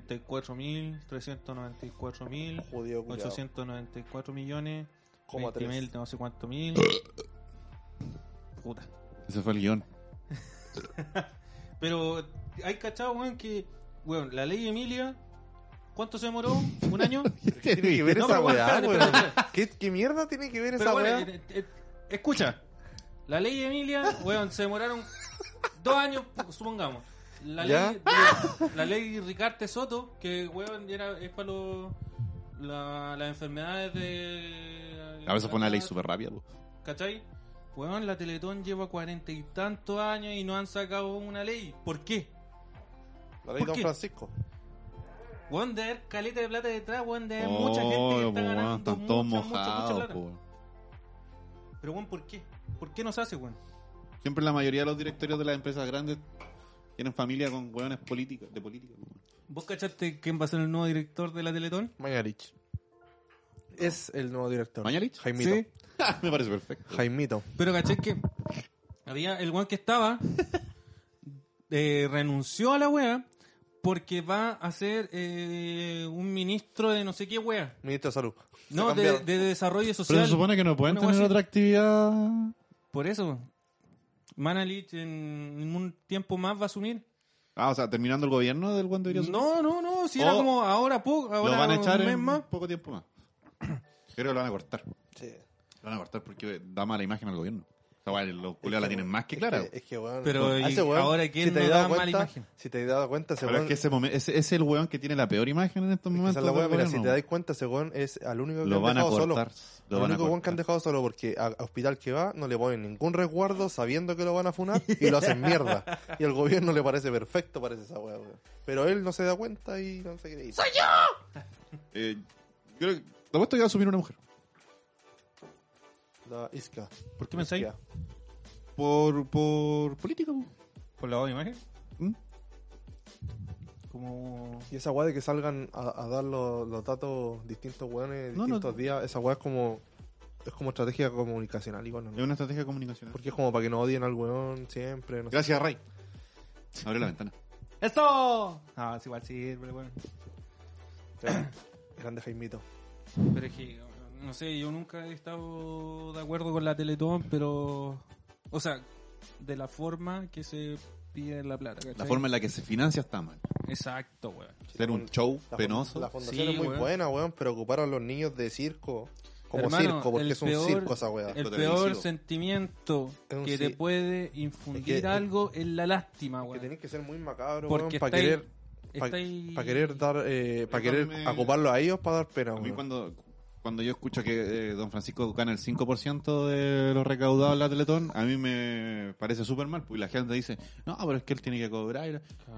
Speaker 2: 34.000, 394.000,
Speaker 3: Judío culiao.
Speaker 2: 894 millones,
Speaker 3: Coma
Speaker 2: 20.000,
Speaker 3: tres.
Speaker 2: no sé cuánto mil. Puta.
Speaker 1: Ese fue el guión.
Speaker 2: Pero hay cachado, weón, que, weón, la ley Emilia, ¿cuánto se demoró? ¿Un año?
Speaker 3: ¿Qué tiene que ver
Speaker 2: No,
Speaker 3: esa
Speaker 2: pero
Speaker 3: weá,
Speaker 2: espérate,
Speaker 3: weón?
Speaker 2: espérate, espérate.
Speaker 3: ¿Qué, ¿Qué mierda tiene que ver
Speaker 2: Pero
Speaker 3: esa
Speaker 2: bueno,
Speaker 3: weá?
Speaker 2: eh, eh, escucha, la ley de Emilia, weón, se demoraron dos años, supongamos. La
Speaker 3: ¿Ya?
Speaker 2: ley, de- la ley Ricarte Soto, que weón era, es para los la- las enfermedades de.
Speaker 1: A veces fue una ley súper rápida, pues. po.
Speaker 2: ¿Cachai? Weón, la Teletón lleva cuarenta y tantos años y no han sacado una ley. ¿Por qué?
Speaker 3: La ley
Speaker 2: ¿por
Speaker 3: Don
Speaker 2: qué?
Speaker 3: Francisco.
Speaker 2: Weón, de haber caleta de plata detrás, weón, de haber
Speaker 1: Oh,
Speaker 2: Eh, mucha gente que
Speaker 1: po,
Speaker 2: está ganando.
Speaker 1: weón, están todos
Speaker 2: mucha, mucha, mucha
Speaker 1: mojados, pues,
Speaker 2: plata.
Speaker 1: po.
Speaker 2: Pero weón, ¿por qué? ¿Por qué no se hace, weón?
Speaker 1: Siempre la mayoría de los directorios de las empresas grandes tienen familia con hueones políticos, de política. po.
Speaker 2: ¿Vos cachaste quién va a ser el nuevo director de la Teletón?
Speaker 3: Mañarich. Es el nuevo director.
Speaker 1: ¿Mañarich?
Speaker 3: Jaimito.
Speaker 2: Ah. Sí.
Speaker 1: Me parece perfecto.
Speaker 3: Jaimito.
Speaker 2: Pero caché que había el weón que estaba eh, renunció a la wea porque va a ser eh, un ministro de no sé qué wea.
Speaker 3: Ministro de Salud. Se
Speaker 2: No, de,
Speaker 3: cambiaron.
Speaker 2: de desarrollo
Speaker 1: Pero
Speaker 2: social.
Speaker 1: se supone que no pueden
Speaker 2: Una
Speaker 1: tener
Speaker 2: wea así.
Speaker 1: otra actividad.
Speaker 2: Por eso. Manalich en, en un tiempo más va a asumir.
Speaker 1: Ah, o sea, terminando el gobierno del buen debería
Speaker 2: No, no, no. Si era
Speaker 1: O
Speaker 2: como ahora poco,
Speaker 1: Lo
Speaker 2: ahora
Speaker 1: van a echar
Speaker 2: un mes
Speaker 1: en
Speaker 2: más.
Speaker 1: poco tiempo más. Creo que lo van a cortar. Lo
Speaker 3: Sí.
Speaker 1: van a cortar porque da mala imagen al gobierno. O sea, bueno, los culiados la tienen más que clara.
Speaker 3: Es que, es que, weón,
Speaker 2: Pero,
Speaker 3: a
Speaker 2: ¿y
Speaker 3: ese weón,
Speaker 2: ahora quién
Speaker 3: te
Speaker 2: no
Speaker 3: has
Speaker 2: da
Speaker 3: dado
Speaker 2: mala
Speaker 3: cuenta-
Speaker 2: imagen?
Speaker 3: Si te has dado cuenta, ese
Speaker 1: Pero es
Speaker 3: weón.
Speaker 1: que ese, momen- ese- es el weón que tiene la peor imagen en estos
Speaker 3: es que esa
Speaker 1: momentos.
Speaker 3: es la weá,
Speaker 1: del
Speaker 3: mira, si
Speaker 1: gobierno.
Speaker 3: te das cuenta, ese weón es al único que
Speaker 1: lo
Speaker 3: han
Speaker 1: van a
Speaker 3: dejado solo.
Speaker 1: cortar. Lo
Speaker 3: el
Speaker 1: van a
Speaker 3: único weón que
Speaker 1: cortar.
Speaker 3: han dejado solo porque a, a hospital que va no le ponen ningún resguardo sabiendo que lo van a funar y lo hacen mierda. Y al gobierno le parece perfecto, parece esa weá, weón. Pero él no se da cuenta y no se cree. ¡Soy yo!
Speaker 1: Eh, creo que. Lo puesto que va a asumir una mujer.
Speaker 3: La isca.
Speaker 2: ¿Por qué pensáis?
Speaker 3: Ya.
Speaker 1: Por, por política. po.
Speaker 2: ¿Por la de imagen?
Speaker 1: ¿Mm?
Speaker 2: Como...
Speaker 3: Y esa weá de que salgan a, a dar los, los datos distintos weones,
Speaker 1: No, no.
Speaker 3: distintos días, esa weá es como. Es como estrategia comunicacional, igual. ¿no?
Speaker 1: Es una estrategia comunicacional.
Speaker 3: Porque es como para que no odien al weón siempre. No sé.
Speaker 1: Gracias, Ray. Abre la ventana.
Speaker 2: ¡Esto! Ah, es igual sirve, weón.
Speaker 3: Grande Jaimito.
Speaker 2: Pero es que, no sé, yo nunca he estado de acuerdo con la Teletón, pero. O sea, de la forma que se pide la plata, ¿cachai?
Speaker 1: La forma en la que se financia está mal.
Speaker 2: Exacto, weón.
Speaker 1: Ser un show
Speaker 3: La fun-
Speaker 1: penoso.
Speaker 3: La fundación
Speaker 2: Sí,
Speaker 3: es muy
Speaker 2: weón.
Speaker 3: buena, weón, pero ocuparon a los niños de circo. Como
Speaker 2: Hermano,
Speaker 3: circo, porque
Speaker 2: el
Speaker 3: es un
Speaker 2: peor-
Speaker 3: circo esa weá.
Speaker 2: El
Speaker 1: Lo
Speaker 2: peor
Speaker 1: televisivo.
Speaker 2: sentimiento
Speaker 3: Es un
Speaker 2: que
Speaker 3: sí.
Speaker 2: te puede infundir
Speaker 3: Es que-
Speaker 2: algo es la lástima,
Speaker 3: Que
Speaker 2: weón.
Speaker 3: tenés que ser muy macabro,
Speaker 2: Porque
Speaker 3: weón, para
Speaker 2: estáis-
Speaker 3: querer. Para
Speaker 2: Estáis-
Speaker 3: querer dar, eh, para querer
Speaker 1: Pero a mí me-
Speaker 3: ocuparlo a ellos para dar pena,
Speaker 1: A mí
Speaker 3: weón.
Speaker 1: cuando, cuando yo escucho que eh, Don Francisco gana el 5% de los recaudados en la Teletón, a mí me parece súper mal. Porque la gente dice, no, pero es que él tiene que cobrar.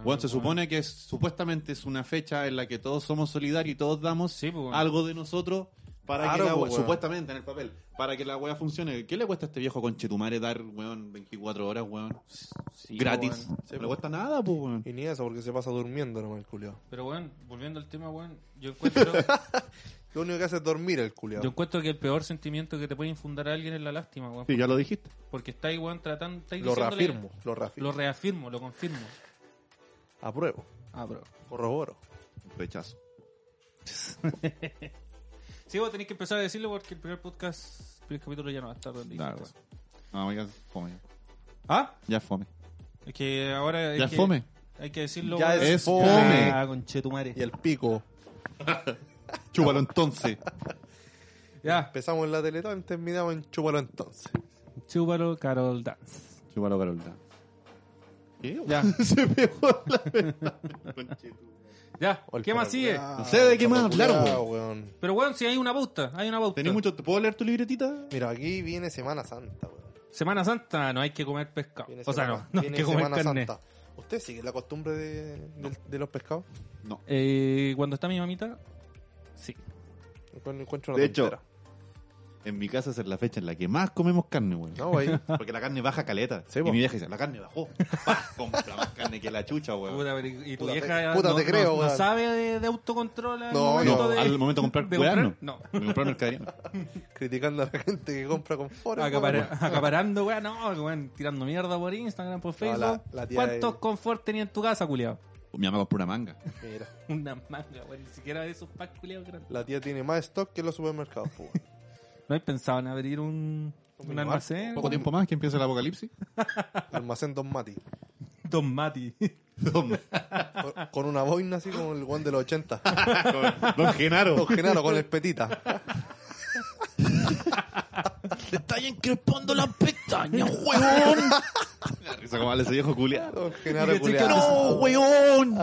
Speaker 1: bueno, se
Speaker 2: weón.
Speaker 1: supone que es- supuestamente es una fecha en la que todos somos solidarios y todos damos
Speaker 2: Sí, pues, weón.
Speaker 1: algo de nosotros para
Speaker 3: Claro,
Speaker 1: que la
Speaker 3: pues,
Speaker 1: wea-
Speaker 3: weón.
Speaker 1: supuestamente en el papel, para que la wea funcione. ¿Qué le cuesta a este viejo conchetumare dar, weón, 24 horas, weón?
Speaker 2: Sí,
Speaker 1: gratis.
Speaker 2: weón.
Speaker 1: no le cuesta nada, pues, weón.
Speaker 3: Y ni eso, porque se pasa durmiendo nomás el culiao.
Speaker 2: Pero, weón, volviendo al tema, weón, yo encuentro,
Speaker 3: Lo único que hace es dormir el
Speaker 2: yo
Speaker 3: culiao.
Speaker 2: encuentro que el peor sentimiento que te puede infundar a alguien es la lástima, weón.
Speaker 1: Sí, ya lo dijiste.
Speaker 2: Porque estáis, weón, tratando. estáis
Speaker 3: Lo
Speaker 2: diciéndole-
Speaker 3: reafirmo, lo reafirmo.
Speaker 2: Lo reafirmo, lo confirmo.
Speaker 3: Apruebo,
Speaker 2: Ah, bro.
Speaker 3: corroboro.
Speaker 1: Rechazo.
Speaker 2: Sí, vos tenés que empezar a decirlo porque el primer podcast, el primer capítulo ya no va a estar donde
Speaker 1: Nah,
Speaker 2: dijiste.
Speaker 1: weón. No, me quedas fome.
Speaker 2: ¿Ah?
Speaker 1: Ya fome.
Speaker 2: Es que ahora. hay
Speaker 1: Ya
Speaker 2: que-
Speaker 1: fome.
Speaker 2: Hay que decirlo.
Speaker 3: Ya
Speaker 2: weón.
Speaker 3: es
Speaker 1: Es
Speaker 3: fome.
Speaker 1: fome.
Speaker 2: Ah, conchetumare.
Speaker 3: Y el pico.
Speaker 1: Chúpalo entonces.
Speaker 2: Ya.
Speaker 3: Empezamos en la Teletón, terminamos en Chúpalo entonces.
Speaker 2: Chúpalo, Carol Dance.
Speaker 1: Chúpalo, Carolina. ¿Qué?
Speaker 2: Ya.
Speaker 1: Se pegó la verdad.
Speaker 2: Ya.
Speaker 3: O el
Speaker 2: ¿Qué más
Speaker 3: perro
Speaker 2: sigue?
Speaker 3: culiao,
Speaker 1: No sé de qué
Speaker 3: el
Speaker 1: más
Speaker 3: perro
Speaker 1: hablar,
Speaker 3: culiao, weón.
Speaker 2: Pero weón, si hay una pauta, hay una pauta.
Speaker 1: ¿Tenés mucho? ¿Te puedo leer tu libretita?
Speaker 3: Mira, aquí viene Semana Santa, weón.
Speaker 2: Semana Santa no hay que comer pescado.
Speaker 3: Viene
Speaker 2: O sea, no,
Speaker 3: Semana-
Speaker 2: no hay
Speaker 3: viene
Speaker 2: que comer
Speaker 3: Semana
Speaker 2: carne.
Speaker 3: Santa. ¿Usted sigue la costumbre de, del- de los pescados?
Speaker 1: No.
Speaker 2: Eh, cuando está mi mamita, sí.
Speaker 3: Encuentro- encuentro una
Speaker 1: De hecho,
Speaker 3: tontera.
Speaker 1: en mi casa esa es la fecha en la que más comemos carne, weón.
Speaker 3: No, güey.
Speaker 1: Porque la carne baja caleta.
Speaker 3: Sí,
Speaker 1: y
Speaker 3: po.
Speaker 1: mi vieja dice, la carne bajó. Pa, compra más carne que la chucha, weón.
Speaker 2: Puta, pero y y tu
Speaker 3: Puta,
Speaker 2: vieja
Speaker 3: te- puta,
Speaker 2: no,
Speaker 3: te
Speaker 2: no-
Speaker 3: creo,
Speaker 2: no
Speaker 3: weón.
Speaker 2: sabe de, de autocontrol al
Speaker 3: No,
Speaker 2: momento
Speaker 3: no.
Speaker 2: de-
Speaker 1: Al momento de comprar,
Speaker 2: de
Speaker 1: weón,
Speaker 2: comprar, no.
Speaker 1: Me compraron el cadena.
Speaker 3: Criticando a la gente que compra con Forest.
Speaker 2: Acapara- acaparando, weón, no, weón, tirando mierda por Instagram, por Facebook.
Speaker 3: la- la tía
Speaker 2: ¿Cuántos
Speaker 3: de-
Speaker 2: confort tenía en tu casa, culiao?
Speaker 1: Mi mamá compró una manga.
Speaker 3: Mira,
Speaker 2: Una manga, weón, ni siquiera de esos packs culiados grandes.
Speaker 3: la tía tiene más stock que los supermercados, po, weón.
Speaker 2: ¿No hay pensado en abrir un, un
Speaker 3: minibar?
Speaker 2: almacén?
Speaker 1: Poco tiempo más que empieza el apocalipsis.
Speaker 3: Almacén Don Mati.
Speaker 2: Don Mati.
Speaker 1: Don,
Speaker 3: Con- Con una boina así como el guan de los 80.
Speaker 1: don Genaro.
Speaker 3: Don Genaro con el petita.
Speaker 1: Está encrespando las pestañas, weón. La risa como vale ese viejo culiado.
Speaker 3: Don Genaro
Speaker 2: Y que
Speaker 3: culiao.
Speaker 2: chico,
Speaker 1: ¡No, weón!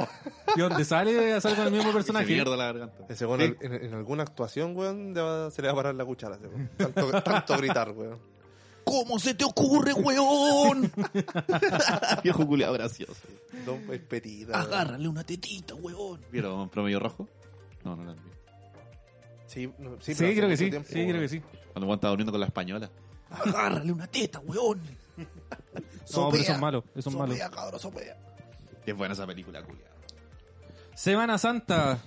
Speaker 2: ¿Y dónde sale? Sale con el mismo
Speaker 1: Se me
Speaker 2: personaje.
Speaker 1: mierda la garganta.
Speaker 3: Ese weón
Speaker 1: Sí.
Speaker 3: en, en alguna actuación, weón, le va- se le va a parar la cuchara. ese weón. Tanto, tanto gritar, weón.
Speaker 1: ¿Cómo se te ocurre, weón? viejo culiado gracioso.
Speaker 3: Don el petita. weón.
Speaker 4: Agárrale una tetita, huevón.
Speaker 1: ¿Vieron promedio rojo? No, no la vi.
Speaker 3: Sí, no-
Speaker 2: Sí,
Speaker 3: pero hace
Speaker 2: creo que
Speaker 3: mucho
Speaker 2: sí.
Speaker 3: tiempo,
Speaker 2: sí, creo
Speaker 3: weón.
Speaker 2: que sí.
Speaker 1: Cuando Juan estaba durmiendo con la española.
Speaker 4: Agárrale una teta, huevón.
Speaker 2: No, pero son malos, son malos.
Speaker 4: Sopea, cabrón, sopea.
Speaker 1: Es buena esa película, culiado.
Speaker 2: Semana Santa.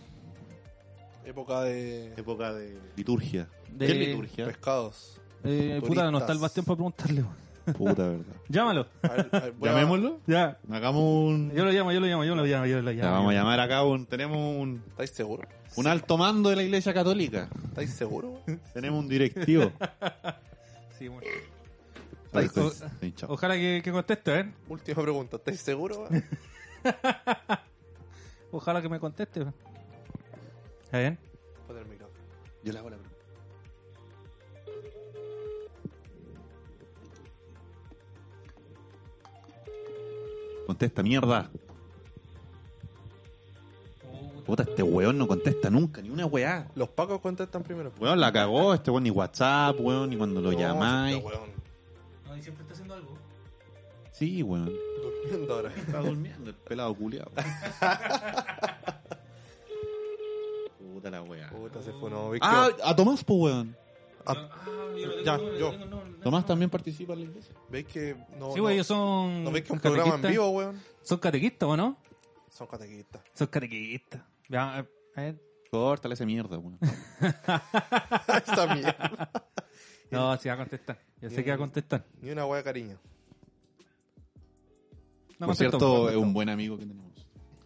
Speaker 3: Época de
Speaker 1: Época de liturgia.
Speaker 2: De-
Speaker 1: ¿Qué es liturgia?
Speaker 3: pescados.
Speaker 2: Eh, puta, no está el
Speaker 3: Turistas.
Speaker 2: Bastián para preguntarle. weón.
Speaker 1: Pues, Puta verdad.
Speaker 2: Llámalo.
Speaker 3: A ver, a ver, voy a-
Speaker 1: ¿Llamémoslo?
Speaker 2: Ya.
Speaker 1: Hagamos un.
Speaker 2: Yo lo llamo, yo lo llamo, yo lo llamo, yo lo llamo.
Speaker 1: Ya, vamos a llamar acá un. Tenemos un,
Speaker 3: ¿Estáis seguros?
Speaker 1: un alto mando de la iglesia católica.
Speaker 3: ¿Estáis seguros? weón?
Speaker 1: Tenemos un directivo.
Speaker 2: Sí, bueno.
Speaker 1: Ahí estoy,
Speaker 2: O-
Speaker 1: estoy hinchado.
Speaker 2: Ojalá que, que conteste, ¿eh?
Speaker 3: Última pregunta, ¿estáis seguros? weón?
Speaker 2: Ojalá que me conteste. weón. ¿Está bien?
Speaker 3: Pon el micrófono.
Speaker 1: Yo le hago la pregunta. Contesta, mierda. Puta, este weón no contesta nunca, ni una weá.
Speaker 3: Los pacos contestan primero.
Speaker 1: Weón la cagó, este weón ni WhatsApp, weón, ni cuando lo
Speaker 3: No,
Speaker 1: llamáis.
Speaker 3: este weón,
Speaker 2: No, y siempre está haciendo algo.
Speaker 1: Sí, weón.
Speaker 3: durmiendo ahora.
Speaker 1: Está durmiendo el pelado culiado. Puta la weá.
Speaker 3: Puta, se fue, no, Víctor.
Speaker 1: Ah, a Tomás, pues weón.
Speaker 2: ah.
Speaker 3: Ya, yo.
Speaker 1: Tomás también participa en la iglesia.
Speaker 3: ah, ¿Veis que no,
Speaker 2: Sí, güey,
Speaker 3: no,
Speaker 2: ellos son.
Speaker 3: no veis que un
Speaker 2: catequistas.
Speaker 3: programa en vivo, weón?
Speaker 2: ¿Son catequistas o no?
Speaker 3: Son catequistas.
Speaker 2: Son catequistas. Ya, eh, a ver.
Speaker 1: Córtale esa mierda, weón.
Speaker 3: Esta mierda.
Speaker 2: No, sí va a contestar. Ya sé que va a contestar.
Speaker 3: Ni una wea de cariño.
Speaker 2: No
Speaker 1: Por
Speaker 2: contestó.
Speaker 1: cierto, eh, es un buen amigo que tenemos.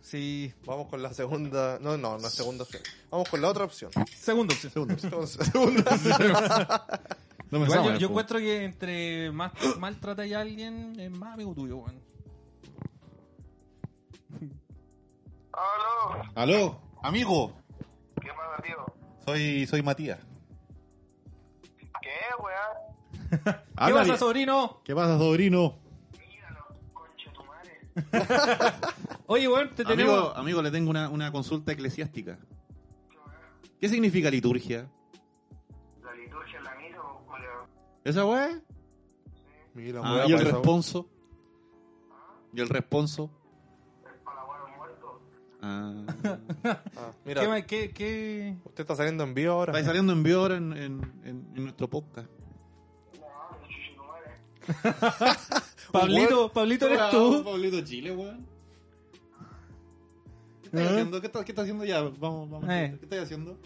Speaker 2: Sí.
Speaker 3: Vamos con la segunda. No, no, la segunda opción. Vamos con la otra opción.
Speaker 2: Segundo opción.
Speaker 3: Entonces, segunda.
Speaker 1: No pues.
Speaker 2: Igual yo,
Speaker 1: pensaba,
Speaker 2: yo
Speaker 1: po.
Speaker 2: encuentro que entre más maltratáis a alguien, es más amigo tuyo, weón.
Speaker 5: Aló,
Speaker 1: Aló, amigo.
Speaker 5: ¿qué pasa, tío?
Speaker 1: Soy, soy Matías.
Speaker 5: ¿Qué, weón?
Speaker 2: ¿Qué
Speaker 1: Habla
Speaker 2: pasa,
Speaker 1: bien.
Speaker 2: sobrino?
Speaker 1: ¿Qué pasa, sobrino?
Speaker 5: Míralo, concha tu madre.
Speaker 2: Oye, weón, te
Speaker 1: Amigo,
Speaker 2: tenemos.
Speaker 1: amigo, le tengo una, una consulta eclesiástica. ¿Qué significa liturgia?
Speaker 5: La liturgia es la misa, pues, culiao.
Speaker 1: ¿Esa weá?
Speaker 3: Mira,
Speaker 1: Ah,
Speaker 3: wea,
Speaker 1: y el
Speaker 3: para esa-
Speaker 1: responso. ¿Y el responso?
Speaker 5: Es para weón muerto.
Speaker 1: Ah.
Speaker 3: Ah,
Speaker 2: ¿Qué,
Speaker 3: Mira,
Speaker 2: ma- qué, qué...
Speaker 3: usted está saliendo en vivo ahora.
Speaker 1: Está saliendo en vivo ahora en, en- en- en nuestro podcast.
Speaker 5: No, pero chucha tu madre.
Speaker 2: Pablito, Pablito eres tú.
Speaker 1: Pablito Chile, weón. ¿Qué estás haciendo? ¿Qué estás, qué estás haciendo ya? Vamos, vamos.
Speaker 2: Eh.
Speaker 1: ¿Qué estás haciendo?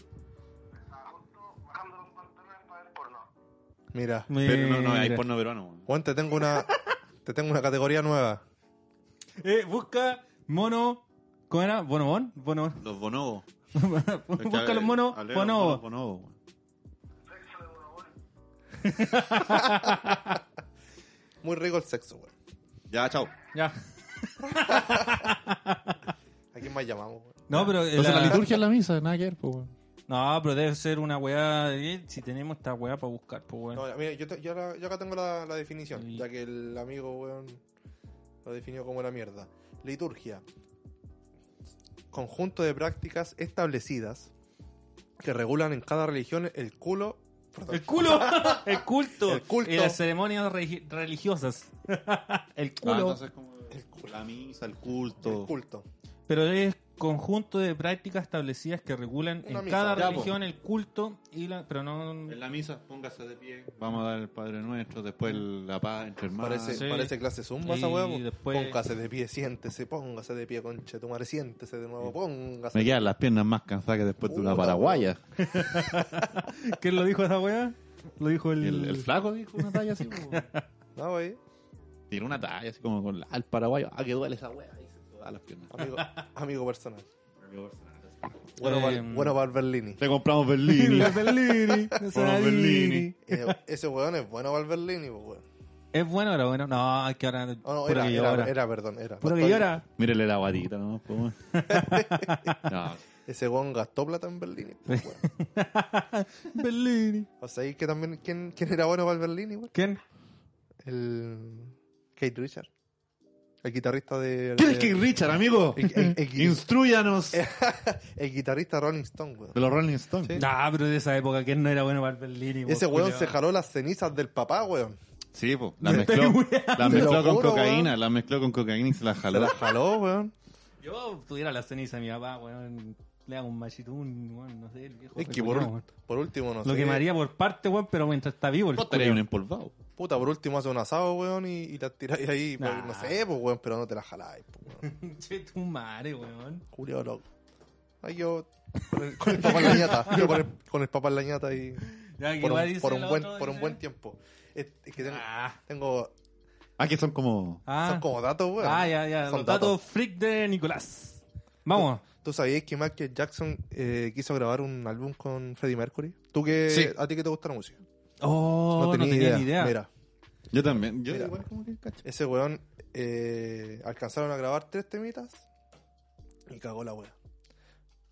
Speaker 5: Estaba justo bajando los pantalones para ver porno.
Speaker 3: Mira.
Speaker 1: Pero no, no, hay
Speaker 2: Mira.
Speaker 1: porno peruano, weón.
Speaker 3: Juan, te tengo una. Te tengo una categoría nueva.
Speaker 2: Eh, busca mono. ¿Cómo era? ¿Bonobón? Bonobón.
Speaker 1: Los bonobos.
Speaker 2: busca los monos.
Speaker 1: Hablé de los monos
Speaker 2: Bonobón.
Speaker 1: bonobos, weón.
Speaker 5: Sexo de monobón.
Speaker 3: Muy rico el sexo, weón.
Speaker 1: Ya, chao. Ah,
Speaker 2: Ya.
Speaker 3: ¿A quién más llamamos? weón?
Speaker 2: No, pero. eh,
Speaker 1: Entonces la,
Speaker 2: la-
Speaker 1: liturgia es la misa, nada que ver, pues, weón.
Speaker 2: No, pero debe ser una weá. de- Si tenemos esta weá para buscar, pues weón.
Speaker 3: No, mira, yo, te- yo la- yo acá tengo la, la definición,
Speaker 2: Sí.
Speaker 3: ya que el amigo, weón, lo definió como la mierda. Liturgia. Conjunto de prácticas establecidas que regulan en cada religión el culo. perdón,
Speaker 2: El culo, el culto,
Speaker 3: El culto.
Speaker 2: y las ceremonias regi- religiosas. el
Speaker 1: Ah,
Speaker 2: culo.
Speaker 1: entonces como el culo. la misa, el culto.
Speaker 3: el culto.
Speaker 2: Pero es conjunto de prácticas establecidas que regulan
Speaker 3: Una
Speaker 2: en
Speaker 3: misa. pues.
Speaker 2: cada
Speaker 1: Ya, po.
Speaker 2: religión el culto y la. Pero no.
Speaker 1: En la misa, póngase de pie. Vamos a dar el Padre Nuestro, después el- la paz entre hermanos.
Speaker 3: Parece,
Speaker 2: sí.
Speaker 3: parece clase zumba esa
Speaker 2: Y
Speaker 3: huevo.
Speaker 2: después-
Speaker 3: Póngase de pie, siéntese, póngase de pie, conche, tu madre, siéntese de nuevo, póngase.
Speaker 1: Me quedan las piernas más cansadas que después de una
Speaker 3: Puta,
Speaker 1: paraguaya.
Speaker 2: ¿Quién lo dijo esa weá? Lo dijo
Speaker 1: Y El, el flaco dijo una talla así, weón.
Speaker 3: No, güey.
Speaker 1: Tiró una talla así como con la- al paraguayo. Ah, que duele esa wea. Y se te va las piernas.
Speaker 3: Amigo, amigo personal.
Speaker 2: Eh,
Speaker 3: Bueno,
Speaker 2: Em,
Speaker 3: Val- bueno, Valverlini.
Speaker 1: Te compramos Berlín.
Speaker 2: Bellini.
Speaker 1: Bellini.
Speaker 3: Eh, ese weón es bueno Valverlini, pues, weón.
Speaker 2: ¿Es bueno o era bueno? No, es que ahora.
Speaker 3: Oh, no,
Speaker 2: puro
Speaker 3: era,
Speaker 2: que
Speaker 3: era,
Speaker 2: llora.
Speaker 3: era, perdón, era.
Speaker 2: Puro que
Speaker 3: Estoy-
Speaker 2: llora.
Speaker 1: Mírele la guatita, ¿no? Pues, weón. no.
Speaker 3: Ese weón gastó plata en Berlín. pues, weón.
Speaker 2: Bellini.
Speaker 3: o sea, ¿y que también, ¿quién, ¿quién era bueno para el Berlín igual?
Speaker 2: ¿Quién?
Speaker 3: El. Kate Richard. El guitarrista de.
Speaker 1: ¿Quién es
Speaker 3: de-
Speaker 1: King Richard, amigo?
Speaker 3: El, el- el gui-
Speaker 1: Instruyanos de
Speaker 3: el guitarrista Rolling Stone, weón.
Speaker 1: los Rolling Stones.
Speaker 3: Sí.
Speaker 2: Nah, pero de esa época, ¿quién no era bueno para el Bellini?
Speaker 3: Ese
Speaker 2: vos,
Speaker 3: weón
Speaker 2: culiao?
Speaker 3: se jaló las cenizas del papá, weón.
Speaker 1: Sí, po, la
Speaker 2: Me
Speaker 1: mezcló,
Speaker 2: estoy weando.
Speaker 1: la
Speaker 3: Te lo
Speaker 1: mezcló con
Speaker 3: juro,
Speaker 1: cocaína,
Speaker 3: weón.
Speaker 1: la mezcló con cocaína y se la
Speaker 3: Se
Speaker 1: jaló.
Speaker 3: las jaló, weón.
Speaker 2: Yo tuviera la ceniza de mi papá, weón. Le hago un machitún, weón, no sé, el viejo.
Speaker 3: Es
Speaker 2: se
Speaker 3: que
Speaker 2: culiao,
Speaker 3: por,
Speaker 2: weón.
Speaker 3: por último, no
Speaker 2: Lo
Speaker 3: sé.
Speaker 2: quemaría por parte, weón, pero mientras está vivo el
Speaker 1: Vos tenés
Speaker 2: culiao.
Speaker 1: un empolvado.
Speaker 3: Puta, por último hace un asado, weón, y, y las tiráis ahí. pues,
Speaker 2: Nah.
Speaker 3: no sé, pues, weón, pero no te las jaláis, pues, weón.
Speaker 2: Che, tu madre, weón.
Speaker 3: Julio loco. Ay, yo con el, con el papá en la ñata. Yo con el, con el papá en la ñata y
Speaker 2: Ya, que
Speaker 3: por
Speaker 2: va,
Speaker 3: un,
Speaker 2: dice
Speaker 3: por
Speaker 2: el
Speaker 3: un buen,
Speaker 2: otro,
Speaker 3: por un
Speaker 2: dice.
Speaker 3: buen tiempo. Es, es que tengo,
Speaker 2: Ah,
Speaker 3: tengo-
Speaker 1: Ah, que son como...
Speaker 2: ah,
Speaker 3: son como datos, weón.
Speaker 2: ah, ya, ya.
Speaker 3: Son
Speaker 2: Los datos. freak de Nicolás. Vamos.
Speaker 3: ¿Tú sabías que Michael Jackson eh, quiso grabar un álbum con Freddie Mercury? ¿Tú que
Speaker 1: Sí.
Speaker 3: a ti que te gusta la música?
Speaker 2: Oh, no tenía, ni idea.
Speaker 3: Mira,
Speaker 1: Yo también. Yo
Speaker 3: Mira.
Speaker 1: igual como que cacho.
Speaker 3: ese weón eh, alcanzaron a grabar tres temitas y cagó la wea.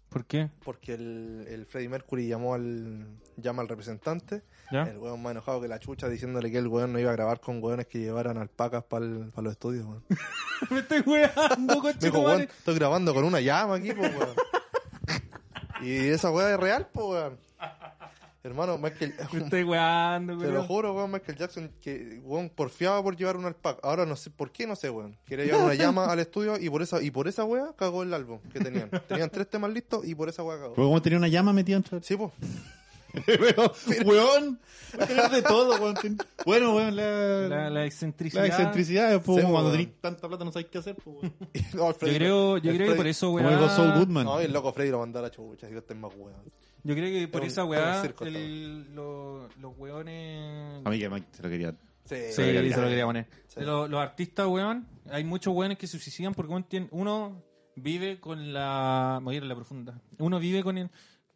Speaker 2: ¿Por qué?
Speaker 3: Porque el, el Freddie Mercury llamó al llama al representante
Speaker 2: ¿Ya?
Speaker 3: El weón más enojado que la chucha diciéndole que el weón no iba a grabar con weones que llevaran alpacas para los estudios, weón. Me
Speaker 2: Me estoy weando,
Speaker 3: dijo, weón, estoy grabando con una llama aquí, po, weón. y esa weá es real, po, weón. Hermano, Michael,
Speaker 2: Me estoy weando,
Speaker 3: te lo
Speaker 2: weón.
Speaker 3: juro, weón, Michael Jackson, que weón porfiaba por llevar una alpaca. Ahora no sé por qué, no sé, weón. Quería llevar una llama al estudio y por esa y por esa weá cagó el álbum que tenían. Tenían tres temas listos y por esa weá cagó.
Speaker 1: Porque como tenía una llama metida entre...
Speaker 3: Sí, po.
Speaker 1: Pero, weón, va a tener de todo, weón. Ten- Bueno, weón, la,
Speaker 2: La,
Speaker 1: la,
Speaker 2: la excentricidad.
Speaker 1: excentricidad es
Speaker 3: Sí,
Speaker 1: como cuando
Speaker 3: weón.
Speaker 1: tenés tanta plata no sabes qué hacer, pues, weón.
Speaker 3: No, oh, el
Speaker 2: Yo
Speaker 3: Freddie-
Speaker 2: creo, yo
Speaker 3: el
Speaker 2: creo que por
Speaker 3: Freddie-
Speaker 2: eso,
Speaker 1: Como dijo
Speaker 2: weón.
Speaker 1: Saul Goodman.
Speaker 3: No, y el loco Freire lo mandó a la chucha, digo, este es más weón.
Speaker 2: Yo creo que por
Speaker 3: Era un-
Speaker 2: esa
Speaker 3: era
Speaker 2: weá,
Speaker 3: un circo,
Speaker 2: el-
Speaker 3: estaba.
Speaker 2: lo- los weones.
Speaker 1: A mí que Mike se lo quería.
Speaker 3: Sí,
Speaker 2: Sí,
Speaker 1: quería
Speaker 2: se lo quería poner.
Speaker 3: Eh, Sí.
Speaker 2: De lo- los artistas, weón, hay muchos weones que se suicidan porque weón, tiene- uno vive con la. Me voy a ir a la profunda. Uno vive con el.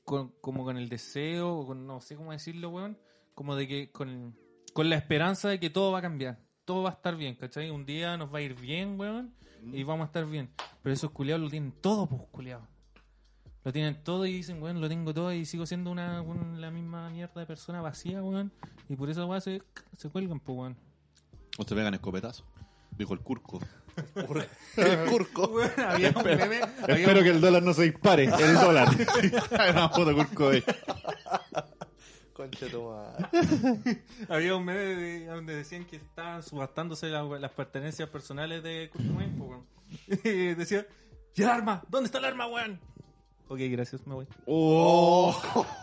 Speaker 2: con- como con el deseo, o con, no sé cómo decirlo, weón. Como de que. Con, con la esperanza de que todo va a cambiar. Todo va a estar bien, ¿cachai? Un día nos va a ir bien, weón. Y vamos a estar bien. Pero esos culiados lo tienen todo, pues, culiados. Lo tienen todo y dicen, weón, lo tengo todo y sigo siendo una, un- la misma mierda de persona vacía, weón. Y por eso, weón, se, se cuelgan, pues, weón.
Speaker 1: O se pegan escopetazo. Dijo el curco.
Speaker 3: El curco.
Speaker 2: Weón, había un meme, había
Speaker 1: Espero que el dólar no se dispare. El dólar. Hay una foto curco ahí.
Speaker 3: Concha tu madre.
Speaker 2: un- había un meme de- donde decían que estaban subastándose la- las pertenencias personales de Kurt Cobain, po, weón. Y decían, ¿y el arma? ¿Dónde está el arma, weón? Ok, gracias, me voy.
Speaker 1: Oh.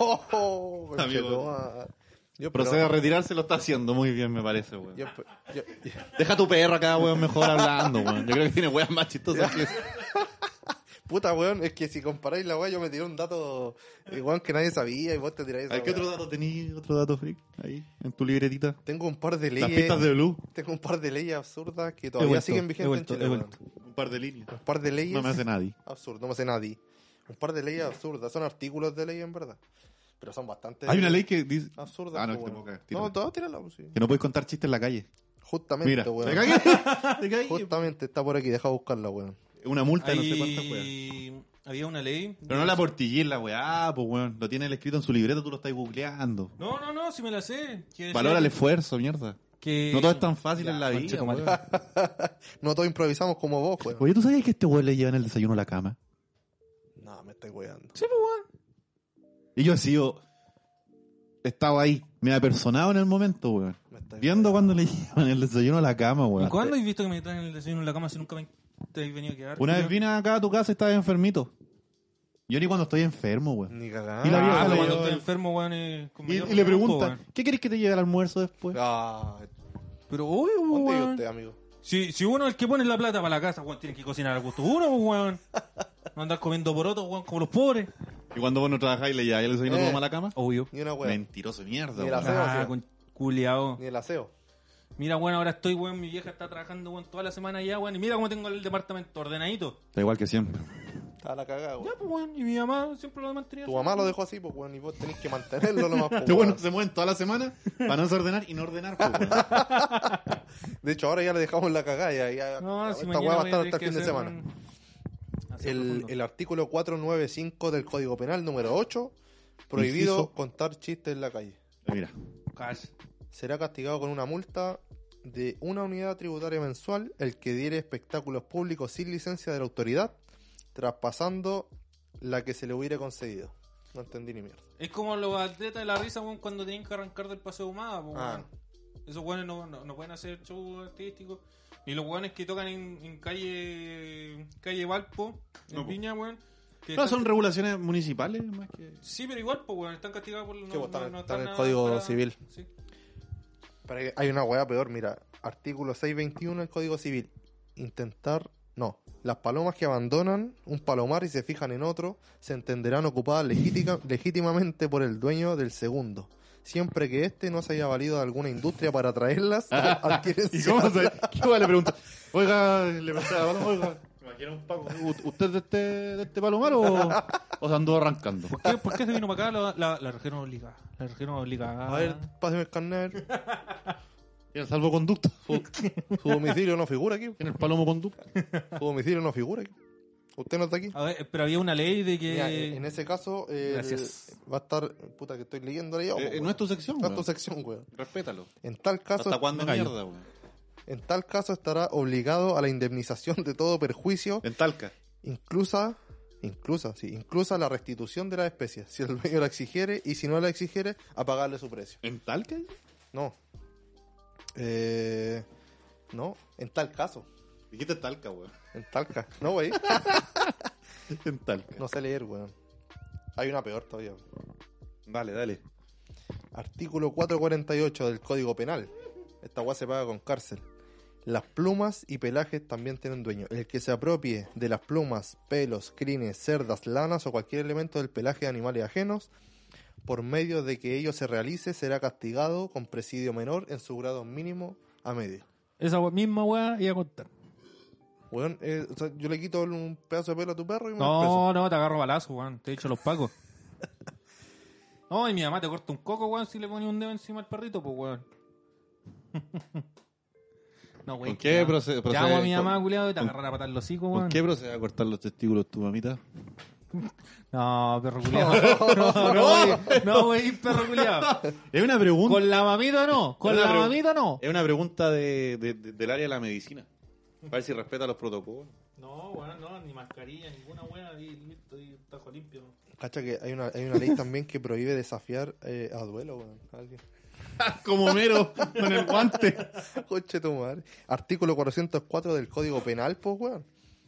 Speaker 3: Oh, concha
Speaker 1: Amigo.
Speaker 3: tu madre. Yo
Speaker 1: Procede a
Speaker 3: espero-
Speaker 1: retirarse, lo está haciendo muy bien, me parece, weón.
Speaker 3: yo espe- yo- yo-
Speaker 1: Deja tu perro acá, weón, mejor hablando, weón. Yo creo que tiene weas más chistosas que eso.
Speaker 3: Puta, weón, es que si comparáis la weá, yo me tiré un dato, eh, weón, que nadie sabía y vos te tiráis esa
Speaker 1: ¿Hay qué
Speaker 3: weá.
Speaker 1: otro dato tenías? ¿Otro dato freak? Ahí, en tu libretita.
Speaker 3: Tengo un par de
Speaker 1: Las
Speaker 3: leyes.
Speaker 1: pistas de Blue.
Speaker 3: Tengo un par de leyes absurdas que todavía
Speaker 2: vuelto,
Speaker 3: siguen
Speaker 2: he
Speaker 3: vigentes
Speaker 2: vuelto,
Speaker 3: en Chile.
Speaker 2: he
Speaker 3: weón.
Speaker 2: vuelto.
Speaker 1: Un par de líneas.
Speaker 3: Un par de leyes
Speaker 1: No me hace nadie.
Speaker 3: absurdas, no me hace nadie. Un par de leyes absurdas, son artículos de ley en verdad. Pero son bastante
Speaker 1: Hay una ley que dice
Speaker 3: absurdas.
Speaker 1: Ah, no,
Speaker 3: pues,
Speaker 1: que te
Speaker 3: weón.
Speaker 1: puedo cagar, tírala.
Speaker 3: No, todas tíralas, pues, sí.
Speaker 1: que no puedes contar chistes en la calle.
Speaker 3: Justamente,
Speaker 1: Mira,
Speaker 3: weón.
Speaker 1: te cagué, te cagué.
Speaker 3: Justamente está por aquí, deja buscarla, weón.
Speaker 1: Una multa, de no sé cuántas weas.
Speaker 2: Ahí había una ley.
Speaker 1: Pero no la portillé la weá, pues weón. Lo tiene él escrito en su libreto, tú lo estás googleando.
Speaker 2: No, no, no, si me la sé. Que decía
Speaker 1: Valora el
Speaker 2: que-
Speaker 1: esfuerzo, mierda.
Speaker 2: que-
Speaker 1: No todo es tan fácil
Speaker 2: Ya,
Speaker 1: en la
Speaker 2: conche
Speaker 1: vida,
Speaker 2: tu madre.
Speaker 1: weón.
Speaker 3: No todos improvisamos como vos, weón.
Speaker 1: Oye, ¿tú sabías que este weón le llevan el desayuno a la cama?
Speaker 3: No, me estáis weando.
Speaker 2: Sí, pues, weón.
Speaker 1: Y yo he sido. He estado ahí, me apersonado en el momento, weón.
Speaker 3: Me estáis
Speaker 1: Viendo cuando le llevan el desayuno a la cama,
Speaker 2: ¿Y
Speaker 1: weón.
Speaker 2: cuándo has visto que me traen el desayuno en la cama si nunca me te has venido a quedar?
Speaker 1: Una vez
Speaker 2: Yo-
Speaker 1: vine acá a tu casa y estabas enfermito. Yo ni cuando estoy enfermo, weón.
Speaker 3: Ni
Speaker 1: Y la
Speaker 3: cagada.
Speaker 1: vieja
Speaker 2: Ah,
Speaker 1: le-
Speaker 2: pero cuando estoy enfermo, weón. eh, con
Speaker 1: Y,
Speaker 2: mayor
Speaker 1: y le
Speaker 2: razón, po,
Speaker 1: preguntan,
Speaker 2: weón.
Speaker 1: ¿qué querés que te lleve el almuerzo después?
Speaker 3: Ah,
Speaker 2: Pero obvio, po,
Speaker 3: ¿dónde vive
Speaker 2: weón.
Speaker 3: usted, amigo?
Speaker 2: Si, si uno es el que pone la plata para la casa, weón, tiene que cocinar al gusto de uno, pues, weón. No andar comiendo porotos, weón, como los pobres.
Speaker 1: Y cuando vos no trabajáis, le lleváis el desayuno
Speaker 3: Eh.
Speaker 1: a tu mamá a la cama.
Speaker 2: Obvio.
Speaker 3: Ni una weón.
Speaker 1: Mentiroso de mierda,
Speaker 3: Ni la
Speaker 1: weón.
Speaker 3: Aseo,
Speaker 2: Ah,
Speaker 3: tío.
Speaker 2: con culiao.
Speaker 3: Ni el aseo.
Speaker 2: Mira, weón, ahora estoy, weón, mi vieja está trabajando, weón, toda la semana ya, weón. Y mira cómo tengo el departamento ordenadito.
Speaker 1: Está igual que siempre.
Speaker 2: Oh,
Speaker 3: Está la cagada,
Speaker 2: Ya,
Speaker 3: weón.
Speaker 2: pues, weón, y mi mamá siempre lo mantenía.
Speaker 3: Tu
Speaker 2: así.
Speaker 3: mamá lo dejó así, pues, weón. Y vos tenés que mantenerlo lo más, pues,
Speaker 1: Este bueno
Speaker 3: weón.
Speaker 1: se mueven toda la semana para no desordenar y no ordenar, pues, weón.
Speaker 3: De hecho, ahora ya le dejamos la cagada. Ya, ya-
Speaker 2: No, si
Speaker 3: esta
Speaker 2: mañana
Speaker 3: weá va a
Speaker 2: voy
Speaker 3: estar
Speaker 2: tener
Speaker 3: hasta el
Speaker 2: que
Speaker 3: fin de
Speaker 2: hacer
Speaker 3: semana.
Speaker 2: un- hacer
Speaker 3: El,
Speaker 2: profundo.
Speaker 3: el artículo 495 del Código Penal número 8, prohibido
Speaker 1: Inciso.
Speaker 3: contar chistes en la calle.
Speaker 1: Mira,
Speaker 2: Cash.
Speaker 3: Será castigado con una multa de una unidad tributaria mensual el que diere espectáculos públicos sin licencia de la autoridad, traspasando la que se le hubiera concedido. No entendí ni mierda.
Speaker 2: Es como los atletas de la risa, weón, cuando tienen que arrancar del paseo humada, pues,
Speaker 3: Ah.
Speaker 2: weón. Esos weones no, no, no pueden hacer show artístico. Ni los weones que tocan en, en calle calle Valpo, en
Speaker 1: No, po.
Speaker 2: Viña, weón. que
Speaker 1: no,
Speaker 2: están-
Speaker 1: son regulaciones municipales más que.
Speaker 2: Sí, pero igual, pues, weón, están castigados por...
Speaker 3: Sí, pues, están- están en el
Speaker 2: nada
Speaker 3: Código Civil.
Speaker 2: Sí.
Speaker 3: Pero hay- hay una hueá peor, mira, artículo 621 del Código Civil. Intentar, no, las palomas que abandonan un palomar y se fijan en otro se entenderán ocupadas legítica- legítimamente por el dueño del segundo, siempre que éste no se haya valido de alguna industria para traerlas. adquieren
Speaker 1: ¿Y
Speaker 3: su-
Speaker 1: cómo se.? ¿Qué weón le pregunta? Oiga, le preguntaba a Palomar, oiga. Imagina un Paco. ¿u- ¿Usted es de este, de este Palomar o, o se andó arrancando?
Speaker 2: ¿Por qué, ¿Por qué se vino para acá la, la, la región obligada? La región obligada.
Speaker 3: A ver, páseme el carnet.
Speaker 1: Tiene el salvoconducto. Su,
Speaker 3: Su domicilio no figura aquí.
Speaker 1: tiene el palomo conducto.
Speaker 3: Su domicilio no figura aquí. Usted no está aquí.
Speaker 2: A ver, pero había una ley de que...
Speaker 3: Mira, e,
Speaker 1: Eh,
Speaker 3: en ese caso, el-
Speaker 2: Gracias.
Speaker 3: va a estar. Puta, que estoy leyendo ahí.
Speaker 1: Eh, eh, no es tu sección,
Speaker 3: No es tu
Speaker 1: weón.
Speaker 3: sección, weón.
Speaker 1: Respétalo.
Speaker 3: En tal caso.
Speaker 1: ¿Hasta cuándo
Speaker 2: me callo.
Speaker 1: mierda, weón?
Speaker 3: En tal caso estará obligado a la indemnización de todo perjuicio,
Speaker 1: En Talca.
Speaker 3: inclusa, inclusa, sí, inclusa la restitución de la especie, si el dueño la exigiere y si no la exigiere, a pagarle su precio.
Speaker 1: ¿En Talca?
Speaker 3: No. Eh, no, en tal caso,
Speaker 1: Dijiste Talca, weón.
Speaker 3: en tal caso. No, güey,
Speaker 1: En Talca.
Speaker 3: no sé leer, weón. Hay una peor todavía.
Speaker 1: Dale, dale.
Speaker 3: Artículo 448 del Código Penal. Esta guá se paga con cárcel. Las plumas y pelajes también tienen dueño. El que se apropie de las plumas, pelos, crines, cerdas, lanas o cualquier elemento del pelaje de animales ajenos, por medio de que ello se realice, será castigado con presidio menor en su grado mínimo a medio.
Speaker 2: Esa we- misma weá iba a contar.
Speaker 3: Weón, eh, o sea, yo le quito un pedazo de pelo a tu perro y me lo expreso.
Speaker 2: No, no, te agarro balazo, weón. Te he dicho los pacos. No, y mi mamá te corta un coco, weón, si le pones un dedo encima al perrito, pues, weón. No,
Speaker 1: ¿Con
Speaker 2: weón.
Speaker 1: qué
Speaker 2: ya.
Speaker 1: procede-
Speaker 2: Llamo a
Speaker 1: procede-
Speaker 2: mi mamá, culiado, y te
Speaker 1: con-
Speaker 2: agarran a patar los hocico,
Speaker 1: ¿Por
Speaker 2: weón.
Speaker 1: qué procede a cortar los testículos tu mamita?
Speaker 2: No, perro culiado. No, no, wey, no, wey, perro culiado.
Speaker 1: Es una pregunta.
Speaker 2: Con la mamita no, con
Speaker 1: Una
Speaker 2: la
Speaker 1: pregu-
Speaker 2: mamita no.
Speaker 1: Es una pregunta de, de- de- del área de la medicina. A ver si respeta los protocolos.
Speaker 2: No, weón, no, ni mascarilla, ninguna weá, y listo, y tajo limpio.
Speaker 3: Cacha que hay una, hay una ley también que prohíbe desafiar eh, a duelo, weón. a alguien.
Speaker 1: Como mero con el guante.
Speaker 3: Conche tu madre. Artículo 404 del Código Penal, pues, weón.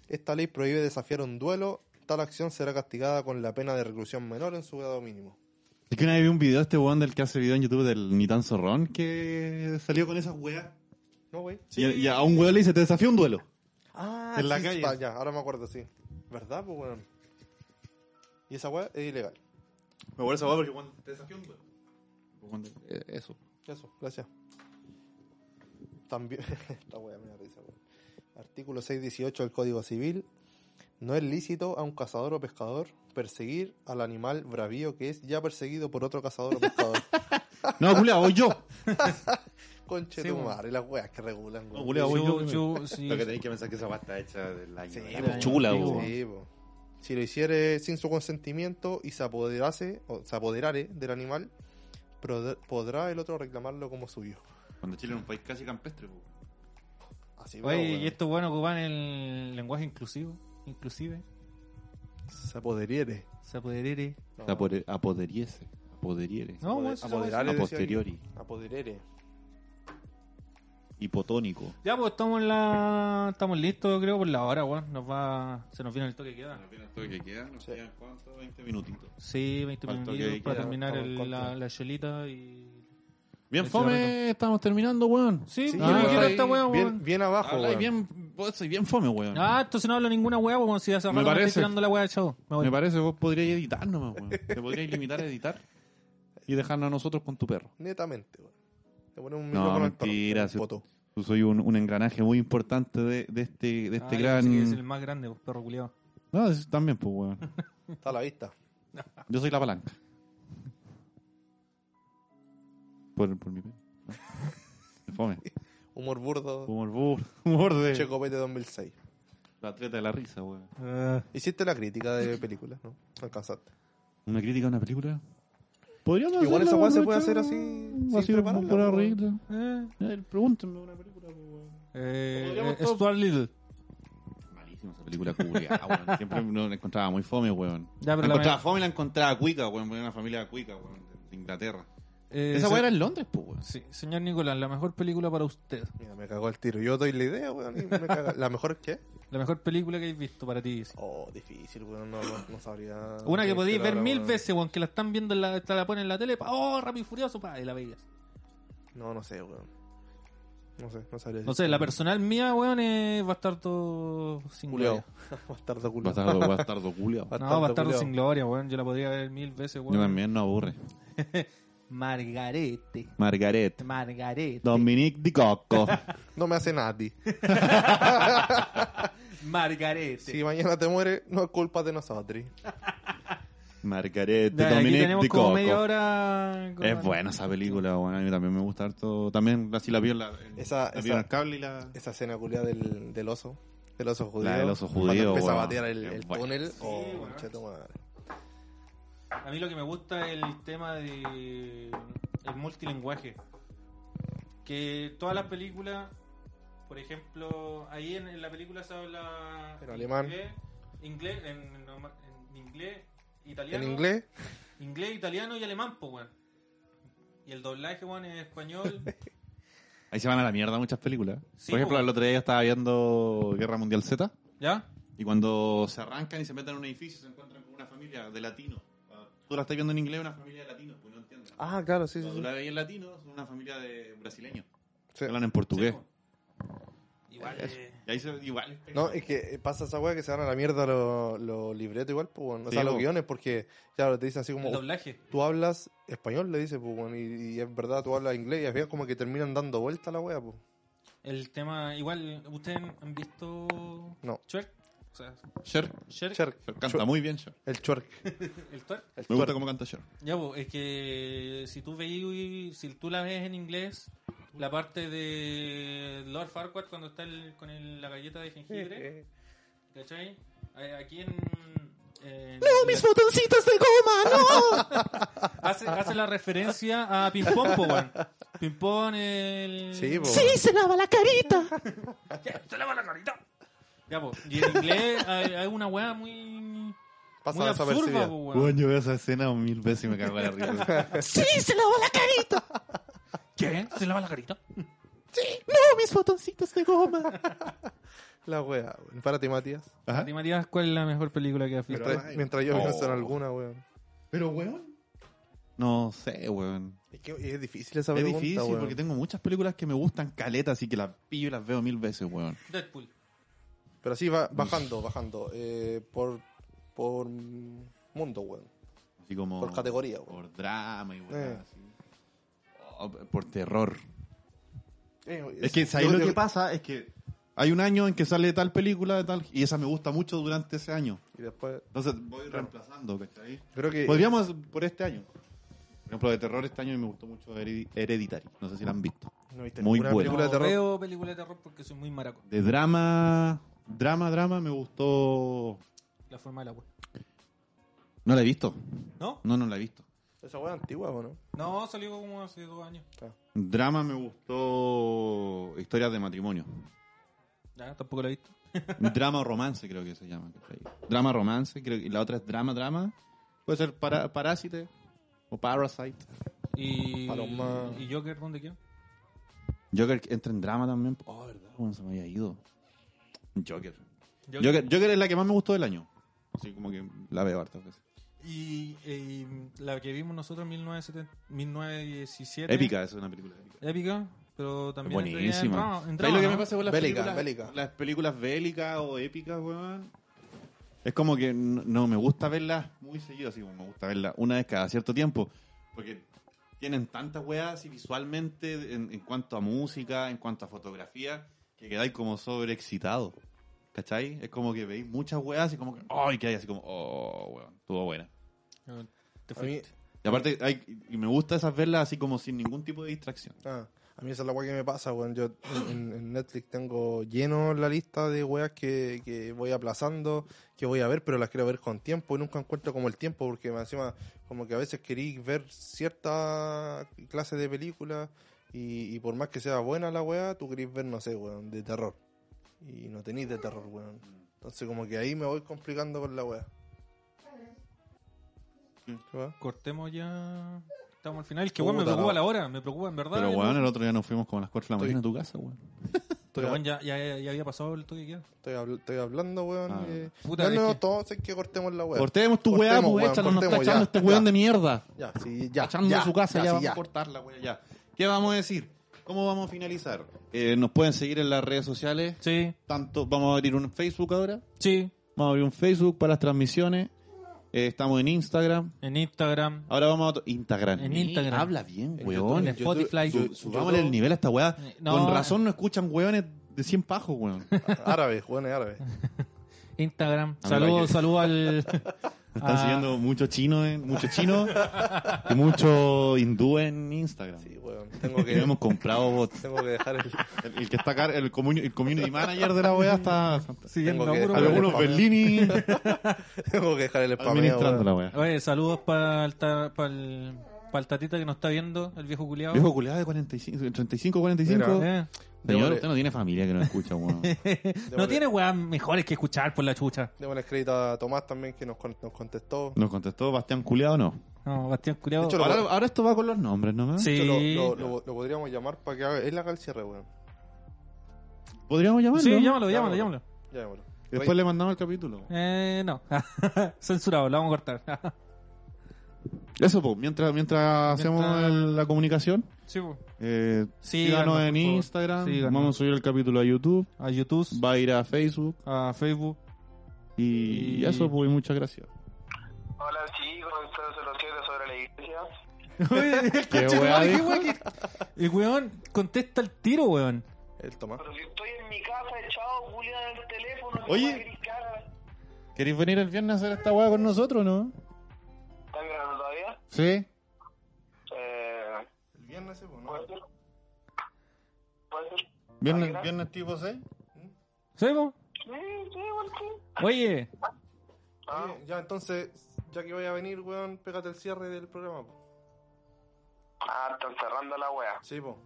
Speaker 3: Esta ley prohíbe desafiar un duelo. Tal acción será castigada con la pena de reclusión menor en su grado mínimo.
Speaker 1: Es que una vez vi un video de este weón del que hace video en YouTube del Nitan Zorrón que salió con esas weas.
Speaker 3: ¿No, güey?
Speaker 1: Y, a- y a un weón le dice, te desafío un duelo.
Speaker 3: Ah,
Speaker 1: En la
Speaker 3: sí,
Speaker 1: calle.
Speaker 3: pa- ya, ahora me acuerdo, sí. ¿Verdad, pues, weón? Y esa weá es ilegal.
Speaker 1: Me acuerdo esa wea porque Juan te desafío un duelo. Eso.
Speaker 3: Eso, gracias. También. Esta weá me da risa, weón. Artículo 618 del Código Civil. No es lícito a un cazador o pescador perseguir al animal bravío que es ya perseguido por otro cazador o pescador.
Speaker 1: No, Julia, voy yo.
Speaker 3: conche
Speaker 2: Sí,
Speaker 3: tu
Speaker 2: bueno.
Speaker 3: madre, las weas que regulan,
Speaker 1: No,
Speaker 3: güey.
Speaker 1: culiao, voy yo
Speaker 2: Yo-
Speaker 1: primero.
Speaker 2: yo- sí.
Speaker 1: Lo que tenéis que pensar que esa weá está hecha del año.
Speaker 3: Sí,
Speaker 1: de
Speaker 3: po.
Speaker 1: la chula,
Speaker 2: Sí,
Speaker 1: po.
Speaker 2: po.
Speaker 3: Sí, po. Si lo hiciere sin su consentimiento y se apoderase o se apoderare del animal, prod- podrá el otro reclamarlo como suyo.
Speaker 1: Cuando Chile es un país casi campestre, po.
Speaker 3: Así
Speaker 2: Oye,
Speaker 3: weón.
Speaker 2: y estos buenos ocupan el lenguaje inclusivo, inclusive.
Speaker 3: se apoderiere.
Speaker 2: Se apodere.
Speaker 3: No,
Speaker 1: Apode- apoderiese. Apoderiere.
Speaker 2: No,
Speaker 3: apode-
Speaker 2: bueno, eso se puede
Speaker 3: apoderare,
Speaker 1: A
Speaker 3: decía
Speaker 1: posteriori.
Speaker 3: aquí. Apoderere.
Speaker 1: Hipotónico.
Speaker 2: Ya, pues estamos en la. Estamos listos, creo, por la hora, weón. Nos va. Se nos viene el toque de queda.
Speaker 1: que queda, nos
Speaker 3: Sí.
Speaker 1: quedan cuánto, 20 minutitos.
Speaker 2: Sí, 20
Speaker 1: Al toque de
Speaker 2: minutos para
Speaker 1: queda,
Speaker 2: terminar
Speaker 3: estamos
Speaker 2: el-
Speaker 3: cortos.
Speaker 2: la, la cholita y.
Speaker 1: Bien,
Speaker 2: Sí,
Speaker 1: fome,
Speaker 2: Roberto.
Speaker 1: estamos terminando, weón.
Speaker 2: Sí,
Speaker 3: Sí,
Speaker 2: pues,
Speaker 1: ah,
Speaker 2: yo no quiero
Speaker 1: ahí,
Speaker 2: esta weá, weón.
Speaker 3: Bien, bien abajo,
Speaker 1: Habláis
Speaker 3: weón.
Speaker 1: bien, vos soy bien fome, weón.
Speaker 2: Ah, entonces no hablo ninguna weá, pues, weón. Si hace
Speaker 1: Me
Speaker 2: rato me estoy
Speaker 1: parece.
Speaker 2: tirando la weá, chavo. Me voy.
Speaker 1: Me parece, vos podríais editar nomás, weón. Te podríais limitar a editar y dejarnos a nosotros con tu perro.
Speaker 3: Netamente, weón. Te pones un
Speaker 1: No,
Speaker 3: micrófono al perro,
Speaker 1: mentira.
Speaker 3: un
Speaker 1: si-
Speaker 3: poto.
Speaker 1: Tú soy un, un engranaje muy importante de, de este, de este
Speaker 2: Ah, yo
Speaker 1: gran.
Speaker 2: pensé que es el más grande, pues, perro culiado.
Speaker 1: No, eso también, pues, weón.
Speaker 3: Está a la vista.
Speaker 1: Yo soy la palanca. Por, por mi pelo. ¿no? Me Fome.
Speaker 3: Humor burdo,
Speaker 1: Humor burdo. Humor de.
Speaker 3: Checo Pete 2006.
Speaker 1: La atleta de la risa, weón.
Speaker 2: Eh,
Speaker 3: Hiciste la crítica de películas, ¿no? No alcanzaste.
Speaker 1: Una crítica a una película. Podríamos hacerla,
Speaker 3: Igual esa weá se
Speaker 1: aprovechar,
Speaker 3: puede hacer así, sin
Speaker 1: Así como
Speaker 3: prepararla,
Speaker 1: por
Speaker 3: weón.
Speaker 1: arriba.
Speaker 2: Eh,
Speaker 1: Eh, Pregúntenme una película, pues, weón.
Speaker 2: eh,
Speaker 1: Podríamos
Speaker 2: eh,
Speaker 1: todo-
Speaker 2: Stuart Little.
Speaker 1: Malísima esa película culiada, weón. Siempre no la encontraba muy fome, weón.
Speaker 2: Ya, pero
Speaker 1: la
Speaker 2: la
Speaker 1: encontraba
Speaker 2: me-
Speaker 1: fome y la encontraba cuica, weón. Porque era una familia cuica, weón, de- de Inglaterra.
Speaker 2: Eh,
Speaker 1: esa
Speaker 2: se-
Speaker 1: weá era en Londres, pues, weón.
Speaker 2: Sí, señor Nicolás, la mejor película para usted.
Speaker 3: Mira, me cagó el tiro. Yo doy la idea, weón. y me caga. ¿La mejor qué?
Speaker 2: La mejor película que hayas visto para ti. sí.
Speaker 3: Oh, difícil, weón. No, no, no sabría.
Speaker 2: Una
Speaker 1: Este,
Speaker 2: que podéis ver
Speaker 3: Pero,
Speaker 2: mil
Speaker 3: weón,
Speaker 2: veces, weón, que la están viendo, en la, te la ponen en la tele, pa, oh, rápido y furioso, pa, y la veías.
Speaker 3: No, no sé, weón. No sé, no sabría.
Speaker 2: No sé, la personal mía, weón, es Bastardo sin
Speaker 3: Culeo.
Speaker 2: Gloria.
Speaker 3: Bastardo culeo.
Speaker 1: Bastardo, bastardo culiao.
Speaker 2: No, Bastardo
Speaker 3: culiao.
Speaker 2: sin Gloria, weón, yo la podría ver mil veces, weón.
Speaker 1: Yo también no aburre.
Speaker 2: Margarete.
Speaker 1: Margaret.
Speaker 2: Margarete.
Speaker 1: Dominique Di Cocco.
Speaker 3: No me hace nadie.
Speaker 2: Margarete.
Speaker 3: Si mañana te muere, no es culpa de nosotros.
Speaker 1: Margaret,
Speaker 2: Ya, aquí
Speaker 1: Dominique
Speaker 2: tenemos
Speaker 1: Di
Speaker 2: como media
Speaker 1: Cocco.
Speaker 2: hora.
Speaker 1: Es buena esa película, weón. A mí también me gusta harto. También así la vi en la. en-
Speaker 3: Esa-
Speaker 1: la vi
Speaker 3: esa-
Speaker 1: en el cable y la.
Speaker 3: Esa escena culia del, del oso. Del oso judío.
Speaker 1: del oso judío,
Speaker 3: Cuando empieza a
Speaker 1: weón.
Speaker 3: batear el,
Speaker 1: Qué
Speaker 3: el
Speaker 1: bueno.
Speaker 3: túnel. oh,
Speaker 2: weón.
Speaker 3: concha tu madre.
Speaker 2: A mí lo que me gusta es el tema de el multilinguaje. Que todas las películas, por ejemplo, ahí en, en la película se habla
Speaker 3: En alemán.
Speaker 2: inglés, inglés, en, en- en inglés, italiano,
Speaker 3: En inglés,
Speaker 2: inglés, italiano y alemán, pues, weón. Y el doblaje, weón, es español.
Speaker 1: Ahí se van a la mierda muchas películas.
Speaker 2: Sí,
Speaker 1: Por ejemplo,
Speaker 2: weón.
Speaker 1: el otro día yo estaba viendo Guerra Mundial Z.
Speaker 2: ¿Ya?
Speaker 1: Y cuando se arrancan y se meten en un edificio, se encuentran con una familia de latinos. Ah, Tú la estás viendo en inglés, una familia de latinos, pues no entiendes.
Speaker 3: Ah, claro, sí, sí.
Speaker 1: Cuando
Speaker 3: sí.
Speaker 1: tú la veis en latino, son una familia de brasileños.
Speaker 3: Sí.
Speaker 1: que Hablan en portugués.
Speaker 2: Sí, pues. Igual. eh,
Speaker 1: y ahí se igual.
Speaker 3: No, es que pasa esa weá que se van a la mierda los los libretos igual, pues, bueno. o
Speaker 1: Sí,
Speaker 3: sea, los
Speaker 1: po.
Speaker 3: guiones, porque, claro, te dice así como,
Speaker 2: el doblaje.
Speaker 3: tú hablas español, le dice, pues, bueno, y, y es verdad, tú hablas inglés, y al final como que terminan dando vuelta la weá, pues.
Speaker 2: El tema, igual, ¿ustedes han visto
Speaker 3: No.
Speaker 2: Shrek? O sea,
Speaker 1: Cher,
Speaker 2: Shrek,
Speaker 3: Cher,
Speaker 1: canta muy bien Cher.
Speaker 3: el chork.
Speaker 2: el twerk.
Speaker 1: Me
Speaker 3: El twerk.
Speaker 1: gusta cómo canta Cher.
Speaker 2: Ya, po, es que si tú veis, si tú la ves en inglés, la parte de Lord Farquaad cuando está el- con el- la galleta de jengibre, ¿cachai? A- Aquí en... en la-
Speaker 4: botoncitos de goma, no!
Speaker 2: hace, hace la referencia a Pimpón, po, weón. Pimpón, el...
Speaker 3: Sí, po.
Speaker 4: se lava la carita!
Speaker 2: ¡Se lava la carita! Ya, po, y en inglés hay, hay una weá muy...
Speaker 3: Pasa
Speaker 2: muy absurda,
Speaker 3: desapercibida.
Speaker 2: po, weón.
Speaker 1: Bueno, yo veo esa escena mil veces y me cago en la risa.
Speaker 4: ¡Sí, se lava la carita!
Speaker 2: ¿Qué? ¿Eh? ¿Se lava la carita?
Speaker 4: ¡No, Oh, mis botoncitos de goma!
Speaker 3: La weá, weón. Párate, Matías.
Speaker 2: A
Speaker 1: Ajá.
Speaker 2: ti, ¿Ah? Matías, ¿cuál es la mejor película que has visto?
Speaker 3: Mientras, mientras yo
Speaker 1: Oh.
Speaker 3: pienso en alguna, weón.
Speaker 1: Pero, weón. No sé, weón.
Speaker 3: Es que es difícil esa
Speaker 1: Es
Speaker 3: pregunta,
Speaker 1: difícil
Speaker 3: weón.
Speaker 1: porque tengo muchas películas que me gustan caletas y que las pillo y las veo mil veces, weón.
Speaker 2: Deadpool.
Speaker 3: Pero así va bajando, bajando. Eh, por, por mm, mundo, weón.
Speaker 1: Así como.
Speaker 3: Por categoría, weón.
Speaker 1: Por drama y weón.
Speaker 3: Eh.
Speaker 1: así. O por terror.
Speaker 3: Eh,
Speaker 1: Es que ¿sabes
Speaker 3: yo
Speaker 1: lo
Speaker 3: creo
Speaker 1: que pasa es que hay un año en que sale tal película de tal y esa me gusta mucho durante ese año.
Speaker 3: Y después,
Speaker 1: Entonces voy reemplazando, ¿cachai?
Speaker 3: creo que...
Speaker 1: eh. Podríamos por este año. Por ejemplo, de terror este año me gustó mucho Heredi- Hereditary. No sé si la han visto.
Speaker 3: No viste
Speaker 1: Muy
Speaker 3: ninguna
Speaker 1: buena.
Speaker 3: película
Speaker 2: No
Speaker 3: de terror.
Speaker 2: veo películas de terror porque soy muy maraco.
Speaker 1: De drama, drama, drama, me gustó.
Speaker 2: La forma del agua.
Speaker 1: No la he visto.
Speaker 2: ¿No?
Speaker 1: No, no la he visto.
Speaker 3: Esa weá es antigua, ¿o ¿no?
Speaker 2: No, salió como hace dos años.
Speaker 1: Drama me gustó. Historias de matrimonio.
Speaker 2: Ya, tampoco la he visto.
Speaker 1: drama o romance, creo que se llama. ¿cachai? Drama romance, creo que y la otra es drama, drama. Puede ser para, Parásite o Parasite.
Speaker 2: Y,
Speaker 3: Paloma.
Speaker 2: y Joker, ¿dónde quedó?
Speaker 1: Joker entra en drama también. Oh, verdad, bueno, se me había ido. Joker.
Speaker 2: Joker.
Speaker 1: Joker. Joker es la que más me gustó del año. Así como que la veo pues. hartas veces.
Speaker 2: Y, eh, la que vimos nosotros en 1970 1917.
Speaker 1: Épica, esa es una película épica.
Speaker 2: Épica, pero también
Speaker 1: Buenísima.
Speaker 2: entraría en drama- en
Speaker 1: ¿Sabes lo que
Speaker 2: drama,
Speaker 1: me
Speaker 2: ¿no?
Speaker 1: pasa con las
Speaker 3: Bélica,
Speaker 1: películas?
Speaker 3: bélica.
Speaker 1: Las películas bélicas o épicas, weón. Es como que no, no me gusta verlas muy seguido, así como me gusta verlas una vez cada cierto tiempo. Porque tienen tantas weas así visualmente en, en cuanto a música, en cuanto a fotografía, que quedáis como sobreexcitado. ¿Cachai? Es como que veis muchas weas y como que, ¡ay! que hay así como, ¡oh, weón! Estuvo buena.
Speaker 2: Ah, Te
Speaker 3: A mí,
Speaker 2: fuiste.
Speaker 1: Y aparte, hay, y me gusta esas verlas así como sin ningún tipo de distracción.
Speaker 3: ah, a mí esa es la weá que me pasa, weón. Yo en, en Netflix tengo lleno la lista de weas que, que voy aplazando, que voy a ver, pero las quiero ver con tiempo y nunca encuentro como el tiempo, porque más encima, como que a veces querí ver cierta clase de película y, y por más que sea buena la wea, tú querís ver, no sé, weón, de terror. Y no tenéis de terror, weón. Entonces, como que ahí me voy complicando con la wea.
Speaker 1: Sí.
Speaker 3: ¿Qué va?
Speaker 2: Cortemos ya. Estamos al final. Que
Speaker 3: Puta
Speaker 2: bueno, me preocupa
Speaker 3: la-
Speaker 2: la hora, me preocupa en verdad.
Speaker 1: Pero,
Speaker 2: el-
Speaker 1: weón, el otro día nos fuimos como a las 4 de la
Speaker 3: Estoy-
Speaker 1: mañana a tu casa, weón.
Speaker 3: Estoy
Speaker 2: pero
Speaker 3: a-
Speaker 2: bueno, ya, ya, ya había pasado el toque de queda.
Speaker 3: Estoy, habl- estoy hablando, weón.
Speaker 1: Ah.
Speaker 3: eh.
Speaker 2: Puta,
Speaker 3: no,
Speaker 2: es
Speaker 3: no,
Speaker 2: que-
Speaker 3: todos es que cortemos la weá.
Speaker 1: Cortemos tu
Speaker 3: Cortemos,
Speaker 1: weá, pues
Speaker 3: weón,
Speaker 1: échanos, nos está
Speaker 3: cortemos, ya,
Speaker 1: echando este weón
Speaker 3: ya.
Speaker 1: de mierda.
Speaker 3: Ya, sí, ya.
Speaker 1: Echando
Speaker 3: ya,
Speaker 1: a su casa, ya,
Speaker 3: sí,
Speaker 1: vamos a cortar la weá, ya. ¿Qué vamos a decir? ¿Cómo vamos a finalizar? Eh, nos pueden seguir en las redes sociales.
Speaker 2: Sí,
Speaker 1: Tanto, vamos a abrir un Facebook ahora.
Speaker 2: sí.
Speaker 1: Vamos a abrir un Facebook para las transmisiones. Eh, estamos en Instagram.
Speaker 2: En Instagram.
Speaker 1: Ahora vamos a otro- Instagram.
Speaker 2: En
Speaker 1: Eh,
Speaker 2: Instagram.
Speaker 1: Habla bien,
Speaker 3: En
Speaker 1: Ah, weón.
Speaker 2: En
Speaker 3: YouTube,
Speaker 2: Spotify. Eh,
Speaker 3: YouTube,
Speaker 1: Su- Subámosle el nivel a esta weá.
Speaker 2: No. Ah.
Speaker 1: Con razón no escuchan weones de 100 pajos, weón.
Speaker 3: Árabe, weón, es árabe.
Speaker 2: Instagram.
Speaker 1: me
Speaker 2: Saludos,
Speaker 1: parece.
Speaker 2: saludos al.
Speaker 1: Nos están
Speaker 2: a-
Speaker 1: siguiendo mucho chino, en, mucho chino y mucho hindú en Instagram.
Speaker 3: Sí, weón. Tengo
Speaker 1: que hemos
Speaker 3: que,
Speaker 1: comprado bots.
Speaker 3: tengo que dejar el.
Speaker 1: El, el que está acá, el, comuni- el community manager de la OEA está
Speaker 2: Siguiendo
Speaker 3: Tengo que-
Speaker 2: a puro-
Speaker 3: a ver,
Speaker 1: algunos Berlini
Speaker 3: Tengo que dejar el spameo.
Speaker 1: administrando
Speaker 3: weón.
Speaker 1: la OEA.
Speaker 2: Oye, saludos para el, ta- pa el- pa el tatita que nos está viendo, el viejo culiado.
Speaker 1: Viejo culiado de 45, 35, 45.
Speaker 2: Eh.
Speaker 1: Señor,
Speaker 3: Démosle-
Speaker 1: usted no tiene familia que no escucha, weón.
Speaker 2: No tiene weas mejores que escuchar por la chucha.
Speaker 3: Démosle crédito a Tomás también que nos, con- nos contestó.
Speaker 1: Nos contestó Bastián Culeado, no.
Speaker 2: No, Bastián Culeado.
Speaker 3: De hecho,
Speaker 1: Ahora, ahora esto va con los nombres, ¿no?
Speaker 2: Sí.
Speaker 3: Yo Lo, lo- lo- lo podríamos llamar para que haga. Él haga el cierre, weón.
Speaker 1: Podríamos llamarlo.
Speaker 2: Sí, llámalo, llámalo,
Speaker 3: Llámalo.
Speaker 2: llámalo.
Speaker 3: Llamémoslo.
Speaker 1: Después le mandamos el capítulo.
Speaker 2: Eh, no. Censurado, lo vamos a cortar.
Speaker 1: Eso, pues, mientras, mientras hacemos
Speaker 2: Mientras-
Speaker 1: el- la comunicación,
Speaker 2: sí, po.
Speaker 1: eh,
Speaker 2: Síganos,
Speaker 1: síganos en
Speaker 2: por favor.
Speaker 1: Instagram.
Speaker 2: Síganos.
Speaker 1: Vamos a subir el capítulo a YouTube.
Speaker 2: a YouTube,
Speaker 1: Va a ir a Facebook.
Speaker 2: a Facebook.
Speaker 1: Y,
Speaker 2: Y-
Speaker 1: eso, pues, muchas gracias.
Speaker 5: Hola chicos, entonces los siete sobre la iglesia.
Speaker 1: Qué
Speaker 2: Conche tu
Speaker 1: wea
Speaker 2: madre, qué
Speaker 1: dijo.
Speaker 2: wea que- El weón contesta el tiro, weón.
Speaker 3: El Tomás.
Speaker 5: Pero si estoy en mi casa echado, Julián, en el teléfono,
Speaker 1: Oye.
Speaker 5: ¿qué más querés que haga?
Speaker 1: ¿Queréis venir el viernes a hacer esta weá con nosotros, no?
Speaker 5: ¿Están grabando todavía?
Speaker 1: Sí.
Speaker 5: Eh,
Speaker 3: El viernes, ese, weón,
Speaker 5: ¿Puede
Speaker 3: ¿no?
Speaker 5: ser? ¿Puede ser?
Speaker 1: ¿Viernes, viernes tipo 6?
Speaker 2: ¿Sí, po?
Speaker 5: Sí, sí, igual sí.
Speaker 2: Oye,
Speaker 5: Ah,
Speaker 3: Oye, Ya, entonces, ya que voy a venir, weón, pégate el cierre del programa. po.
Speaker 5: ah, están cerrando la wea.
Speaker 3: Sí, po.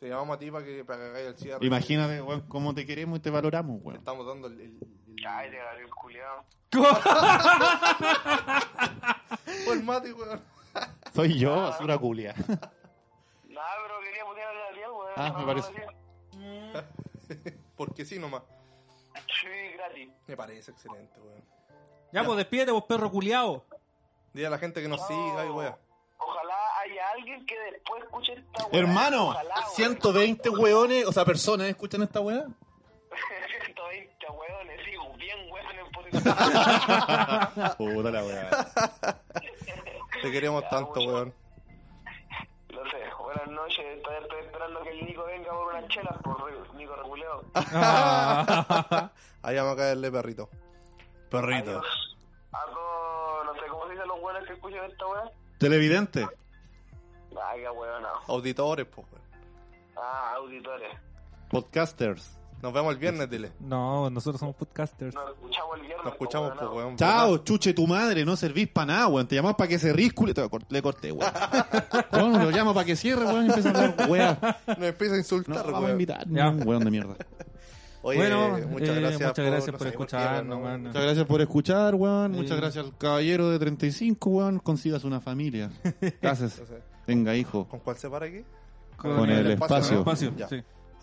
Speaker 3: Te llamamos a ti para que, para que hagáis el cierre.
Speaker 1: Imagínate, weón, cómo te queremos y te valoramos,
Speaker 3: Te
Speaker 1: weón.
Speaker 3: Estamos dando el. el- el-
Speaker 5: Ay, de Gabriel Culeado.
Speaker 3: Oh, el mate, weón.
Speaker 1: Soy yo, basura culia.
Speaker 5: Nada, pero quería poner a Gabriel, weón.
Speaker 1: Ah, me parece.
Speaker 3: Porque sí nomás.
Speaker 5: Sí, gratis.
Speaker 3: Me parece excelente, weón.
Speaker 2: ya, pues despídete, vos perro culiao.
Speaker 3: Dile a la gente que nos siga y weón.
Speaker 5: Ojalá haya alguien que después escuche esta weá.
Speaker 1: Hermano,
Speaker 5: Ojalá, weón.
Speaker 1: 120 weones, o sea, personas escuchan esta weá.
Speaker 5: 120 weones, digo, bien weones por eso.
Speaker 1: Puta la weá.
Speaker 3: Te queremos tanto, weón.
Speaker 5: Lo sé, buenas noches. Todavía estoy esperando que el Nico venga por una chela, por Nico Reguleo.
Speaker 1: Ah.
Speaker 3: Ahí vamos a caerle, perrito. Perrito.
Speaker 5: Adiós. A todos, no sé cómo se dicen los weones que escuchan esta weá.
Speaker 1: Televidente.
Speaker 5: Ay, qué weón, no.
Speaker 3: Auditores, pues, weón.
Speaker 5: Ah, auditores.
Speaker 1: Podcasters.
Speaker 3: Nos vemos el viernes, dile.
Speaker 6: No, nosotros somos podcasters.
Speaker 5: Nos escuchamos el viernes.
Speaker 3: Nos escuchamos,
Speaker 5: po,
Speaker 3: pues,
Speaker 5: weón.
Speaker 3: weón.
Speaker 1: Chao, chuche tu madre, no servís para nada, weón. Te llamás para que se riscule. Te cor- Le corté, weón. Weón, lo llamo para que cierre, weón. y Empieza a hablar, weón.
Speaker 3: Nos empieza a
Speaker 1: No,
Speaker 3: insultar,
Speaker 1: vamos a
Speaker 3: weón.
Speaker 1: invitar.
Speaker 6: Ya.
Speaker 1: no, weón de mierda.
Speaker 3: Oye,
Speaker 6: Bueno,
Speaker 3: muchas
Speaker 6: eh,
Speaker 3: gracias
Speaker 6: muchas gracias por
Speaker 3: no sé,
Speaker 6: escucharnos,
Speaker 3: qué,
Speaker 6: weón.
Speaker 1: Muchas gracias por escuchar, weón.
Speaker 6: Sí.
Speaker 1: Muchas gracias al caballero de 35, weón. Consigas una familia. Gracias.
Speaker 3: No sé.
Speaker 1: Tenga hijo.
Speaker 3: ¿Con cuál se para aquí?
Speaker 1: Con, el, espacio.
Speaker 6: Con el espacio,
Speaker 3: Ya.
Speaker 6: sí.